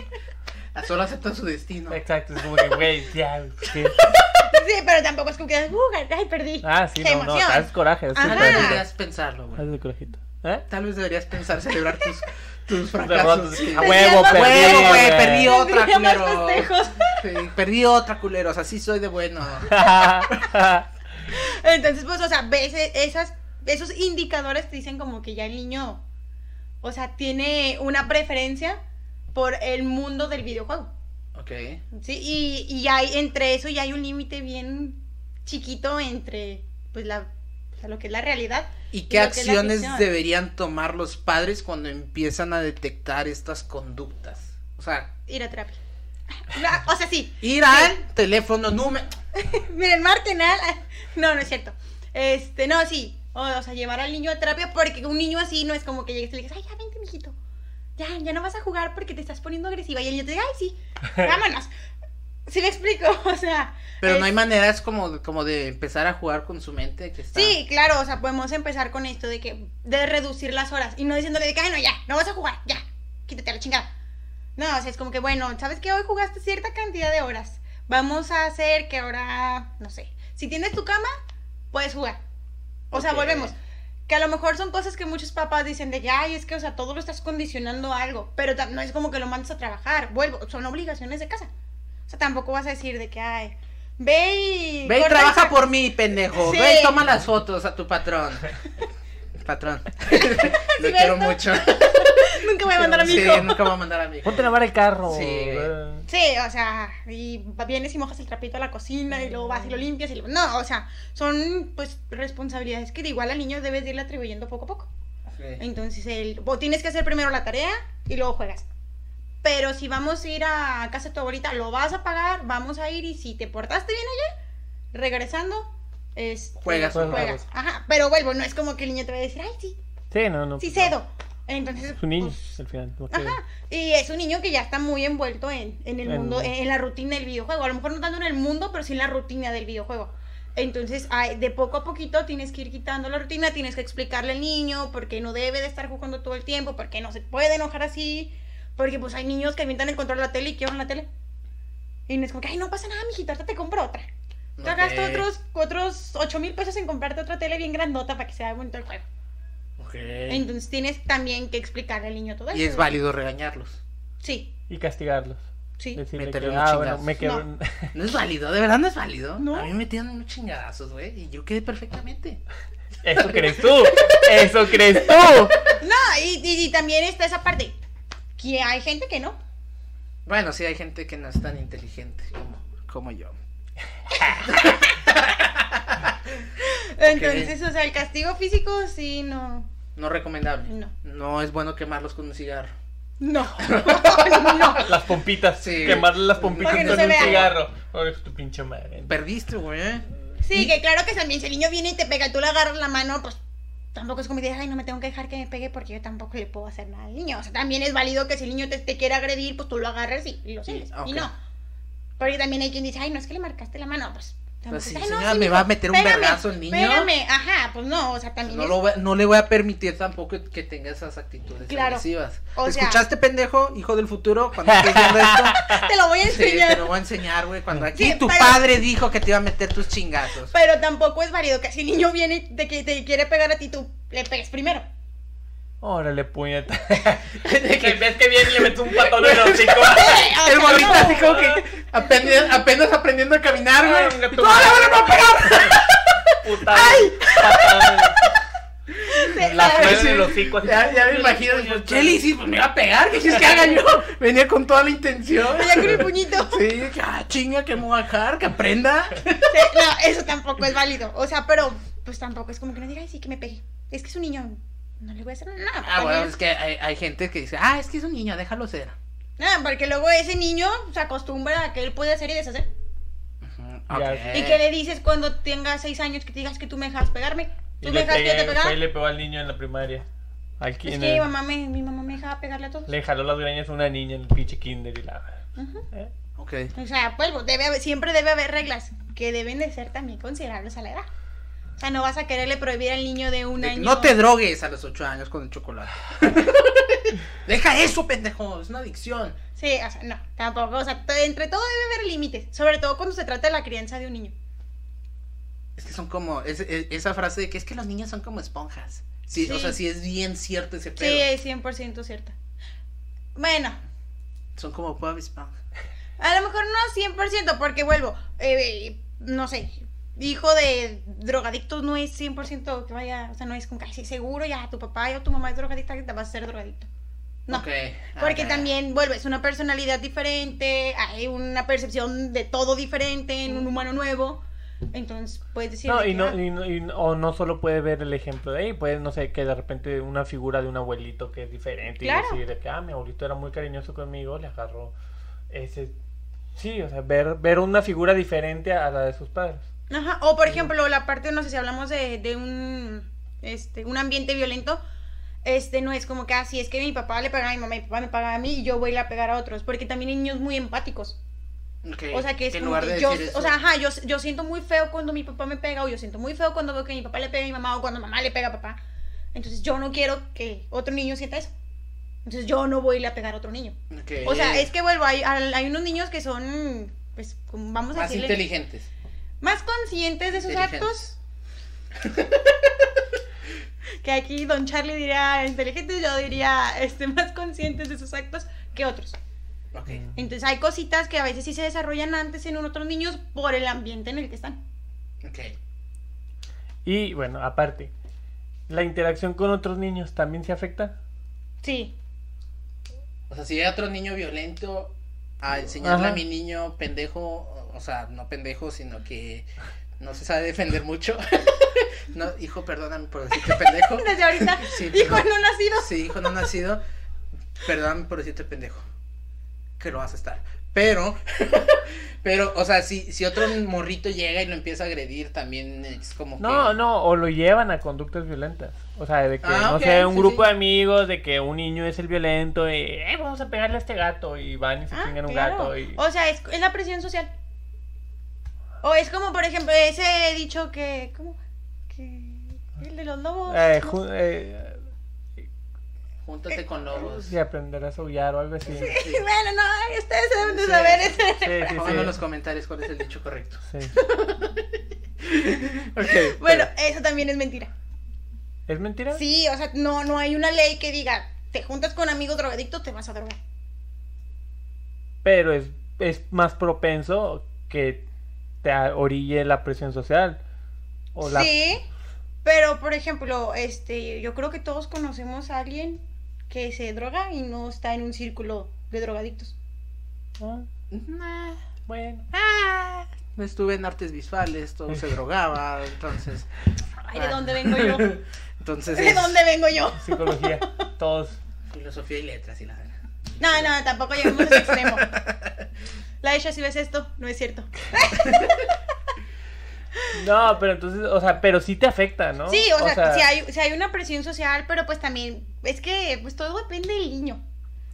Speaker 2: Solo aceptan su destino.
Speaker 1: Exacto, es como que, güey, ya, güey, ¿qué?
Speaker 3: sí, pero tampoco es como que, uh, ay, perdí.
Speaker 1: Ah, sí,
Speaker 3: Qué
Speaker 1: no, no,
Speaker 3: emoción.
Speaker 1: haces coraje, haces
Speaker 3: Ajá.
Speaker 2: Tal
Speaker 1: el
Speaker 2: vez
Speaker 1: corajito.
Speaker 2: deberías pensarlo, güey.
Speaker 1: Haces el corajito. ¿Eh?
Speaker 2: Tal vez deberías pensar celebrar tus,
Speaker 1: Derrotas,
Speaker 2: tus fracasos. Ah, sí.
Speaker 1: A huevo,
Speaker 3: Huevo,
Speaker 1: perdí.
Speaker 2: Huevo, güey, perdí otra,
Speaker 3: Tendría más
Speaker 2: culero.
Speaker 3: festejos.
Speaker 2: Sí, perdí otra, culeros. Así soy de bueno.
Speaker 3: Entonces, pues, o sea, ves e- esas, esos indicadores te dicen como que ya el niño, o sea, tiene una preferencia por el mundo del videojuego.
Speaker 2: Ok.
Speaker 3: Sí, y, y hay entre eso ya hay un límite bien chiquito entre, pues, la, o sea, lo que es la realidad.
Speaker 2: ¿Y
Speaker 3: Y
Speaker 2: qué
Speaker 3: lo que es la
Speaker 2: acciones
Speaker 3: ficción.
Speaker 2: deberían tomar los padres cuando empiezan a detectar estas conductas? O sea,
Speaker 3: Ir a terapia. Ah, O sea, sí,
Speaker 2: ir al teléfono número.
Speaker 3: miren, marquen al- No, no es cierto. Este, no, sí. O, o sea, llevar al niño a terapia porque un niño así no es como que llegues y le digas, ay, ya vente, mijito. Ya, ya no vas a jugar porque te estás poniendo agresiva. Y el niño te dice, ay, sí, vámonos. ¿Sí me explico? O sea.
Speaker 2: Pero
Speaker 3: es-
Speaker 2: no hay maneras como, como de empezar a jugar con su mente que está...
Speaker 3: Sí, claro, o sea, podemos empezar con esto de que de reducir las horas y no diciéndole de que, "Ay, no, ya, no vas a jugar, ya, quítate a la chingada. No, o sea, es como que, bueno, ¿sabes que Hoy jugaste cierta cantidad de horas. Vamos a hacer que ahora, no sé, si tienes tu cama, puedes jugar. O sea,
Speaker 2: Ok.
Speaker 3: volvemos. Que a lo mejor son cosas que muchos papás dicen de que, ay, es que, o sea, todo lo estás condicionando a algo, pero tam- no es como que lo mandas a trabajar, vuelvo, son obligaciones de casa. O sea, tampoco vas a decir de que, ay, ve y...
Speaker 2: Ve y
Speaker 3: corta el
Speaker 2: trabaja
Speaker 3: saco".
Speaker 2: por mí, pendejo.
Speaker 3: Sí.
Speaker 2: Ve y toma las fotos a tu patrón. patrón. Lo
Speaker 3: ves,
Speaker 2: quiero
Speaker 3: no?
Speaker 2: mucho.
Speaker 3: Nunca me voy a mandar a mi
Speaker 2: Sí,
Speaker 3: hijo.
Speaker 2: nunca va a mandar a mi hijo.
Speaker 1: Ponte a lavar el carro.
Speaker 2: Sí, güey.
Speaker 1: güey.
Speaker 3: Sí, o sea, y vienes y mojas el trapito a la cocina y luego vas y lo limpias y lo- No, o sea, son pues responsabilidades que de igual al niño debes de irle atribuyendo poco a poco.
Speaker 2: Sí.
Speaker 3: Entonces, el, o tienes que hacer primero la tarea y luego juegas. Pero si vamos a ir a casa de tu abuelita, lo vas a pagar, vamos a ir y si te portaste bien ayer, regresando, es...
Speaker 2: Juegas,
Speaker 1: juegas.
Speaker 3: juegas. Ajá, pero vuelvo, no es como que el niño te va a decir, ay, sí,
Speaker 1: Sí, no, no.
Speaker 3: sí
Speaker 1: no.
Speaker 3: cedo. Entonces...
Speaker 1: Es un niño,
Speaker 3: pues,
Speaker 1: al final. no sé.
Speaker 3: Ajá, y es un niño que ya está muy envuelto en, en el
Speaker 1: En-
Speaker 3: mundo, en, en la rutina del videojuego. A lo mejor no tanto en el mundo, pero sí en la rutina del videojuego. Entonces, ay, de poco a poquito tienes que ir quitando la rutina, tienes que explicarle al niño por qué no debe de estar jugando todo el tiempo, por qué no se puede enojar así, porque pues hay niños que avientan el control de la tele y quiebran la tele. Y no es como que, ay, no pasa nada, mijito, ahorita te compro otra. Te
Speaker 2: Ok.
Speaker 3: gasto otros, otros 8 mil pesos en comprarte otra tele bien grandota para que sea bonito el juego.
Speaker 2: Ok.
Speaker 3: Entonces, tienes también que explicarle al niño todo eso.
Speaker 2: Y es válido regañarlos.
Speaker 3: Sí,
Speaker 1: Y castigarlos.
Speaker 3: sí.
Speaker 1: Decirle que,
Speaker 2: Meterle unos
Speaker 1: ah, bueno,
Speaker 2: chingazos.
Speaker 1: me quedo.
Speaker 3: No.
Speaker 2: No es válido, de verdad no es válido.
Speaker 3: No.
Speaker 2: A mí me metieron unos chingadazos, güey. Y yo quedé perfectamente.
Speaker 1: Eso crees tú. Eso crees tú.
Speaker 3: No, y, y- y también está esa parte. Que hay gente que no.
Speaker 2: Bueno, sí hay gente que no es tan inteligente como, como yo.
Speaker 3: Entonces, o sea, el castigo físico sí, no.
Speaker 2: No recomendable.
Speaker 3: No.
Speaker 2: No es bueno quemarlos con un cigarro.
Speaker 3: No. no.
Speaker 1: Las pompitas.
Speaker 2: Sí.
Speaker 1: Quemarle las pompitas
Speaker 3: Para que no
Speaker 1: con
Speaker 3: se
Speaker 1: un
Speaker 3: vea.
Speaker 1: cigarro. Ay, tu pinche madre.
Speaker 2: Perdiste,
Speaker 3: ¿eh?
Speaker 2: güey.
Speaker 3: Sí, que claro que también si el niño viene y te pega, tú le agarras la mano, pues tampoco es como que digas, ay, no me tengo que dejar que me pegue porque yo tampoco le puedo hacer nada al niño. O sea, también es válido que si el niño te, te quiere agredir, pues tú lo agarres y, y lo sigues.
Speaker 2: ah,
Speaker 3: Y
Speaker 2: ok.
Speaker 3: no. Porque también hay quien dice, ay, no es que le marcaste la mano, pues. tampoco
Speaker 2: Pues
Speaker 3: es,
Speaker 2: sí,
Speaker 3: "Ay, no,
Speaker 2: señora,
Speaker 3: sí,
Speaker 2: me
Speaker 3: mijo,
Speaker 2: va a meter un
Speaker 3: pégame,
Speaker 2: vergazo el niño".
Speaker 3: Pégame, ajá, pues no, o sea, también
Speaker 2: No,
Speaker 3: es-
Speaker 2: lo voy- no le voy a permitir tampoco que tenga esas actitudes
Speaker 3: Claro.
Speaker 2: agresivas.
Speaker 3: O sea-
Speaker 2: ¿Escuchaste, pendejo, hijo del futuro? Cuando estés viendo esto,
Speaker 3: te lo voy a
Speaker 2: sí,
Speaker 3: enseñar.
Speaker 2: te lo voy a enseñar, güey. Cuando aquí
Speaker 3: Sí,
Speaker 2: tu
Speaker 3: pero-
Speaker 2: padre dijo que te iba a meter tus chingazos.
Speaker 3: Pero tampoco es válido que si el niño viene y te, que te quiere pegar a ti, tú le pegues primero.
Speaker 1: Órale, puñeta. que ves que viene y le metes un patón en los hocico.
Speaker 3: O sea,
Speaker 2: El bolita
Speaker 3: no.
Speaker 2: así como que apenas, apenas aprendiendo a caminar,
Speaker 1: Ay,
Speaker 2: güey.
Speaker 1: venga, tu
Speaker 2: ¡No, la
Speaker 1: madre!
Speaker 2: verdad, no, pero-
Speaker 1: Puta. Patón.
Speaker 3: Sí,
Speaker 1: La
Speaker 3: a ver,
Speaker 1: cuelga en el hocico. así.
Speaker 2: Ya, ya me imagino, pues, Cheli, sí, pues me iba a pegar, ¿qué quieres que haga yo? Venía con toda la intención.
Speaker 3: ya con el puñito.
Speaker 2: Sí, que, ah, chinga, que me voy a bajar, que aprenda.
Speaker 3: Sí, no, eso tampoco es válido. O sea, pero pues tampoco es como que no diga, ay, sí, que me pegue. Es que es un niño. No le voy a hacer nada.
Speaker 2: Ah,
Speaker 3: también-
Speaker 2: bueno, es que hay, hay gente que dice, ah, es que es un niño, déjalo ser.
Speaker 3: Nada, porque luego ese niño se acostumbra a que él puede hacer y deshacer.
Speaker 2: Ok.
Speaker 1: Ya.
Speaker 3: Y que le dices cuando tenga seis años que te digas que tú me dejas pegarme.
Speaker 1: Y
Speaker 3: Tú
Speaker 1: le
Speaker 3: me dejas que yo te
Speaker 1: pegué,
Speaker 3: pegara.
Speaker 1: fue y le pegó al niño en la primaria. Aquí
Speaker 3: Es
Speaker 1: en
Speaker 3: que mi
Speaker 1: el-
Speaker 3: mamá, me, mi mamá me dejaba pegarle a todos.
Speaker 1: Le jaló las greñas a una niña en el pinche kinder y la...
Speaker 3: Ajá.
Speaker 1: ¿Eh?
Speaker 2: Ok.
Speaker 3: O sea, pues debe haber- siempre debe haber reglas que deben de ser también considerables a la edad. O sea, no vas a quererle prohibir al niño de un
Speaker 2: De que
Speaker 3: año.
Speaker 2: No te drogues a los ocho años con el chocolate. Deja eso, pendejo, es una adicción.
Speaker 3: Sí, o sea, no, tampoco. O sea, to- entre todo debe haber límites. Sobre todo cuando se trata de la crianza de un niño.
Speaker 2: Es que son como, es- es- esa frase de que es que los niños son como esponjas. Sí, o
Speaker 3: Sí.
Speaker 2: sea, sí es bien cierto ese
Speaker 3: Sí,
Speaker 2: pedo.
Speaker 3: es 100% cierta. Bueno,
Speaker 2: Son como Bob Esponja.
Speaker 3: a lo mejor no 100%, porque vuelvo, eh, no sé, hijo de drogadictos no es 100% que vaya, o sea, no es como casi seguro, ya tu papá o tu mamá es drogadicta, que te vas a ser drogadicto. No.
Speaker 2: Ok,
Speaker 3: Porque
Speaker 2: ok.
Speaker 3: también, vuelvo, es una personalidad diferente, hay una percepción de todo diferente en un humano nuevo. Entonces, puedes decir...
Speaker 1: No,
Speaker 3: de
Speaker 1: y
Speaker 3: que,
Speaker 1: no,
Speaker 3: ah,
Speaker 1: y no, y no- o no solo puede ver el ejemplo de ahí, puede, no sé, que de repente una figura de un abuelito que es diferente
Speaker 3: Claro.
Speaker 1: y decir de que, ah, mi abuelito era muy cariñoso conmigo, le agarró ese... Sí, o sea, ver, ver una figura diferente a la de sus padres.
Speaker 3: Ajá, o por ejemplo, la parte, no sé, si hablamos de, de un, este, un ambiente violento, este, no es como que así, es que mi papá le pegaba a mi mamá, mi papá me pegaba a mí y yo voy a ir a pegar a otros, porque también hay niños muy empáticos.
Speaker 2: Ok,
Speaker 3: O sea, que es
Speaker 2: en
Speaker 3: como
Speaker 2: lugar
Speaker 3: que
Speaker 2: de
Speaker 3: yo,
Speaker 2: decir eso.
Speaker 3: o sea, ajá, yo, yo siento muy feo cuando mi papá me pega, o yo siento muy feo cuando veo que mi papá le pega a mi mamá, o cuando mamá le pega a papá. Entonces yo no quiero que otro niño sienta eso. Entonces yo no voy a irle a pegar a otro niño.
Speaker 2: Ok.
Speaker 3: O sea, es que vuelvo, hay, al- hay unos niños que son, pues, como vamos a
Speaker 2: Más
Speaker 3: decirle,
Speaker 2: inteligentes.
Speaker 3: más conscientes de sus
Speaker 2: Inteligentes.
Speaker 3: actos. que aquí Don Charlie diría inteligentes, yo diría este, más conscientes de sus actos que otros.
Speaker 2: Ok.
Speaker 3: Entonces hay cositas que a veces sí se desarrollan antes en otros niños por el ambiente en el que están.
Speaker 2: Ok.
Speaker 1: Y bueno, aparte, ¿la interacción con otros niños también se afecta?
Speaker 3: Sí.
Speaker 2: O sea, si hay otro niño violento a enseñarle a
Speaker 1: Ajá.
Speaker 2: mi niño pendejo, o sea, no pendejo, sino que no se sabe defender mucho. no, hijo, perdóname por decirte pendejo.
Speaker 3: Desde ahorita,
Speaker 2: Sí,
Speaker 3: hijo
Speaker 2: perdón.
Speaker 3: no nacido.
Speaker 2: Sí, hijo no nacido. Perdóname por decirte pendejo. Que lo vas a estar. Pero, pero, o sea, si, si otro morrito llega y lo empieza a agredir, también es como
Speaker 1: No,
Speaker 2: que.
Speaker 1: no, o lo llevan a conductas violentas. O sea, de que,
Speaker 2: Ah,
Speaker 1: no
Speaker 2: ok,
Speaker 1: sé, un
Speaker 2: sí,
Speaker 1: grupo
Speaker 2: sí.
Speaker 1: de amigos, de que un niño es el violento, y, eh, vamos a pegarle a este gato, y van y se
Speaker 3: Ah,
Speaker 1: chingan un
Speaker 3: claro.
Speaker 1: gato. Y...
Speaker 3: O sea, es, es la presión social. O es como, por ejemplo, ese dicho que. ¿Cómo? Que. El de los lobos.
Speaker 1: Eh,
Speaker 3: no
Speaker 1: ju- eh,
Speaker 2: Júntate con lobos.
Speaker 1: y aprenderás a aullar o algo así. Sí,
Speaker 3: sé. Bueno, no, ay, ustedes deben de
Speaker 2: Sí.
Speaker 3: saber ese.
Speaker 1: sí, sí.
Speaker 2: Pónganme en los comentarios cuál es el dicho correcto.
Speaker 1: Sí.
Speaker 2: Ok,
Speaker 3: Bueno, eso también es mentira.
Speaker 1: ¿Es mentira?
Speaker 3: Sí, o sea, no, no hay una ley que diga, te juntas con amigos drogadictos, te vas a drogar.
Speaker 1: Pero es, es más propenso que te a- orille la presión social. O la...
Speaker 3: Sí, pero por ejemplo, este, yo creo que todos conocemos a alguien que se droga y no está en un círculo de drogadictos.
Speaker 1: Ah,
Speaker 2: Nah,
Speaker 1: bueno.
Speaker 2: ah, no estuve en artes visuales, todo se drogaba, entonces. ah.
Speaker 3: Ay, ¿de dónde vengo yo? ¿De
Speaker 2: Entonces. es
Speaker 3: dónde vengo yo?
Speaker 1: Psicología. Todos.
Speaker 2: Filosofía y letras y la verdad.
Speaker 3: No, no, tampoco llegamos a ese extremo. La hecha, si ves esto, no es cierto.
Speaker 1: No, pero entonces, o sea, pero sí te afecta, ¿no?
Speaker 3: Sí, o, sea, Si, hay, si hay una presión social, pero pues también, es que pues todo depende del niño.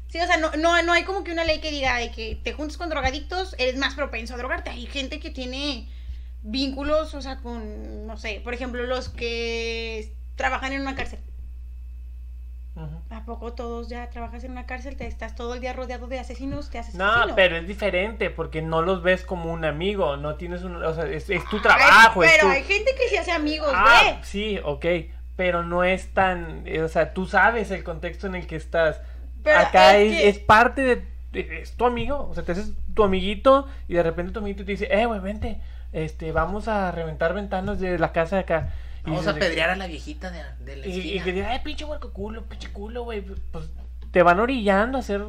Speaker 3: Sí, o sea, no, no, no hay como que una ley que diga de que te juntas con drogadictos, eres más propenso a drogarte. Hay gente que tiene vínculos, o sea, con, no sé, por ejemplo, los que trabajan en una cárcel.
Speaker 1: Ujú.
Speaker 3: ¿A poco todos ya trabajas en una cárcel? Te estás todo el día rodeado de asesinos, te haces
Speaker 1: No,
Speaker 3: asesino.
Speaker 1: pero es diferente porque no los ves como un amigo, no tienes un, o sea, es, es tu trabajo,
Speaker 3: Ay,
Speaker 1: es
Speaker 3: pero
Speaker 1: tu-
Speaker 3: hay gente que se hace amigos,
Speaker 1: Ah,
Speaker 3: Pues ¿ve?
Speaker 1: sí, ok, pero no es tan, eh, o sea, tú sabes el contexto en el que estás.
Speaker 3: Pero
Speaker 1: Acá
Speaker 3: es
Speaker 1: es,
Speaker 3: que-
Speaker 1: es parte de, de- es tu amigo, o sea, te haces tu amiguito y de repente tu amiguito te dice, eh, güey, vente, este, vamos a reventar ventanas de la casa de acá. Y
Speaker 2: Vamos a
Speaker 1: dices de que-
Speaker 2: pedrear a la viejita de, de la
Speaker 1: Y, y
Speaker 2: esquina.
Speaker 1: que diga, ay, pinche huerco culo, pinche culo, güey. Pues te van orillando a hacer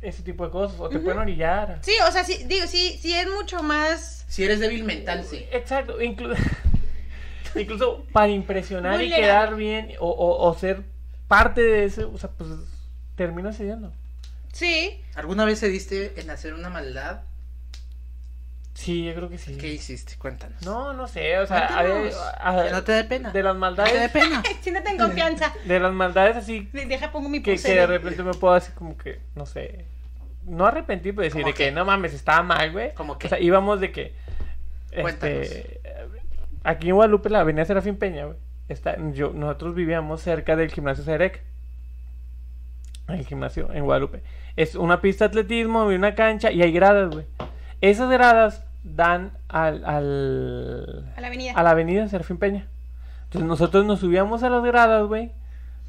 Speaker 1: ese tipo de cosas, o te pueden orillar.
Speaker 3: Sí, o sea, sí, digo, sí, sí es mucho más...
Speaker 2: Si eres débil mental, sí.
Speaker 1: Exacto, inclu- incluso para impresionar y
Speaker 3: Vulnerable.
Speaker 1: quedar bien, o, o- o ser parte de eso, o sea, pues termina cediendo.
Speaker 3: Sí,
Speaker 2: ¿Alguna vez se diste en hacer una maldad?
Speaker 1: Sí, yo creo que sí.
Speaker 2: ¿Qué hiciste? Cuéntanos.
Speaker 1: No, no sé, o sea, a ver,
Speaker 2: Cuéntanos.
Speaker 1: a-
Speaker 2: Que no te dé pena.
Speaker 1: de las
Speaker 2: No te dé
Speaker 1: maldades,
Speaker 2: pena.
Speaker 3: siéntate en confianza.
Speaker 1: de las maldades así
Speaker 3: De- Deja, pongo mi
Speaker 1: que, que
Speaker 3: pulsera.
Speaker 1: de repente me puedo así como que, no sé, no arrepentir, pero decir
Speaker 2: ¿Cómo
Speaker 1: de que
Speaker 2: qué?
Speaker 1: no mames, estaba mal, güey.
Speaker 2: ¿Cómo qué?
Speaker 1: O sea, íbamos de que,
Speaker 2: Cuéntanos.
Speaker 1: este, aquí en Guadalupe, la avenida Serafín Peña, güey, está, yo, nosotros vivíamos cerca del gimnasio Cerec, el gimnasio en Guadalupe. Es una pista de atletismo, y una cancha y hay gradas, güey. Esas gradas dan al- al,
Speaker 3: A la avenida.
Speaker 1: a la avenida Serafín Peña. Entonces nosotros nos subíamos a las gradas, güey,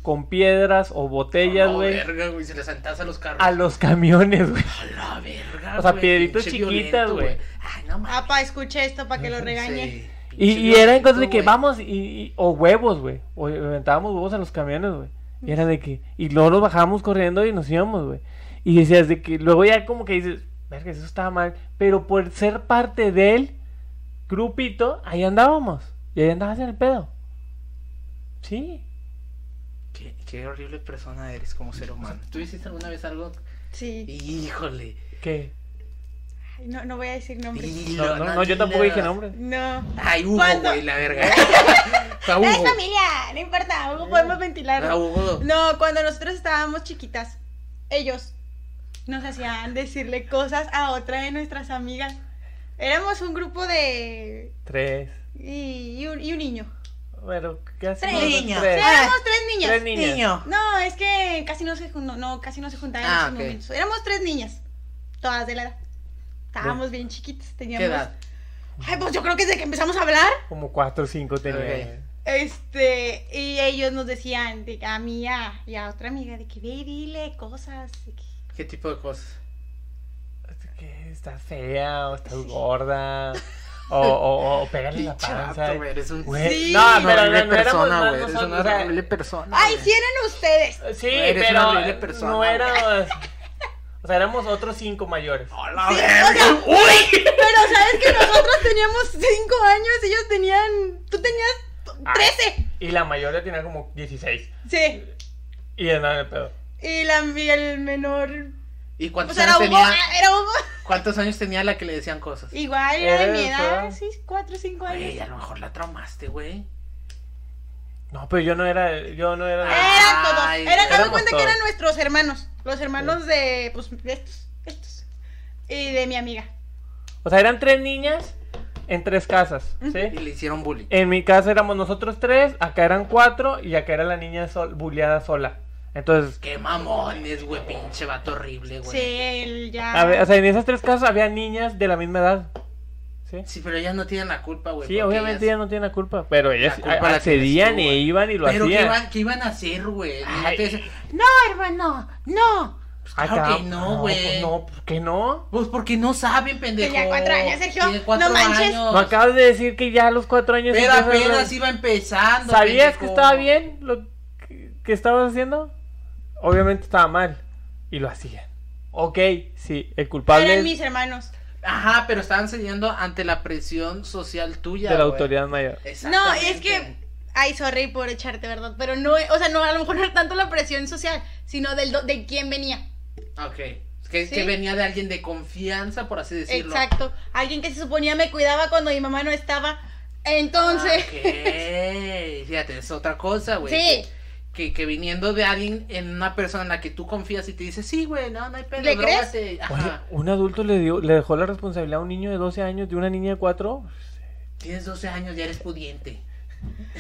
Speaker 1: con piedras o botellas,
Speaker 2: No,
Speaker 1: güey,
Speaker 2: verga, güey. Se le saltas a los carros.
Speaker 1: a los camiones, güey.
Speaker 2: A la verga,
Speaker 1: O sea,
Speaker 2: güey,
Speaker 1: piedritas
Speaker 2: pinche
Speaker 1: chiquitas,
Speaker 2: violento,
Speaker 1: güey.
Speaker 2: Ay, no mames.
Speaker 3: Papá, escucha esto para que lo regañe.
Speaker 2: Sí,
Speaker 1: Y,
Speaker 2: pinche
Speaker 1: y eran cosas de
Speaker 2: violento,
Speaker 1: que
Speaker 2: güey.
Speaker 1: vamos, y, y- o huevos, güey. O inventábamos huevos a los camiones, güey. Y era de que, y luego los bajábamos corriendo y nos íbamos, güey. Y decías de que, luego ya como que dices, verga, eso estaba mal. Pero por ser parte del grupito, ahí andábamos. Y ahí andabas en el pedo. Sí.
Speaker 2: Qué, qué horrible persona eres como ser humano. ¿Tú hiciste alguna vez algo?
Speaker 3: Sí.
Speaker 2: Híjole.
Speaker 1: ¿Qué?
Speaker 3: Ay, No, no voy a decir nombres.
Speaker 2: dilo,
Speaker 1: No, no, no, yo tampoco
Speaker 2: digas.
Speaker 1: dije nombres.
Speaker 3: No.
Speaker 2: Ay, Hugo,
Speaker 3: ¿Cuándo?
Speaker 2: güey, la verga. A
Speaker 3: Es
Speaker 2: Hugo.
Speaker 3: familia, no importa, luego podemos
Speaker 2: A
Speaker 3: ventilarlo.
Speaker 2: Ah, Hugo.
Speaker 3: No, cuando nosotros estábamos chiquitas, ellos nos hacían decirle cosas a otra de nuestras amigas. Éramos un grupo de...
Speaker 1: Tres.
Speaker 3: y, y un, y un niño.
Speaker 1: Bueno, ¿qué hacemos?
Speaker 3: Tres.
Speaker 1: niños.
Speaker 4: Niños.
Speaker 1: Tres.
Speaker 4: Ah,
Speaker 3: Éramos tres niñas.
Speaker 1: Tres niñas.
Speaker 4: Niño.
Speaker 3: No, es que casi no se juntaban, no, casi no se juntaban en
Speaker 2: Ah,
Speaker 3: esos
Speaker 2: ok.
Speaker 3: momentos. Éramos tres niñas, todas de la edad. Estábamos bien chiquitas,
Speaker 2: ¿Qué
Speaker 3: teníamos...
Speaker 2: edad?
Speaker 3: Ay, pues yo creo que desde que empezamos a hablar,
Speaker 1: Como cuatro o cinco tenía.
Speaker 2: Ok.
Speaker 3: este, y ellos nos decían, de, a mí a- y a otra amiga, de que ve y dile cosas. de que-
Speaker 2: ¿Qué tipo de cosas?
Speaker 1: ¿Qué? ¿Estás fea? ¿O estás gorda? O, o, o pégale la
Speaker 2: Pinche vato,
Speaker 1: panza.
Speaker 2: güey, eres un
Speaker 1: Güey,
Speaker 3: Sí.
Speaker 1: No,
Speaker 2: una
Speaker 1: pero no,
Speaker 2: horrible
Speaker 1: no éramos
Speaker 2: persona,
Speaker 1: más
Speaker 2: güey. Eres
Speaker 1: nosotros,
Speaker 2: una
Speaker 1: o sea,
Speaker 2: horrible persona.
Speaker 3: Ay,
Speaker 2: güey.
Speaker 3: si eran ustedes.
Speaker 1: Sí,
Speaker 2: Eres
Speaker 1: pero
Speaker 2: una horrible persona,
Speaker 1: no
Speaker 2: güey.
Speaker 1: éramos... O sea, éramos otros cinco mayores.
Speaker 2: Hola,
Speaker 3: Sí,
Speaker 2: verga.
Speaker 3: o sea-
Speaker 2: ¡Uy!
Speaker 3: Pero sabes que nosotros teníamos cinco años, ellos tenían, tú
Speaker 2: Ah.
Speaker 3: tenías 13.
Speaker 1: Y la mayor tenía como 16.
Speaker 3: Sí.
Speaker 1: Y andaba en el pedo.
Speaker 3: Y la, y el menor,
Speaker 2: ¿Y cuántos
Speaker 3: pues era
Speaker 2: años
Speaker 3: Hugo,
Speaker 2: tenía?
Speaker 3: era Hugo.
Speaker 2: ¿Cuántos años tenía la que le decían cosas?
Speaker 3: Igual era de
Speaker 1: Era
Speaker 3: mi
Speaker 1: de tu
Speaker 3: edad,
Speaker 1: edad.
Speaker 3: sí, 4 o 5 años.
Speaker 2: Güey, a lo mejor la traumaste, güey.
Speaker 1: No, pero yo no era... Yo no era...
Speaker 2: Ah.
Speaker 3: Eran todos.
Speaker 2: Ay,
Speaker 3: Eran, haz de
Speaker 1: éramos
Speaker 3: cuenta que
Speaker 1: todos.
Speaker 3: eran nuestros hermanos. Los hermanos de, pues, de estos, estos. Y de mi amiga.
Speaker 1: O sea, eran tres niñas en tres casas,
Speaker 2: Y
Speaker 1: ¿sí?
Speaker 2: le hicieron bullying.
Speaker 1: En mi casa éramos nosotros tres, acá eran cuatro y acá era la niña sol, bulleada sola. Entonces,
Speaker 2: ¡Qué mamones, güey! Pinche vato horrible, güey.
Speaker 3: Sí, él ya.
Speaker 1: a ver, o sea, en esas tres casas había niñas de la misma edad, ¿sí?
Speaker 2: Sí, pero ellas no tienen la culpa, güey.
Speaker 1: Sí,
Speaker 2: porque
Speaker 1: obviamente
Speaker 2: ellas-
Speaker 1: ella no tiene la culpa, pero ellas
Speaker 2: La culpa la
Speaker 1: accedían
Speaker 2: tienes tú,
Speaker 1: e
Speaker 2: güey.
Speaker 1: iban y lo
Speaker 2: Pero ¿qué
Speaker 1: hacían.
Speaker 2: iban, qué iban a hacer, güey? No,
Speaker 1: Ay.
Speaker 2: te decían, "No, hermano, no. Pues claro
Speaker 1: Acá-
Speaker 2: que no,
Speaker 1: pues
Speaker 2: güey.
Speaker 1: no, pues que no.
Speaker 2: Pues porque no saben, pendejo.
Speaker 3: Tenía cuatro años, Sergio.
Speaker 2: Tiene cuatro
Speaker 3: No manches.
Speaker 2: años.
Speaker 1: No acabas de decir que ya a los cuatro años.
Speaker 2: Pero
Speaker 1: empiezas a-
Speaker 2: apenas iba empezando.
Speaker 1: ¿Sabías
Speaker 2: pendejo.
Speaker 1: que estaba bien lo que- que estabas haciendo? Obviamente estaba mal. Y lo hacían. Ok, sí, el culpable
Speaker 3: Eran
Speaker 1: es
Speaker 3: mis hermanos.
Speaker 2: Ajá, pero estaban cediendo ante la presión social tuya.
Speaker 1: de la
Speaker 2: güey.
Speaker 1: autoridad mayor.
Speaker 3: No,
Speaker 2: Exactamente.
Speaker 3: es que. Ay, sorry por echarte, ¿verdad? Pero no, o sea, no, a lo mejor no era tanto la presión social, sino del do- de quién venía.
Speaker 2: Ok. Es Que,
Speaker 3: Sí.
Speaker 2: que venía de alguien de confianza, por así decirlo.
Speaker 3: Exacto. Alguien que se suponía me cuidaba cuando mi mamá no estaba. Entonces.
Speaker 2: Ah, Ok. Fíjate, es otra cosa, güey.
Speaker 3: Sí.
Speaker 2: Que, que viniendo de alguien en una persona en la que tú confías y te dice, sí, güey, no, no hay pedo,
Speaker 3: ¿Le
Speaker 2: drogate".
Speaker 1: Oye,
Speaker 2: Ajá.
Speaker 1: un adulto le dio, le dejó la responsabilidad a un niño de 12 años de una niña de 4.
Speaker 2: Tienes 12 años, ya eres pudiente.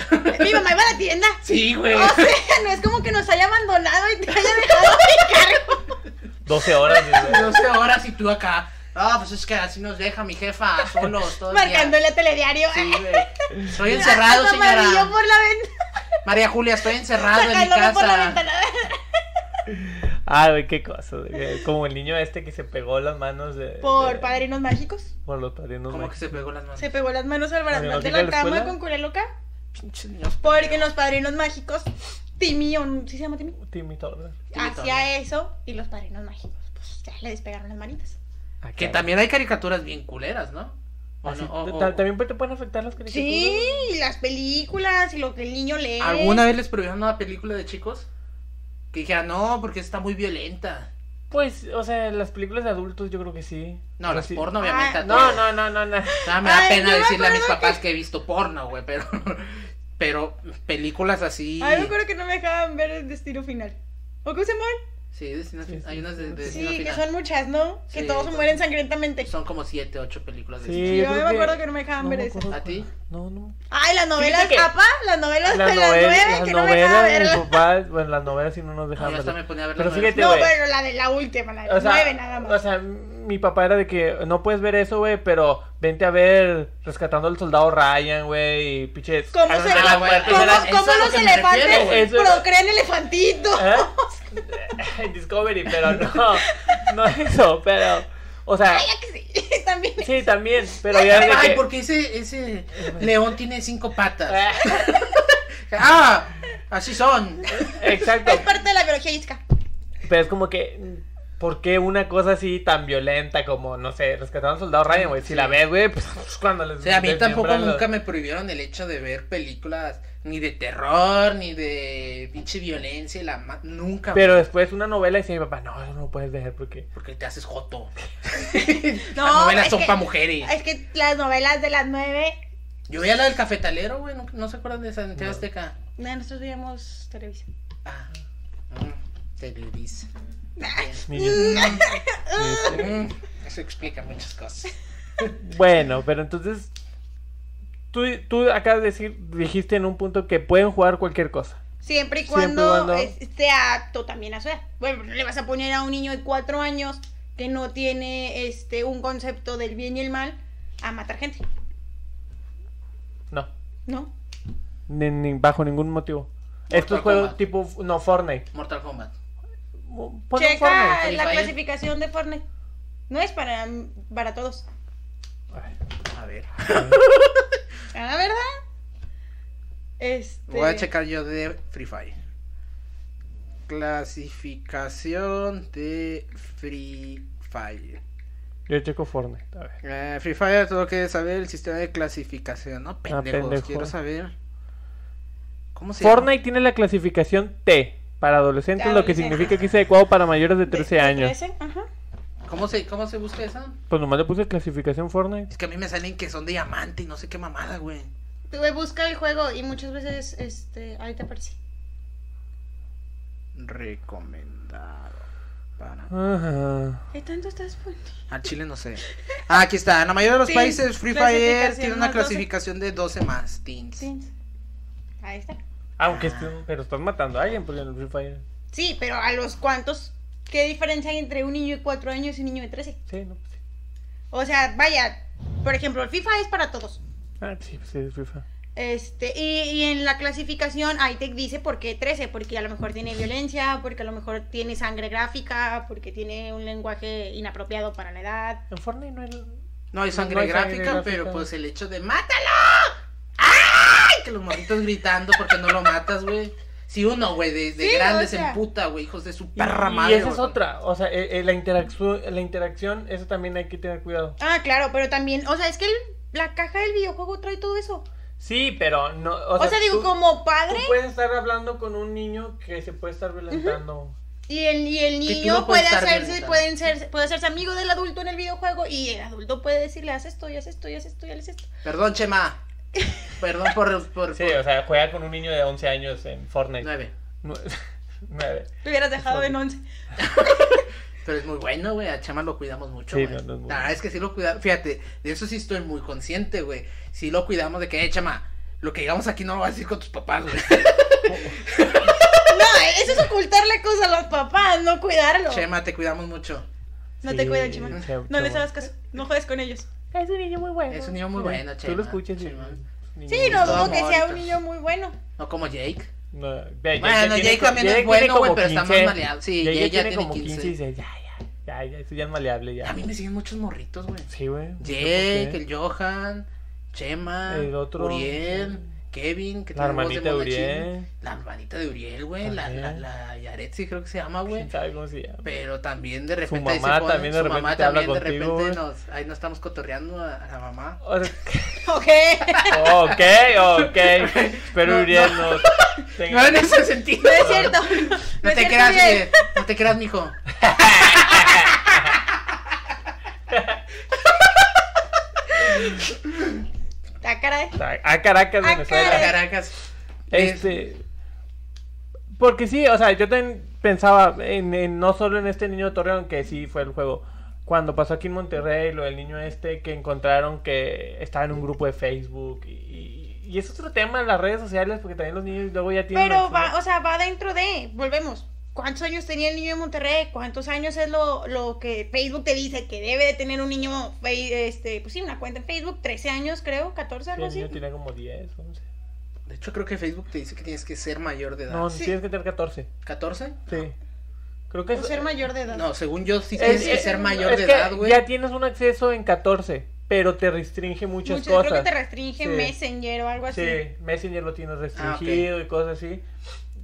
Speaker 1: Ah.
Speaker 3: Mi mamá iba a la tienda.
Speaker 2: Sí, güey.
Speaker 3: O sea, no es como que nos haya abandonado y te haya dejado mi cargo.
Speaker 1: 12 horas. dice.
Speaker 2: 12 horas y tú acá. Ah, pues es que así nos deja mi jefa solos todo el día".
Speaker 3: Marcándole a telediario.
Speaker 2: Sí, güey. Estoy encerrado, señora.
Speaker 3: Amarillo por la ventana.
Speaker 2: María Julia, estoy encerrado en mi
Speaker 3: sacándome por la
Speaker 2: casa.
Speaker 3: ventana.
Speaker 1: Ay, Ah, güey, qué cosa. güey. Como el niño este que se pegó las manos de, de-
Speaker 3: Por padrinos mágicos.
Speaker 1: por los padrinos.
Speaker 2: ¿Cómo que
Speaker 1: mágicos.
Speaker 2: se pegó las manos?
Speaker 3: Se pegó las manos al
Speaker 1: ¿Cuando
Speaker 3: barandal de
Speaker 1: llega a
Speaker 3: la
Speaker 1: la
Speaker 3: cama
Speaker 1: escuela?
Speaker 3: con cura loca.
Speaker 2: Pinches niños.
Speaker 3: Porque los padrinos mágicos, Timmy, o no- ¿sí se llama Timmy?
Speaker 1: Timmy Turner.
Speaker 2: Timmy
Speaker 3: Hacía
Speaker 2: Turner.
Speaker 3: eso y los padrinos mágicos, pues ya le despegaron las manitas.
Speaker 1: Ah,
Speaker 2: Que
Speaker 1: caray.
Speaker 2: también hay caricaturas bien culeras, ¿no? ¿O
Speaker 1: Así-
Speaker 2: no? O- o-
Speaker 1: ta- También te pueden afectar las caricaturas.
Speaker 3: Sí, y las películas y lo que el niño lee.
Speaker 2: ¿Alguna vez les prohibieron una película de chicos? Que dijera, no, porque está muy violenta.
Speaker 1: Pues, o sea, las películas de adultos yo creo que sí. O
Speaker 2: No,
Speaker 1: sea,
Speaker 2: las
Speaker 1: Pues sí.
Speaker 2: porno, obviamente.
Speaker 3: Ah,
Speaker 2: a
Speaker 1: No,
Speaker 2: todos.
Speaker 1: no, no, no, no.
Speaker 2: O sea, me da
Speaker 3: Ay,
Speaker 2: pena
Speaker 3: yo me
Speaker 2: decirle a mis
Speaker 3: acuerdo
Speaker 2: papás que... he visto porno, güey, pero. Pero películas así.
Speaker 3: Ay, me acuerdo que no me dejaban ver el destino final. ¿O cómo se mueren?
Speaker 2: Sí, Destino Fin-
Speaker 1: Sí, sí,
Speaker 2: hay unas de, de
Speaker 3: Sí,
Speaker 2: Destino
Speaker 3: que
Speaker 2: Final.
Speaker 3: son muchas, ¿no? Que
Speaker 2: Sí,
Speaker 3: todos se
Speaker 2: son-
Speaker 3: mueren sangrientamente.
Speaker 2: Son como 7, 8 películas de
Speaker 1: Sí,
Speaker 2: Disney.
Speaker 3: Sí, yo
Speaker 1: creo
Speaker 3: me acuerdo que no me dejaban ver
Speaker 1: me
Speaker 3: eso.
Speaker 1: acuerdo
Speaker 2: ¿A ti?
Speaker 1: No, no.
Speaker 3: Ay, las novelas,
Speaker 1: Fíjate que-
Speaker 3: papá, las novelas
Speaker 1: Las
Speaker 3: de las
Speaker 1: novelas,
Speaker 3: nueve,
Speaker 1: las
Speaker 3: que no me dejaba
Speaker 1: novelas,
Speaker 3: verlas.
Speaker 1: mis papás, bueno, las novelas sí no nos
Speaker 2: No,
Speaker 1: dejaban
Speaker 2: yo hasta me
Speaker 1: verlas.
Speaker 2: ponía a ver
Speaker 1: Pero
Speaker 2: las
Speaker 1: fíjate,
Speaker 2: novelas.
Speaker 3: No,
Speaker 1: güey.
Speaker 3: pero la de la última, la de
Speaker 1: O
Speaker 3: las
Speaker 1: sea,
Speaker 3: nueve nada más.
Speaker 1: o sea, mi papá era de que no puedes ver eso, güey, pero vente a ver Rescatando al Soldado Ryan, güey, y pinches.
Speaker 3: ¿Cómo
Speaker 1: Armas
Speaker 3: se-
Speaker 1: de la muerte,
Speaker 2: cómo-
Speaker 1: de la-
Speaker 2: eso es
Speaker 3: ¿Cómo, cómo
Speaker 2: a lo
Speaker 3: los
Speaker 2: que me
Speaker 3: elefantes
Speaker 2: refiero,
Speaker 1: güey. Eso-
Speaker 3: procrean elefantitos?
Speaker 1: ¿Eh? Discovery, pero no, no eso, pero, o sea,
Speaker 3: Ay, ya que sí, también.
Speaker 1: sí, también, pero ya de que...
Speaker 2: Ay, porque ese, ese león tiene cinco patas.
Speaker 1: Eh,
Speaker 2: ¡Ah! Así son.
Speaker 1: Exacto,
Speaker 3: Es parte de la biología isca.
Speaker 1: pero es como que, ¿por qué una cosa así tan violenta como, no sé, Rescatando al Soldado Ryan, güey? Si la ves, güey, pues cuando les...
Speaker 2: O sea, a mí
Speaker 1: les
Speaker 2: tampoco
Speaker 1: siembran los-
Speaker 2: nunca me prohibieron el hecho de ver películas ni de terror, ni de pinche violencia y la ma- Nunca.
Speaker 1: Pero después una novela y decía mi papá, no, eso no lo puedes ver porque...
Speaker 2: Porque te haces joto. las
Speaker 3: No,
Speaker 2: novelas
Speaker 3: es
Speaker 2: son
Speaker 3: que-
Speaker 2: para mujeres.
Speaker 3: Es que las novelas de las nueve.
Speaker 2: Yo veía la del cafetalero, güey. ¿No, no se acuerdan de Santiago Azteca?
Speaker 3: No, nosotros veíamos televisión.
Speaker 2: Ah, mm, Televisa. Bien. Mm,
Speaker 1: niños. Este,
Speaker 2: Eso explica muchas cosas.
Speaker 1: Bueno, pero entonces. Tú, tú acá decir, dijiste en un punto que pueden jugar cualquier cosa.
Speaker 3: Siempre
Speaker 1: Siempre
Speaker 3: y
Speaker 1: y
Speaker 3: cuando,
Speaker 1: cuando-
Speaker 3: es- esté apto también a su edad. Bueno, le vas a poner a un niño de cuatro años que no tiene este un concepto del bien y el mal a matar gente,
Speaker 1: No.
Speaker 3: ¿no?
Speaker 1: Ni, ni bajo ningún motivo.
Speaker 2: Mortal
Speaker 1: Estos juegos
Speaker 2: Kombat.
Speaker 1: tipo. No, Fortnite.
Speaker 2: Mortal Kombat.
Speaker 1: Pon un
Speaker 3: Checa
Speaker 1: Fortnite.
Speaker 3: la
Speaker 2: Free Fire.
Speaker 3: clasificación de Fortnite. No es para, para todos.
Speaker 1: Ay,
Speaker 2: A ver.
Speaker 3: Ah, ¿verdad? Este...
Speaker 2: Voy a checar yo de Free Fire. Clasificación de Free Fire.
Speaker 1: Yo checo Fortnite. A ver.
Speaker 2: Eh, Free Fire, todo que saber el sistema de clasificación, ¿no? Pendejos,
Speaker 1: Ah, pendejo.
Speaker 2: quiero saber. ¿Cómo se
Speaker 1: Fortnite tiene la clasificación T para adolescentes, lo que
Speaker 3: Adolescentes.
Speaker 1: significa que es adecuado para mayores de
Speaker 3: de-
Speaker 1: 13
Speaker 3: de
Speaker 1: años.
Speaker 3: 13, ajá.
Speaker 2: llama? ¿Cómo se, ¿Cómo se busca esa?
Speaker 1: Pues nomás le puse clasificación Fortnite.
Speaker 2: Es que a mí me salen que son diamante y no sé qué mamada, güey.
Speaker 3: Tú ve, busca el juego y muchas veces este, ahí te aparece.
Speaker 2: Recomendado. Para...
Speaker 1: Ajá.
Speaker 3: ¿Qué tanto estás poniendo?
Speaker 2: Al Chile no sé. Ah, aquí está. En la mayoría de los
Speaker 3: Sí,
Speaker 2: países Free Fire
Speaker 3: clasificación
Speaker 2: tiene una
Speaker 3: más 12.
Speaker 2: clasificación de 12 más teens.
Speaker 3: Sí. Ahí está.
Speaker 1: Aunque estén- pero están matando a alguien porque en el Free Fire.
Speaker 3: Sí, pero a los cuantos, ¿qué diferencia hay entre un niño de 4 años y un niño de 13?
Speaker 1: Sí, no, pues sí.
Speaker 3: O sea, vaya, por ejemplo, el FIFA es para todos.
Speaker 1: Ah, sí, pues sí, es FIFA.
Speaker 3: Este, y, y en la clasificación ahí te dice por qué 13, porque a lo mejor tiene violencia, porque a lo mejor tiene sangre gráfica, porque tiene un lenguaje inapropiado para la edad.
Speaker 1: En Fortnite no hay.
Speaker 2: No hay sangre
Speaker 1: No hay sangre
Speaker 2: gráfica,
Speaker 1: gráfica.
Speaker 2: pero pues el hecho de ¡Mátalo! ¡Ay! Que los morritos gritando porque no lo matas, güey. Si uno, güey, de, de
Speaker 3: Sí,
Speaker 2: grandes
Speaker 3: o sea.
Speaker 2: en puta, güey, hijos de su
Speaker 1: Y-
Speaker 2: perra
Speaker 1: y,
Speaker 2: madre.
Speaker 1: esa es
Speaker 2: güey.
Speaker 1: otra. O sea, eh, eh, la, interacción, la interacción, eso también hay que tener cuidado.
Speaker 3: Ah, claro, pero también, o sea, es que el- la caja del videojuego trae todo eso.
Speaker 1: Sí, pero no. O
Speaker 3: O
Speaker 1: sea,
Speaker 3: sea, digo,
Speaker 1: tú-
Speaker 3: como
Speaker 1: Tú
Speaker 3: padre
Speaker 1: puedes estar hablando con un niño que se puede estar violentando.
Speaker 3: y el, y el
Speaker 2: tú
Speaker 3: niño
Speaker 2: no
Speaker 3: puede
Speaker 2: puedes estar
Speaker 3: hacerse,
Speaker 2: violentando.
Speaker 3: pueden ser, puede hacerse amigo del adulto en el videojuego y el adulto puede decirle, haz esto, y haz esto, y haz esto, y haz esto.
Speaker 2: Perdón, Chema. Perdón por. por,
Speaker 1: Sí, o sea, juega con un niño de 11 años en Fortnite.
Speaker 2: Nueve.
Speaker 1: Nue- Nueve.
Speaker 3: Te hubieras dejado en 11.
Speaker 2: Pero es muy bueno, güey. A Chema lo cuidamos mucho,
Speaker 1: Sí,
Speaker 2: güey.
Speaker 1: no, no es muy
Speaker 2: La verdad es que sí lo cuidamos. Fíjate, de eso sí estoy muy consciente, güey. Sí lo cuidamos de que, eh, Chema, lo que digamos aquí no lo vas a decir con tus papás, güey.
Speaker 3: No, eso es ocultarle cosas a los papás, no cuidarlo.
Speaker 2: Chema, te cuidamos mucho.
Speaker 3: No
Speaker 1: Sí,
Speaker 3: te cuidan, Chema.
Speaker 1: Che-
Speaker 3: No les
Speaker 1: Chema.
Speaker 3: hagas caso. No juegas con ellos.
Speaker 1: Es un niño muy bueno.
Speaker 2: Es un niño muy bueno,
Speaker 1: Tú lo
Speaker 2: Chema,
Speaker 1: escuchas y-
Speaker 2: Chema.
Speaker 1: niño
Speaker 3: Sí,
Speaker 1: muy
Speaker 3: no
Speaker 1: bueno.
Speaker 2: Todo
Speaker 3: dudo que sea
Speaker 2: amor.
Speaker 3: un niño muy bueno.
Speaker 2: No como Jake.
Speaker 1: No, ve,
Speaker 2: Bueno,
Speaker 1: ya
Speaker 2: Jake
Speaker 1: tiene-
Speaker 2: también es
Speaker 1: tiene
Speaker 2: bueno, güey,
Speaker 1: como
Speaker 2: pero está
Speaker 1: 15.
Speaker 2: más maleado. Sí,
Speaker 1: Jake
Speaker 2: Jake ya
Speaker 1: tiene
Speaker 2: tiene
Speaker 1: como 15 y
Speaker 2: 15.
Speaker 1: dice, ya, ya, ya, ya, esto ya es maleable, ya.
Speaker 2: A mí me siguen muchos morritos, güey.
Speaker 1: Sí, güey. no sé
Speaker 2: Jake,
Speaker 1: por qué.
Speaker 2: el Johan, Chema,
Speaker 1: El otro-
Speaker 2: Uriel, Kevin, que
Speaker 1: La
Speaker 2: tiene voz de
Speaker 1: hermanita de
Speaker 2: mona china.
Speaker 1: Uriel.
Speaker 2: La hermanita de Uriel, güey. La, la,
Speaker 1: También.
Speaker 2: la Yaretsi creo que se llama, güey.
Speaker 1: ¿Quién sabe cómo se llama?
Speaker 2: Pero también de repente ahí se
Speaker 1: mamá
Speaker 2: ponen-
Speaker 1: también de
Speaker 2: su mamá
Speaker 1: repente te habla
Speaker 2: también de
Speaker 1: contigo,
Speaker 2: repente
Speaker 1: güey.
Speaker 2: nos, ahí nos estamos cotorreando a, a la mamá.
Speaker 1: O sea,
Speaker 3: Ok.
Speaker 1: ok, ok. Pero
Speaker 2: No,
Speaker 1: Uriel no.
Speaker 2: No en ese sentido.
Speaker 3: No es cierto.
Speaker 2: No te
Speaker 3: es cierto,
Speaker 2: creas,
Speaker 3: Miguel.
Speaker 2: eh, no te creas, mijo.
Speaker 3: Ah, caray.
Speaker 1: A Caracas,
Speaker 3: Ah,
Speaker 1: Venezuela.
Speaker 3: caray.
Speaker 2: Caracas.
Speaker 1: Este. Porque sí, o sea, yo también pensaba en, en- no solo en este niño de Torreón, que sí fue el juego. Cuando pasó aquí en Monterrey, lo del niño este que encontraron que estaba en un grupo de Facebook. Y, y es otro tema las redes sociales, porque también los niños luego ya tienen.
Speaker 3: Pero
Speaker 1: acceso.
Speaker 3: va, o sea, va dentro de. Volvemos. ¿Cuántos años tenía el niño de Monterrey? ¿Cuántos años es lo, lo que Facebook te dice que debe de tener un niño, fe- este, pues sí, una cuenta en Facebook? 13 años, creo, 14,
Speaker 1: Sí,
Speaker 3: algo
Speaker 1: el
Speaker 3: así.
Speaker 1: niño tenía como 10, 11.
Speaker 2: De hecho, creo que Facebook te dice que tienes que ser mayor de edad.
Speaker 1: No,
Speaker 3: Sí.
Speaker 1: tienes que tener 14.
Speaker 2: ¿14?
Speaker 1: Sí. Creo que
Speaker 3: O
Speaker 1: es.
Speaker 3: ser mayor de edad.
Speaker 2: No, según yo sí
Speaker 1: es-
Speaker 2: tienes que
Speaker 1: es-
Speaker 2: ser mayor
Speaker 1: es
Speaker 2: de
Speaker 1: que
Speaker 2: edad, güey.
Speaker 1: Ya tienes un acceso en 14, pero te restringe muchas
Speaker 3: Muchos-
Speaker 1: cosas.
Speaker 3: Creo que te restringe
Speaker 1: Sí.
Speaker 3: Messenger o algo así.
Speaker 1: Sí, Messenger lo tienes
Speaker 2: Ah, ok.
Speaker 1: restringido y cosas así.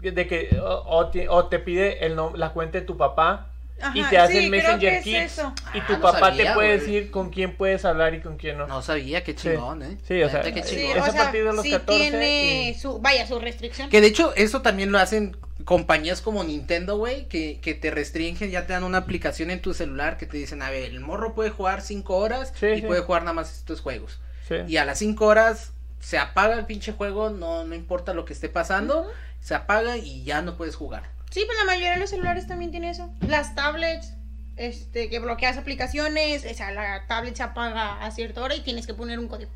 Speaker 1: De que o, o ti- o te pide el nom- la cuenta de tu papá y
Speaker 3: Ajá,
Speaker 1: te hace
Speaker 3: sí,
Speaker 1: el
Speaker 3: creo
Speaker 1: Messenger
Speaker 3: que es
Speaker 1: Kids
Speaker 3: eso.
Speaker 1: y
Speaker 2: Ah,
Speaker 1: tu
Speaker 2: no
Speaker 1: papá te
Speaker 2: sabía,
Speaker 1: puede
Speaker 2: güey.
Speaker 1: decir con quién puedes hablar y con quién no.
Speaker 2: No sabía, qué chingón, ¿eh?
Speaker 1: Sí, o sea,
Speaker 2: Neta, qué
Speaker 1: sí,
Speaker 2: chingón.
Speaker 3: Sí,
Speaker 1: Es
Speaker 3: o
Speaker 1: a
Speaker 3: sea,
Speaker 1: partir de los
Speaker 3: sí
Speaker 1: 14
Speaker 3: tiene
Speaker 1: y-
Speaker 3: su, vaya, su restricción.
Speaker 2: Que de hecho, eso también lo hacen compañías como Nintendo, güey, que, que te restringen, ya te dan una aplicación en tu celular que te dicen, a ver, el morro puede jugar 5 horas
Speaker 1: Sí,
Speaker 2: y
Speaker 1: sí.
Speaker 2: puede jugar nada más estos juegos.
Speaker 1: Sí.
Speaker 2: Y a las 5 horas se apaga el pinche juego, no, no importa lo que esté pasando, se apaga y ya no puedes jugar.
Speaker 3: Sí, pues la mayoría de los celulares también tiene eso. Las tablets, este, que bloqueas aplicaciones, o sea, la tablet se apaga a cierta hora y tienes que poner un código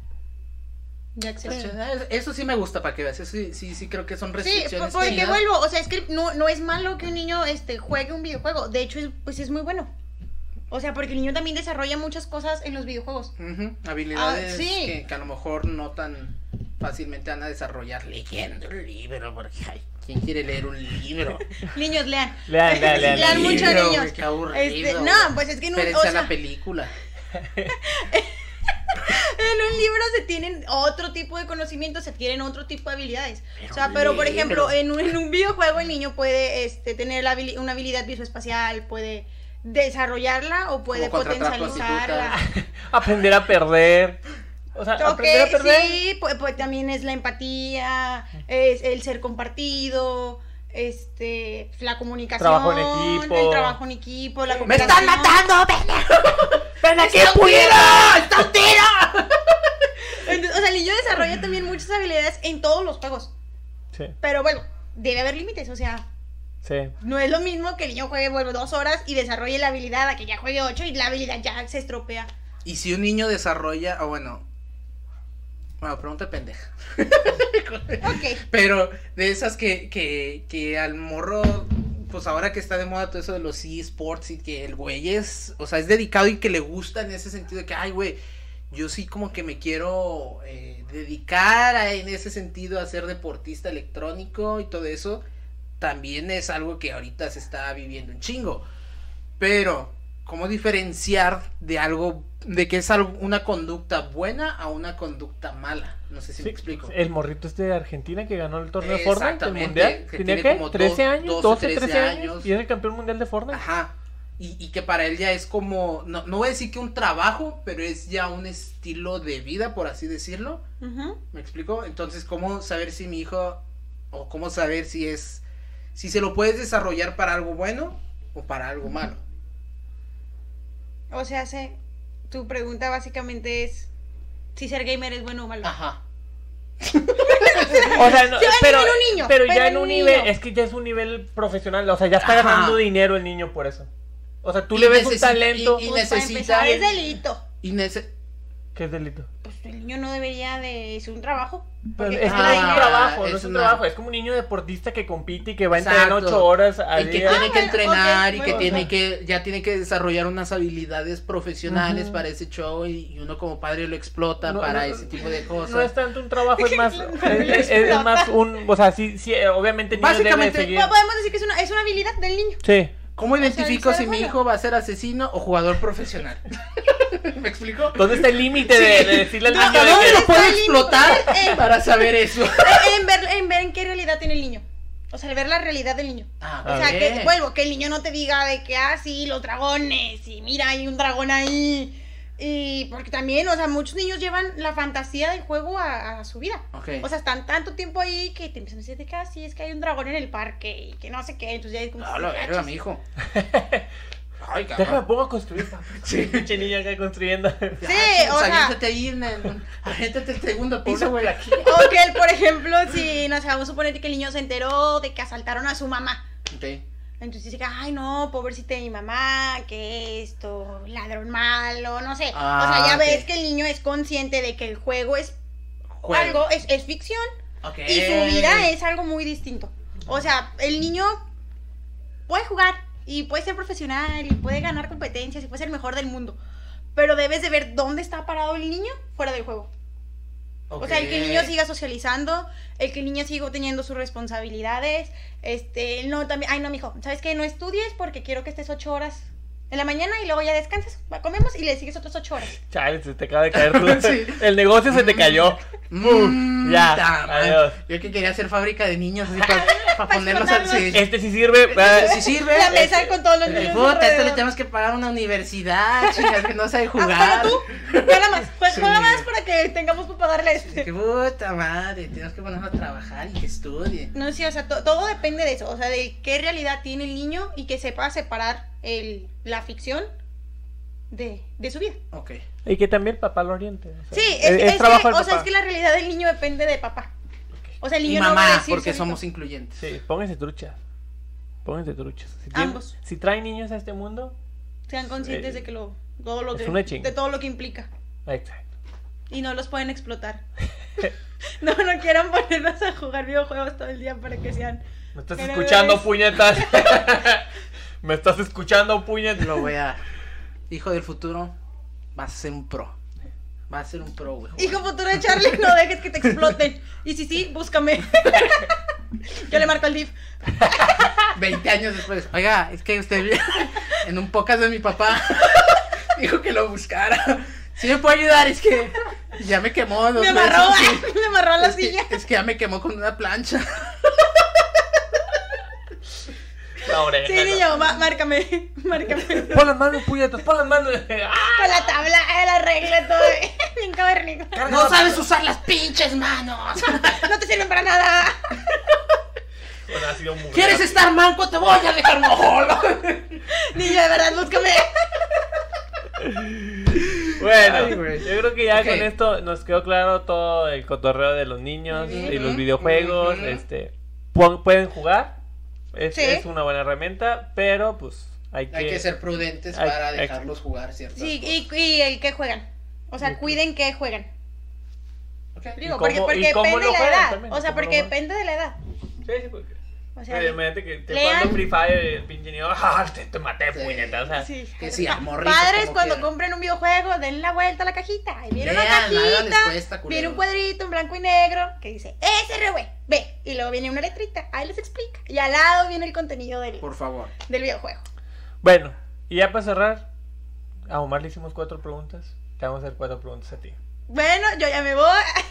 Speaker 3: de acceso.
Speaker 2: Pues, Eso sí me gusta para que veas. Eso sí, sí, sí creo que son
Speaker 3: Sí, po-
Speaker 2: pues, restricciones.
Speaker 3: porque
Speaker 2: técnicas.
Speaker 3: vuelvo, o sea, es que no, no es malo que un niño este, juegue un videojuego, de hecho, es, pues es muy bueno. O sea, porque el niño también desarrolla muchas cosas en los videojuegos.
Speaker 2: Ujú, Habilidades
Speaker 3: Ah, sí.
Speaker 2: que, que a lo mejor no tan fácilmente van a desarrollar leyendo un libro, porque ay, ¿quién quiere leer un libro?
Speaker 3: Niños, lean.
Speaker 1: Lean, lean, lean,
Speaker 3: Lean
Speaker 1: lean.
Speaker 3: mucho,
Speaker 2: Libro,
Speaker 3: niños.
Speaker 2: güey, qué aburrido,
Speaker 3: Este,
Speaker 2: güey.
Speaker 3: no, pues es que en un,
Speaker 2: Espérense
Speaker 3: o
Speaker 2: a la
Speaker 3: sea,
Speaker 2: película.
Speaker 3: en un libro se tienen otro tipo de conocimientos, se tienen otro tipo de habilidades.
Speaker 2: Pero
Speaker 3: o sea, pero por
Speaker 2: lee,
Speaker 3: ejemplo,
Speaker 2: pero-
Speaker 3: en un, en un videojuego el niño puede este, tener la habili- una habilidad visoespacial, puede desarrollarla o puede
Speaker 2: Como contratar
Speaker 3: potencializarla.
Speaker 1: Aprender a perder. O sea,
Speaker 3: Ok,
Speaker 1: aprender a perder.
Speaker 3: sí, pues, pues también es la empatía, es el ser compartido, este, la comunicación,
Speaker 1: Trabajo en equipo.
Speaker 3: el trabajo en equipo, la
Speaker 2: ¡Me
Speaker 3: cooperación.
Speaker 2: están matando! ¡Ven, ven aquí,
Speaker 3: ¡Está un tiro!
Speaker 2: puñera! ¡Está un tiro!
Speaker 3: Entonces, o sea, el niño desarrolla también muchas habilidades en todos los juegos,
Speaker 1: Sí,
Speaker 3: pero bueno, debe haber límites, o sea,
Speaker 1: sí.
Speaker 3: no es lo mismo que el niño juegue bueno, dos horas y desarrolle la habilidad a que ya juegue ocho y la habilidad ya se estropea.
Speaker 2: Y si un niño desarrolla, o bueno. Bueno, pregunta pendeja.
Speaker 3: Ok,
Speaker 2: Pero de esas que, que, que al morro, pues ahora que está de moda todo eso de los eSports y que el güey es, o sea, es dedicado y que le gusta en ese sentido de que, ay, güey, yo sí como que me quiero eh, dedicar a- en ese sentido a ser deportista electrónico y todo eso, también es algo que ahorita se está viviendo un chingo. Pero, ¿cómo diferenciar de algo, de que es algo- una conducta buena a una conducta mala? No sé si
Speaker 1: Sí,
Speaker 2: me explico.
Speaker 1: El morrito este de Argentina que ganó el torneo de Fortnite, el
Speaker 2: Exactamente,
Speaker 1: mundial.
Speaker 2: que
Speaker 1: Tenía
Speaker 2: tiene
Speaker 1: que
Speaker 2: como dos-
Speaker 1: 13 años, 12, 13, años.
Speaker 2: años.
Speaker 1: Y es el campeón mundial de Fortnite.
Speaker 2: Ajá. Y, y que para él ya es como, no, no voy a decir que un trabajo, pero es ya un estilo de vida, por así decirlo.
Speaker 3: ujú.
Speaker 2: ¿Me explico? Entonces, ¿cómo saber si mi hijo, o cómo saber si es, si se lo puedes desarrollar para algo bueno o para algo malo?
Speaker 3: o sea, se, tu pregunta básicamente es si ser gamer es bueno o malo.
Speaker 2: Ajá.
Speaker 1: O sea, no,
Speaker 3: Sí, va a
Speaker 1: pero,
Speaker 3: nivel un niño,
Speaker 1: pero ya
Speaker 3: pero
Speaker 1: en
Speaker 3: un
Speaker 1: un nivel,
Speaker 3: niño.
Speaker 1: es que ya es un nivel profesional, o sea, ya está
Speaker 2: Ajá.
Speaker 1: ganando dinero el niño por eso. O sea, tú
Speaker 2: Y
Speaker 1: le ves un
Speaker 2: necesita-
Speaker 1: talento
Speaker 2: y- y-
Speaker 3: Pues, para
Speaker 2: necesita-
Speaker 3: empezar, es delito.
Speaker 2: Y nece-
Speaker 1: que es delito.
Speaker 3: Pues el niño no debería de es un trabajo.
Speaker 1: Pero
Speaker 3: Porque pues,
Speaker 1: es que no
Speaker 3: cada
Speaker 1: es un
Speaker 2: Ah,
Speaker 3: dinero-
Speaker 1: trabajo, no
Speaker 2: es
Speaker 1: es un
Speaker 2: una-
Speaker 1: trabajo, es como un niño deportista que compite y que va a entrenar
Speaker 2: Exacto.
Speaker 1: 8 horas al
Speaker 2: y que
Speaker 1: día.
Speaker 2: tiene que
Speaker 3: bueno,
Speaker 2: entrenar
Speaker 3: ok,
Speaker 2: y que
Speaker 3: bueno,
Speaker 2: tiene
Speaker 1: ajá.
Speaker 2: que ya tiene que desarrollar unas habilidades profesionales
Speaker 1: Ujú.
Speaker 2: para ese show y, y uno como padre lo explota
Speaker 1: No,
Speaker 2: para
Speaker 1: no,
Speaker 2: ese tipo de
Speaker 1: No
Speaker 2: cosas.
Speaker 1: es tanto un trabajo, es más, es, es- es
Speaker 3: Explota.
Speaker 1: más un, o sea, sí, sí, eh, obviamente el niño debe de
Speaker 2: Básicamente-
Speaker 1: seguir.
Speaker 3: Bueno, podemos decir que es una, es una habilidad del niño.
Speaker 1: Sí.
Speaker 2: ¿Cómo
Speaker 3: sea,
Speaker 2: identifico
Speaker 3: el
Speaker 2: si mi
Speaker 3: cerebro.
Speaker 2: hijo va a ser asesino o jugador profesional? ¿Me explico?
Speaker 1: ¿Dónde está el límite de, de decirle al niño
Speaker 2: ¿Hasta
Speaker 1: de
Speaker 2: dónde
Speaker 1: que-
Speaker 2: lo puedo
Speaker 3: está el límite?
Speaker 2: explotar
Speaker 3: Eh.
Speaker 2: para saber eso?
Speaker 3: En ver, en ver en qué realidad tiene el niño. O sea, el ver la realidad del niño.
Speaker 2: Ah,
Speaker 1: A
Speaker 3: O sea,
Speaker 2: bien.
Speaker 3: que vuelvo, que el niño no te diga de que, ah, sí, los dragones, y mira, hay un dragón ahí. Y porque también, o sea, muchos niños llevan la fantasía del juego a, a su vida.
Speaker 2: Ok.
Speaker 3: O sea, están tanto tiempo ahí que te empiezan a decir de que, ah, sí, es que hay un dragón en el parque y que "Ah, no sé qué. Entonces ya es como.
Speaker 2: No, la Ah, verga, mi hijo. Ay,
Speaker 1: Déjame
Speaker 2: cabrón.
Speaker 1: pongo a construir. papá. Pinche niño acá construyendo.
Speaker 3: Sí,
Speaker 2: Ya,
Speaker 3: o
Speaker 2: pues,
Speaker 3: sea.
Speaker 2: aviéntate ahí en el... Aviéntate el segundo piso,
Speaker 1: Una-
Speaker 2: güey.
Speaker 3: O que él, por ejemplo, si, no sé, vamos a suponer que el niño se enteró de que asaltaron a su mamá.
Speaker 2: Ok.
Speaker 3: Entonces dice, que, ay no, pobrecita de mi mamá, que esto, ladrón malo, no sé.
Speaker 2: Ah,
Speaker 3: o sea, ya
Speaker 2: ok.
Speaker 3: ves que el niño es consciente de que el juego es
Speaker 2: Juego.
Speaker 3: algo, es, es ficción
Speaker 2: Ok.
Speaker 3: y su vida es algo muy distinto. O sea, el niño puede jugar y puede ser profesional y puede ganar competencias y puede ser el mejor del mundo. Pero debes de ver dónde está parado el niño fuera del juego. O sea, el que el niño
Speaker 2: Ok.
Speaker 3: siga socializando, el que el niño siga teniendo sus responsabilidades, este, no, también, ay no, mijo, ¿sabes qué? No estudies porque quiero que estés ocho horas en la mañana y luego ya descansas, va, comemos y le sigues otras ocho horas.
Speaker 1: Chale, se te acaba de caer tú.
Speaker 2: Sí.
Speaker 1: El negocio se te cayó.
Speaker 2: Mm,
Speaker 1: Ya,
Speaker 2: ta madre.
Speaker 1: adiós.
Speaker 2: Yo que quería hacer fábrica de niños así para ponerlos
Speaker 3: explotarlos.
Speaker 2: así.
Speaker 1: Este sí sirve. va.
Speaker 2: Si sirve.
Speaker 3: la mesa con todos los
Speaker 2: Eh,
Speaker 3: niños.
Speaker 2: puta, esto le
Speaker 3: alrededor.
Speaker 2: tenemos que pagar a una universidad, chicas, que no sabe
Speaker 3: Ah,
Speaker 2: jugar.
Speaker 3: pero tú, juega más, jue-
Speaker 2: Sí.
Speaker 3: juega más para que tengamos que pagarle este.
Speaker 2: Que puta madre, tenemos que ponernos a trabajar y que estudie.
Speaker 3: No, sí, o sea, to- todo depende de eso, o sea, de qué realidad tiene el niño y que sepa separar el, la ficción de, de su vida.
Speaker 2: Ok.
Speaker 1: Y que también el papá lo oriente. o sea,
Speaker 3: Sí, es, que- es que,
Speaker 1: trabajo del
Speaker 3: o sea,
Speaker 1: papá.
Speaker 3: es que la realidad del niño depende de papá. O sea, el
Speaker 2: Y
Speaker 3: niño no va a
Speaker 2: mamá,
Speaker 3: decir
Speaker 2: porque
Speaker 3: solito.
Speaker 2: somos incluyentes.
Speaker 1: Sí, póngase trucha. Pónganse truchos. Si, tienen-
Speaker 3: Ambos.
Speaker 1: si traen niños a este mundo,
Speaker 3: Sean conscientes de que lo, todo lo
Speaker 1: Es
Speaker 3: que,
Speaker 1: una chinga.
Speaker 3: de todo lo que implica.
Speaker 1: exacto.
Speaker 3: Y no los pueden explotar. no, no quieran ponerlos a jugar videojuegos todo el día para que sean.
Speaker 1: Me estás
Speaker 3: Pero
Speaker 1: escuchando,
Speaker 3: es-
Speaker 1: puñetas. Me estás escuchando, puñetas.
Speaker 2: Lo voy a. Hijo del futuro, vas a ser un pro. Vas a ser un pro, güey.
Speaker 3: Hijo futuro de Charlie, no dejes que te exploten. Y si sí, búscame. Yo le marco al DIF.
Speaker 2: 20 años después. Oiga, es que usted en un podcast de mi papá dijo que lo buscara. Si me puede ayudar, es que ya me quemó. dos
Speaker 3: Me amarró,
Speaker 2: veces, sí.
Speaker 3: me amarró a la
Speaker 2: es que,
Speaker 3: silla.
Speaker 2: es que ya me quemó con una plancha.
Speaker 1: La oreja.
Speaker 3: Sí, niño, ma- márcame, márcame.
Speaker 1: Pon las manos, puñetas, pon las manos. ¡Ah!
Speaker 3: Con la tabla, eh, la regla todo. eh, Bien cavernico.
Speaker 2: No sabes usar las pinches manos.
Speaker 3: No te sirven para nada.
Speaker 1: Bueno, ha sido muy
Speaker 2: ¿Quieres
Speaker 1: rápido.
Speaker 2: estar manco? Te voy a dejar mojolo.
Speaker 3: Niño, de verdad, búscame.
Speaker 1: Bueno,
Speaker 2: Ay, güey.
Speaker 1: yo creo que ya
Speaker 2: Ok.
Speaker 1: con esto nos quedó claro todo el cotorreo de los niños y los
Speaker 3: Ujú,
Speaker 1: videojuegos.
Speaker 2: ujú.
Speaker 1: Este, pu- pueden jugar, es,
Speaker 3: Sí.
Speaker 1: es una buena herramienta, pero pues hay que,
Speaker 2: Hay que ser prudentes
Speaker 1: Ay,
Speaker 2: para
Speaker 1: ex-
Speaker 2: dejarlos jugar, ¿cierto?
Speaker 3: Sí, y, y el que juegan. O sea, cuiden que juegan. Digo,
Speaker 1: pues. ¿Y
Speaker 3: porque,
Speaker 1: cómo-
Speaker 3: porque
Speaker 1: y cómo
Speaker 3: depende de
Speaker 1: lo
Speaker 3: la
Speaker 1: juegan
Speaker 3: edad.
Speaker 1: también?
Speaker 3: o sea,
Speaker 1: ¿Cómo lo
Speaker 3: porque
Speaker 1: juegan?
Speaker 3: depende de la edad.
Speaker 1: Sí, sí, porque-
Speaker 3: O sea,
Speaker 1: Oye, imagínate que te
Speaker 3: lean.
Speaker 1: jugando Free Fire el pinche niño, ¡ah! Te, te maté,
Speaker 2: Sí.
Speaker 1: puñeta. O sea,
Speaker 3: sí.
Speaker 2: que sí,
Speaker 3: Pa-
Speaker 2: al morrito,
Speaker 3: Padres,
Speaker 2: como
Speaker 3: cuando
Speaker 2: quiera.
Speaker 3: compren un videojuego, den la vuelta a la cajita. Ahí viene una
Speaker 2: Vean, hagan
Speaker 3: cajita.
Speaker 2: respuesta,
Speaker 3: Viene
Speaker 2: culeros.
Speaker 3: un cuadrito en blanco y negro que dice SRV, ve. Y luego viene una letrita. Ahí les explica. Y al lado viene el contenido del,
Speaker 2: Por favor.
Speaker 3: del videojuego.
Speaker 1: Bueno, y ya para cerrar, a Omar le hicimos cuatro preguntas. Te vamos a hacer cuatro preguntas a ti.
Speaker 3: Bueno, yo ya me voy.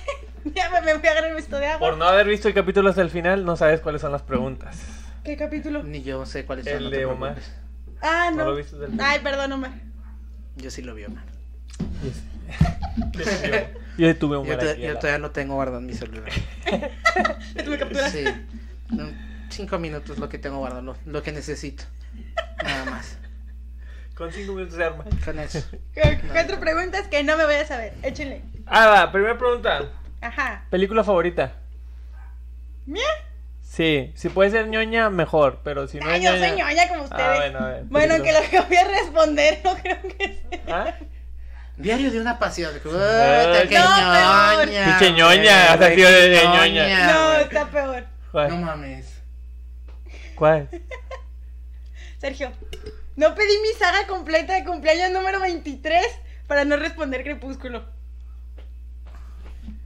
Speaker 3: ya me, me fui a agarrar mi esto de agua.
Speaker 1: Por no haber visto el capítulo hasta el final, no sabes cuáles son las preguntas.
Speaker 3: ¿Qué capítulo?
Speaker 2: Ni yo sé cuáles son.
Speaker 1: El
Speaker 2: no te
Speaker 1: de Omar.
Speaker 2: preocupes.
Speaker 3: Ah,
Speaker 1: No
Speaker 3: no.
Speaker 1: lo viste del final.
Speaker 3: Ay, perdón, Omar.
Speaker 2: Yo sí lo vi, Omar.
Speaker 1: Yo estuve
Speaker 2: Yo,
Speaker 1: Omar
Speaker 2: to-
Speaker 1: aquí.
Speaker 2: yo
Speaker 1: al lado.
Speaker 2: todavía lo tengo guardado en mi celular.
Speaker 3: Me tuve que capturar.
Speaker 2: Sí. No, Cinco minutos lo que tengo guardado, lo, lo que necesito. Nada más.
Speaker 1: Con cinco minutos de arma.
Speaker 2: Con eso.
Speaker 3: Cu- Cuatro preguntas que no me voy a saber. Échenle.
Speaker 1: Ah, va, primera pregunta.
Speaker 3: Ajá.
Speaker 1: ¿Película favorita?
Speaker 3: ¿Mía?
Speaker 1: Sí, si puede ser ñoña, mejor, pero si no
Speaker 3: Ah,
Speaker 1: es
Speaker 3: yo soy
Speaker 1: ñoña-
Speaker 3: ñoña como ustedes.
Speaker 1: Ah, bueno, a ver.
Speaker 3: Bueno, que
Speaker 1: película.
Speaker 3: lo que voy a responder no creo que sea.
Speaker 1: ¿Ah?
Speaker 2: Diario de una pasión. Puta,
Speaker 1: Ay,
Speaker 2: qué
Speaker 3: no, peor.
Speaker 2: ñoña,
Speaker 1: Pinche
Speaker 2: güey,
Speaker 1: ñoña, o sea, tío, de- de
Speaker 2: qué
Speaker 1: ñoña.
Speaker 3: No,
Speaker 2: güey.
Speaker 3: está peor.
Speaker 2: No
Speaker 1: ¿Cuál?
Speaker 2: mames.
Speaker 1: ¿Cuál?
Speaker 3: Sergio, no pedí mi saga completa de cumpleaños número 23 para no responder Crepúsculo.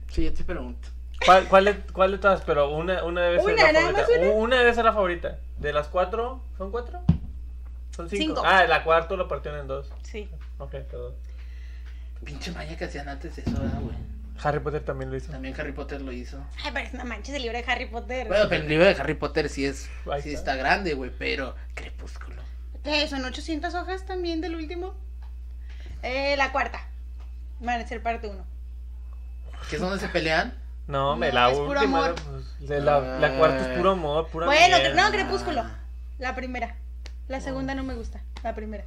Speaker 2: Siguiente pregunta.
Speaker 1: ¿Cuál, cuál, de, cuál de todas? Pero una, una debe ser
Speaker 3: Una,
Speaker 1: la
Speaker 3: nada
Speaker 1: favorita.
Speaker 3: más una.
Speaker 1: Una debe ser la favorita. De las cuatro, ¿son cuatro? Son cinco.
Speaker 3: Cinco.
Speaker 1: Ah, la cuarta la partieron en dos.
Speaker 3: Sí.
Speaker 1: Ok, perdón.
Speaker 2: Pinche maña que hacían antes eso, ¿verdad, güey.
Speaker 1: Harry Potter también lo hizo.
Speaker 2: También Harry Potter lo hizo.
Speaker 3: Ay, pero es una mancha de libro de Harry Potter.
Speaker 2: Bueno, pero el libro de Harry Potter sí es.
Speaker 1: Ahí
Speaker 2: Sí
Speaker 1: está.
Speaker 2: está grande, güey, pero. Crepúsculo.
Speaker 3: ¿Qué? Son 800 hojas también del último. Eh, la cuarta. Amanecer parte 1.
Speaker 2: ¿Qué es donde se pelean?
Speaker 1: No, hombre,
Speaker 3: No,
Speaker 1: la
Speaker 3: es puro
Speaker 1: última.
Speaker 3: amor.
Speaker 1: pues, de la, la cuarta
Speaker 2: Ah.
Speaker 1: es puro amor, pura
Speaker 3: Bueno,
Speaker 1: mierda.
Speaker 3: no, Crepúsculo. La primera. La segunda no me gusta. La primera.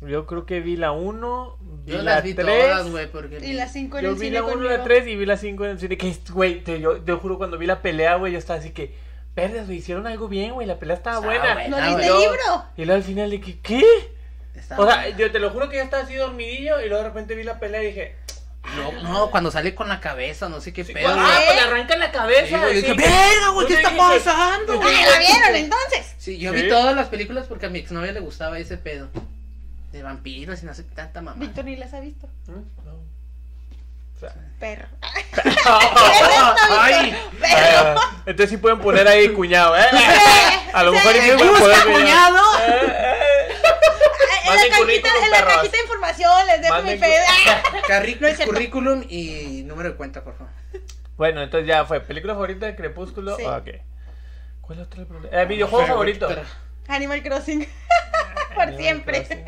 Speaker 1: Yo creo que vi la 1, vi
Speaker 2: Yo
Speaker 1: la
Speaker 2: las vi
Speaker 1: 3.
Speaker 2: todas, güey, porque.
Speaker 3: Y la 5 en
Speaker 1: Yo
Speaker 3: el
Speaker 1: vi
Speaker 3: cine
Speaker 1: la 1,
Speaker 3: conmigo.
Speaker 1: la 3 y vi la 5 en el cine. Que, es- güey, te, yo, te juro, cuando vi la pelea, güey, yo estaba así que. Verdes, güey, hicieron algo bien, güey, la pelea estaba
Speaker 2: Estaba
Speaker 1: buena.
Speaker 2: buena,
Speaker 3: ¿No
Speaker 2: Ah,
Speaker 3: leíste el
Speaker 1: Yo-
Speaker 3: libro?
Speaker 1: Y luego al final de que, ¿qué?
Speaker 2: Estaba-
Speaker 1: O sea, yo te lo juro que yo estaba así dormidillo y luego de repente vi la pelea y dije,
Speaker 2: No, no, cuando sale con la cabeza, no sé qué
Speaker 1: sí,
Speaker 2: pedo.
Speaker 1: ah,
Speaker 2: güey.
Speaker 1: pues le arranca la
Speaker 2: Sí,
Speaker 1: cabeza.
Speaker 2: güey,
Speaker 1: así.
Speaker 2: dije, verga, güey, ¿qué
Speaker 1: Yo
Speaker 2: está
Speaker 1: dije,
Speaker 2: pasando? güey?"
Speaker 3: ¡Ay, Ah, la vieron entonces!
Speaker 2: Sí, yo
Speaker 1: Sí.
Speaker 2: vi todas las películas porque a mi exnovia le gustaba ese pedo. De vampiros y no sé tanta mamá.
Speaker 3: Víctor ni las ha visto.
Speaker 1: ¿Mm? No. O sea,
Speaker 3: Perro.
Speaker 2: ¡Ay!
Speaker 1: ah, entonces sí pueden poner ahí cuñado, ¿eh? A lo mejor y
Speaker 2: ¿Te
Speaker 1: sí pueden poner
Speaker 2: gusta, cuñado?
Speaker 1: Eh, eh.
Speaker 3: En
Speaker 1: Manden
Speaker 3: la cajita,
Speaker 1: currículum,
Speaker 3: en la
Speaker 1: perras.
Speaker 3: cajita de información les dejo mi
Speaker 1: Manden
Speaker 3: pedo.
Speaker 2: Carri-
Speaker 3: No es cierto.
Speaker 2: currículum y número de cuenta, por favor.
Speaker 1: Bueno, entonces ya fue. ¿Película favorita de Crepúsculo?
Speaker 3: Sí.
Speaker 1: Ok. ¿Cuál es otro problema? Eh, videojuego
Speaker 2: Pero,
Speaker 1: favorito.
Speaker 2: Víctor,
Speaker 3: Animal Crossing. Por
Speaker 1: Animal
Speaker 3: siempre.
Speaker 1: Crossing.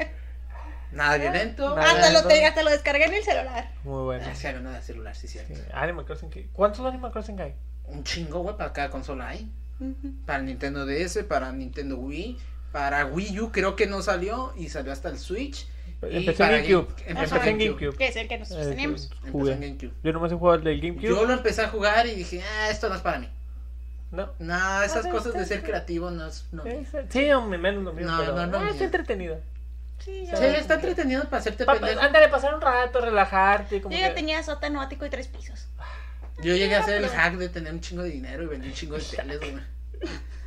Speaker 2: Nada violento.
Speaker 1: Nada.
Speaker 3: Ah, Hasta lo, te-
Speaker 1: Nada.
Speaker 3: hasta lo descargué en el celular.
Speaker 1: Muy bueno.
Speaker 2: Ah, sí, había uno de celular, sí, cierto.
Speaker 1: Sí, Animal Crossing. ¿qué? ¿Cuántos Animal Crossing hay?
Speaker 2: Un chingo, güey, para cada consola hay. Para el Nintendo DS, para Nintendo Wii, para Wii U creo que no salió y salió hasta el Switch. y
Speaker 1: Empezó
Speaker 2: para
Speaker 1: en GameCube.
Speaker 2: Game-
Speaker 1: Empezó
Speaker 3: Ajá.
Speaker 1: en GameCube.
Speaker 3: Que es el que nosotros
Speaker 1: Eh,
Speaker 3: tenemos.
Speaker 2: Empezó en
Speaker 1: jugué.
Speaker 2: GameCube.
Speaker 1: Yo nomás he jugado el del GameCube.
Speaker 2: Yo lo empecé a jugar y dije, ah, esto no es para mí.
Speaker 1: No.
Speaker 2: No, esas
Speaker 1: Ah,
Speaker 2: cosas de
Speaker 1: está-
Speaker 2: ser creativo no es. No, sí,
Speaker 1: Es- Sí, hombre, menos lo mío.
Speaker 2: No,
Speaker 1: pero...
Speaker 2: no, no,
Speaker 1: Ah,
Speaker 2: mira.
Speaker 1: está entretenido.
Speaker 3: Sí, ya.
Speaker 1: Sí.
Speaker 2: está entretenido para hacerte
Speaker 1: Pa-
Speaker 2: pendejo.
Speaker 1: ándale, pasar un rato, relajarte. Como
Speaker 3: Yo ya
Speaker 1: que-
Speaker 3: tenía sótano, ático y tres pisos.
Speaker 2: Yo llegué a hacer el hack de tener un chingo de dinero y vender un chingo de teles, güey.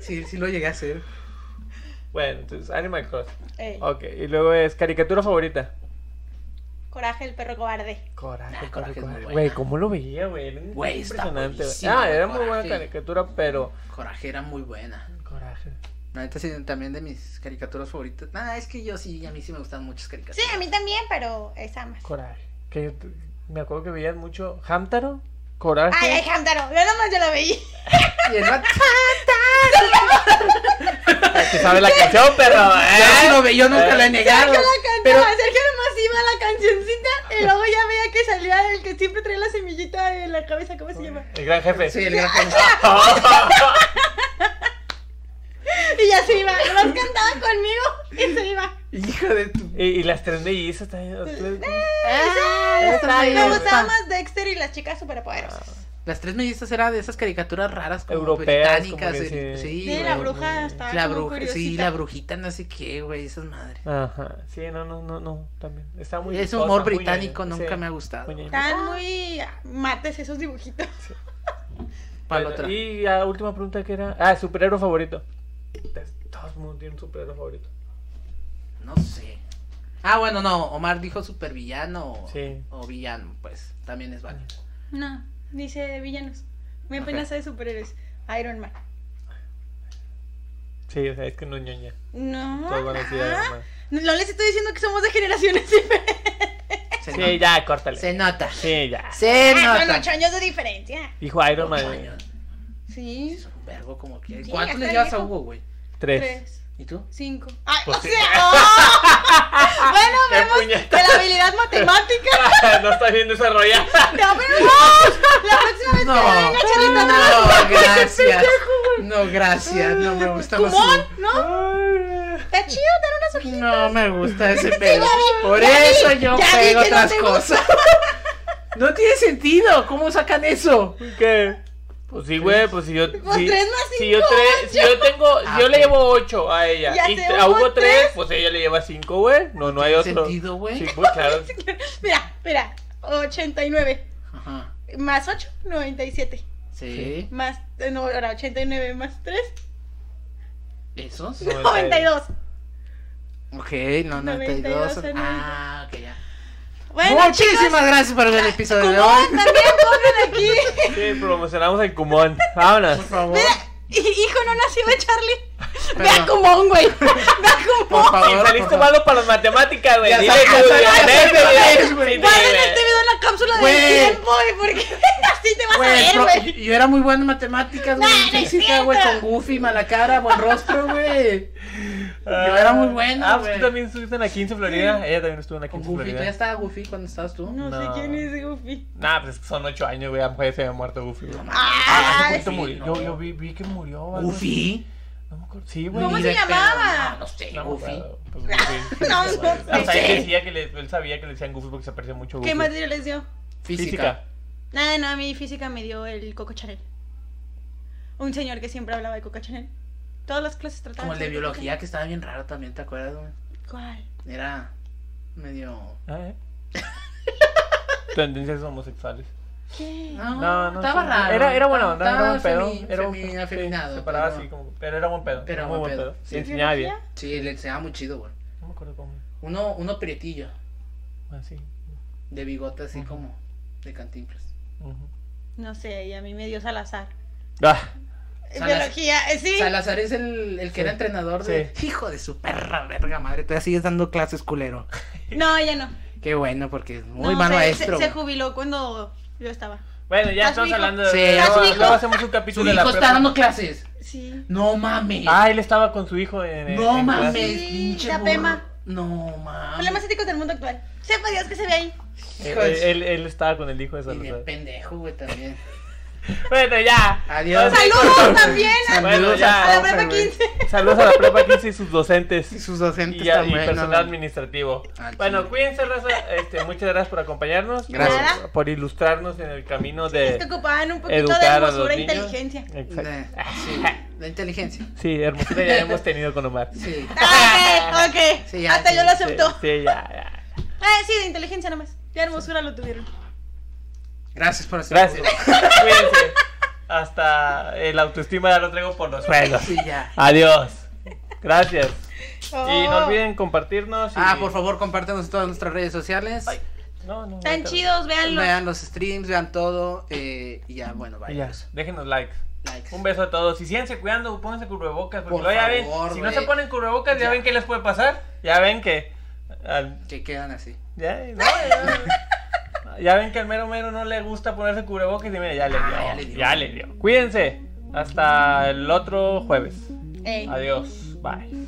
Speaker 2: sí, sí lo llegué a hacer.
Speaker 1: Bueno, entonces Animal Cross.
Speaker 3: Ey.
Speaker 1: Ok, y luego es caricatura favorita.
Speaker 3: Coraje, el perro cobarde.
Speaker 1: Coraje,
Speaker 2: Ah, Coraje
Speaker 1: coraje,
Speaker 2: es muy
Speaker 1: coraje.
Speaker 2: buena.
Speaker 1: Güey, ¿cómo lo veía, güey? Era
Speaker 2: Güey, está buenísimo,
Speaker 1: Ah, era
Speaker 2: güey,
Speaker 1: muy buena
Speaker 2: Coraje.
Speaker 1: caricatura, pero.
Speaker 2: Coraje era muy buena.
Speaker 1: Coraje.
Speaker 2: La neta sí, también de mis caricaturas favoritas. Ah, es que yo sí, a mí sí me gustan muchas
Speaker 3: Sí,
Speaker 2: caricaturas.
Speaker 3: a mí también, pero esa más.
Speaker 1: Coraje. Que yo t- me acuerdo que veías mucho. ¿Hamtaro? Coraje.
Speaker 3: Ay, ay, Hamtaro. Yo nomás yo la veía.
Speaker 2: Y el vato-
Speaker 1: ¿Te sabe la canción, perro?
Speaker 2: yo sí lo ve- yo nunca
Speaker 1: Eh.
Speaker 2: la he negado.
Speaker 3: Sergio la cantaba,
Speaker 2: Pero
Speaker 3: Sergio nomás iba a la cancioncita y luego ya veía que salía el que siempre trae la semillita en la cabeza, ¿cómo se llama?
Speaker 1: El gran jefe.
Speaker 2: sí, el gato.
Speaker 3: Y ya se iba, nomás cantaba conmigo y se iba.
Speaker 2: Hijo de tu.
Speaker 1: Y, y las tres mellizas también.
Speaker 3: Ah, Me gustaba
Speaker 2: Las
Speaker 3: más Dexter y las chicas superpoderosas.
Speaker 2: tres mellizas eran de esas caricaturas raras como
Speaker 1: Europeas,
Speaker 2: británicas.
Speaker 1: como que
Speaker 2: eh,
Speaker 1: sí.
Speaker 2: sí,
Speaker 3: Sí,
Speaker 2: güey.
Speaker 3: la bruja estaba
Speaker 2: La
Speaker 3: como
Speaker 2: bruja, sí,
Speaker 3: curiosita.
Speaker 2: la brujita, no sé qué, güey, esas madres.
Speaker 1: Ajá. Sí, no, no, no, no. También. Está muy.
Speaker 2: Ese
Speaker 1: vistosa,
Speaker 2: humor
Speaker 1: muy
Speaker 2: británico
Speaker 1: ñoña,
Speaker 2: nunca
Speaker 1: sí.
Speaker 2: me ha gustado.
Speaker 1: Muy ñoña.
Speaker 3: Estaban muy mates esos dibujitos.
Speaker 2: Para
Speaker 1: Bueno,
Speaker 2: la otra.
Speaker 1: Y la última pregunta que era. Ah, superhéroe favorito. Todo el mundo tiene un superhéroe favorito.
Speaker 2: No sé. Ah, bueno, no, Omar dijo supervillano o-
Speaker 1: Sí.
Speaker 2: o villano, pues también es válido.
Speaker 3: No, dice de villanos. Me
Speaker 2: Ok.
Speaker 3: apenas sabe de superhéroes. Iron Man.
Speaker 1: Sí, o sea, es que no es ñoña.
Speaker 3: No.
Speaker 1: Todos van a decir
Speaker 3: ajá.
Speaker 1: Iron Man.
Speaker 3: No les estoy diciendo que somos de generaciones diferentes.
Speaker 2: Se,
Speaker 1: Sí,
Speaker 2: nota.
Speaker 1: ya, córtale.
Speaker 2: Se nota.
Speaker 1: Sí, ya.
Speaker 2: Se
Speaker 3: Ah, son
Speaker 2: nota.
Speaker 3: ocho años de diferencia.
Speaker 1: Dijo Iron Man.
Speaker 2: Ocho años.
Speaker 3: Sí.
Speaker 2: Es un vergo como que.
Speaker 3: Sí,
Speaker 2: ¿Cuánto
Speaker 3: ya
Speaker 2: le
Speaker 3: está
Speaker 2: llevas a
Speaker 3: viejo.
Speaker 2: Hugo, güey?
Speaker 1: Tres.
Speaker 2: ¿Y tú?
Speaker 3: 5. Ay,
Speaker 1: Pues
Speaker 3: o
Speaker 1: sí.
Speaker 3: sea, ¡oh! bueno,
Speaker 1: Qué
Speaker 3: vemos
Speaker 1: puñeta.
Speaker 3: que la habilidad matemática.
Speaker 1: no está bien desarrollada.
Speaker 3: ¡Te va a poner un dos! La próxima vez
Speaker 2: No,
Speaker 3: que venga, chavita, no la-
Speaker 2: no, gracias. No, gracias. No me gusta más.
Speaker 3: Tumón, ¿no? Está chido dar unas hojitas.
Speaker 2: No me gusta ese pedo.
Speaker 3: vi,
Speaker 2: Por
Speaker 3: ya vi,
Speaker 2: eso yo
Speaker 3: ya vi
Speaker 2: pego
Speaker 3: que no
Speaker 2: otras
Speaker 3: te
Speaker 2: cosas. No tiene sentido. ¿Cómo sacan eso?
Speaker 1: ¿Qué? Pues sí, güey, pues si yo.
Speaker 3: Pues
Speaker 1: si,
Speaker 3: tres más
Speaker 1: si
Speaker 3: cinco,
Speaker 1: yo tres, si yo tengo,
Speaker 2: Ah,
Speaker 1: si yo le
Speaker 2: ok.
Speaker 1: llevo ocho a ella
Speaker 3: Ya
Speaker 1: y
Speaker 3: te
Speaker 1: a Hugo
Speaker 3: hubo
Speaker 1: tres,
Speaker 3: tres.
Speaker 1: pues ella le lleva cinco, güey. No, no hay otro.
Speaker 2: sentido, güey.
Speaker 1: Sí, pues claro.
Speaker 3: Mira, mira. 89
Speaker 2: Ajá.
Speaker 3: más 8, 97.
Speaker 2: Sí.
Speaker 3: Más, eh, no, ahora 89 más 3,
Speaker 2: ¿Esos?
Speaker 1: No.
Speaker 3: 92.
Speaker 2: Ok, no,
Speaker 3: 92,
Speaker 2: 92. Ah, ok, ya.
Speaker 3: Bueno,
Speaker 2: Muchísimas gracias por ver el episodio de hoy.
Speaker 3: Cumón, también pongan aquí.
Speaker 1: Sí, promocionamos el Cumón. Vámonos.
Speaker 2: Por favor.
Speaker 3: Hijo, no nació de Charlie. Ve a
Speaker 2: Pero-
Speaker 3: Cumón, güey. Ve a Cumón.
Speaker 2: Por favor.
Speaker 1: Y
Speaker 2: por
Speaker 1: saliste
Speaker 2: favor.
Speaker 1: malo para las matemáticas, güey.
Speaker 2: Ya
Speaker 1: Dile
Speaker 2: sabes,
Speaker 1: que-
Speaker 2: ya sabes,
Speaker 1: dile,
Speaker 2: ya
Speaker 1: dile,
Speaker 2: sabes, güey.
Speaker 1: dile,
Speaker 3: Guarden
Speaker 1: dile.
Speaker 3: este video en la cápsula del
Speaker 2: Güey.
Speaker 3: tiempo y porque así te vas
Speaker 2: Güey,
Speaker 3: a ver,
Speaker 2: pro-
Speaker 3: güey.
Speaker 2: yo era muy bueno en matemáticas, güey.
Speaker 3: No,
Speaker 2: en
Speaker 3: no es
Speaker 2: física, güey, con
Speaker 3: cierto.
Speaker 2: goofy, mala cara, buen rostro, güey. Yo era muy bueno,
Speaker 1: Ah, pues
Speaker 2: güey.
Speaker 1: tú también estuviste en la 15 Florida. Ella también estuvo en la
Speaker 2: Con
Speaker 1: 15
Speaker 2: Goofy, tú ya
Speaker 1: Florida.
Speaker 2: estaba Goofy cuando estabas tú.
Speaker 3: No,
Speaker 1: No.
Speaker 3: sé quién es Goofy.
Speaker 1: Nah, pues es que son 8 años, güey. A lo mejor ya se había muerto Goofy, güey. Ah, hace
Speaker 3: Ay,
Speaker 1: poquito
Speaker 2: sí,
Speaker 1: murió.
Speaker 2: no.
Speaker 1: Yo, yo vi, vi que murió. o algo así.
Speaker 2: Goofy.
Speaker 1: No me acuerdo. Sí, güey.
Speaker 3: ¿Cómo
Speaker 2: Ni
Speaker 3: se
Speaker 2: de pedo,
Speaker 3: llamaba?
Speaker 2: No, no sé,
Speaker 1: No me
Speaker 2: Goofy.
Speaker 1: acuerdo, pues, Goofy.
Speaker 3: No, no
Speaker 1: O sea,
Speaker 3: sé.
Speaker 1: él decía que le, él sabía que le decían Goofy porque se parecía mucho a Goofy.
Speaker 3: ¿Qué materia les dio?
Speaker 1: Física.
Speaker 2: Física.
Speaker 3: Nada, no, a mí física me dio el Coco Chanel. Un señor que siempre hablaba de Coco Chanel. Todas las clases trataban
Speaker 2: Como el de
Speaker 3: sobre Coco
Speaker 2: biología, que estaba bien raro también, ¿te acuerdas? güey?
Speaker 3: Chanel. ¿Cuál?
Speaker 2: Era medio.
Speaker 1: Ah, ¿eh? Tendencias homosexuales.
Speaker 3: ¿Qué?
Speaker 1: No, no.
Speaker 2: Estaba
Speaker 1: sí.
Speaker 2: raro.
Speaker 1: Era, era buena onda, era
Speaker 2: Estaba
Speaker 1: buen pedo.
Speaker 2: femi-
Speaker 1: era
Speaker 2: femi-
Speaker 1: buen pedo.
Speaker 2: afeminado,
Speaker 1: se paraba
Speaker 2: pero-
Speaker 1: así como. Pero era buen pedo.
Speaker 2: Pero
Speaker 1: Era muy buen pedo.
Speaker 2: Sí,
Speaker 1: Y enseñaba bien.
Speaker 3: ¿Biología?
Speaker 2: Sí, le enseñaba muy chido, güey.
Speaker 1: No me acuerdo cómo.
Speaker 2: Uno, uno prietillo,
Speaker 1: Así.
Speaker 2: de bigote así
Speaker 1: Ujú.
Speaker 2: como de cantinflas.
Speaker 1: Ujú.
Speaker 3: No sé, y a mí me dio Salazar.
Speaker 1: Ah.
Speaker 2: Salazar.
Speaker 3: Biología, eh, sí.
Speaker 2: Salazar es el, el que
Speaker 1: Sí.
Speaker 2: era entrenador de. Hijo de su perra, verga madre. Todavía sigues dando clases, culero.
Speaker 3: No, ya no.
Speaker 2: Qué bueno, porque es muy
Speaker 3: No,
Speaker 2: mal
Speaker 3: se-
Speaker 2: maestro.
Speaker 3: Se,
Speaker 2: güey.
Speaker 3: se jubiló cuando yo estaba.
Speaker 1: Bueno, ya
Speaker 3: Haz
Speaker 1: estamos
Speaker 3: hijo.
Speaker 1: hablando de.
Speaker 2: Sí.
Speaker 1: de-
Speaker 2: Haz
Speaker 1: luego-
Speaker 3: hijo.
Speaker 1: luego hacemos un
Speaker 2: Su
Speaker 1: capítulo de la
Speaker 2: hijo está
Speaker 1: prepa.
Speaker 2: dando clases.
Speaker 3: Sí.
Speaker 2: No mames.
Speaker 1: Ah, él estaba con su hijo en. en-
Speaker 2: no
Speaker 1: en
Speaker 2: mames,
Speaker 1: clase.
Speaker 3: Sí,
Speaker 2: pinche
Speaker 3: la
Speaker 2: burro.
Speaker 3: Pema.
Speaker 2: No mames.
Speaker 3: Problemas éticos del mundo actual. Sepa Dios que se ve ahí.
Speaker 1: Él, él- él estaba con el hijo de
Speaker 2: Y bien
Speaker 1: Eh, Salazar.
Speaker 2: pendejo, güey, también.
Speaker 1: Bueno, ya.
Speaker 2: Adiós.
Speaker 3: Saludos también a,
Speaker 1: Bueno,
Speaker 2: Saludos
Speaker 1: ya.
Speaker 3: a la
Speaker 2: profe,
Speaker 3: prepa
Speaker 2: güey.
Speaker 3: 15.
Speaker 1: Saludos a la prepa 15 y sus docentes.
Speaker 2: Y sus docentes
Speaker 1: Y, ya- y
Speaker 2: también. ¿no?
Speaker 1: personal administrativo.
Speaker 2: Al
Speaker 1: bueno,
Speaker 2: chile.
Speaker 1: cuídense, Raza. Este, muchas gracias por acompañarnos.
Speaker 2: Gracias.
Speaker 1: Por, por ilustrarnos en el camino
Speaker 2: Eh,
Speaker 3: Es que
Speaker 1: de
Speaker 3: ocupaban un poquito de
Speaker 1: educar a los
Speaker 3: hermosura e
Speaker 1: niños.
Speaker 3: inteligencia.
Speaker 1: Exacto.
Speaker 2: Nah, sí, la inteligencia.
Speaker 1: Sí, hermosura ya hemos tenido con Omar. Sí,
Speaker 2: Sí.
Speaker 3: Ah, ok, ok.
Speaker 2: Sí, ya,
Speaker 3: Hasta
Speaker 2: sí,
Speaker 3: yo lo acepto.
Speaker 1: sí, ya, ya.
Speaker 3: Ah, sí, de inteligencia nomás. De hermosura lo tuvieron.
Speaker 2: Gracias por hacer.
Speaker 1: Gracias. Cuídense. Hasta el autoestima ya lo traigo por los suelos.
Speaker 2: Sí, ya.
Speaker 1: Adiós. Gracias. Y no
Speaker 3: Oh.
Speaker 1: olviden compartirnos. y-
Speaker 2: Ah, por favor, compártenos en todas nuestras redes sociales.
Speaker 1: Ay, No, no,
Speaker 3: Están
Speaker 1: ahorita-
Speaker 3: chidos, véanlo.
Speaker 2: Vean los streams, vean todo. eh, y ya, bueno,
Speaker 1: Y ya,
Speaker 2: vaya.
Speaker 1: déjenos likes.
Speaker 2: Likes.
Speaker 1: Un beso a todos. Y síganse cuidando, pónganse cubrebocas. Porque
Speaker 2: Por
Speaker 1: luego ya
Speaker 2: favor,
Speaker 1: ven, si no
Speaker 2: güey.
Speaker 1: se ponen cubrebocas, ya,
Speaker 2: Ya.
Speaker 1: ven qué les puede pasar. Ya ven que. al-
Speaker 2: Que quedan así.
Speaker 1: ya, no, ya- ya ven que al mero mero no le gusta ponerse cubrebocas. Y mira, ya le
Speaker 2: Ah, ya le
Speaker 1: dio.
Speaker 2: dio.
Speaker 1: Ya le dio. Cuídense. Hasta el otro jueves.
Speaker 3: Ey.
Speaker 1: Adiós. Bye.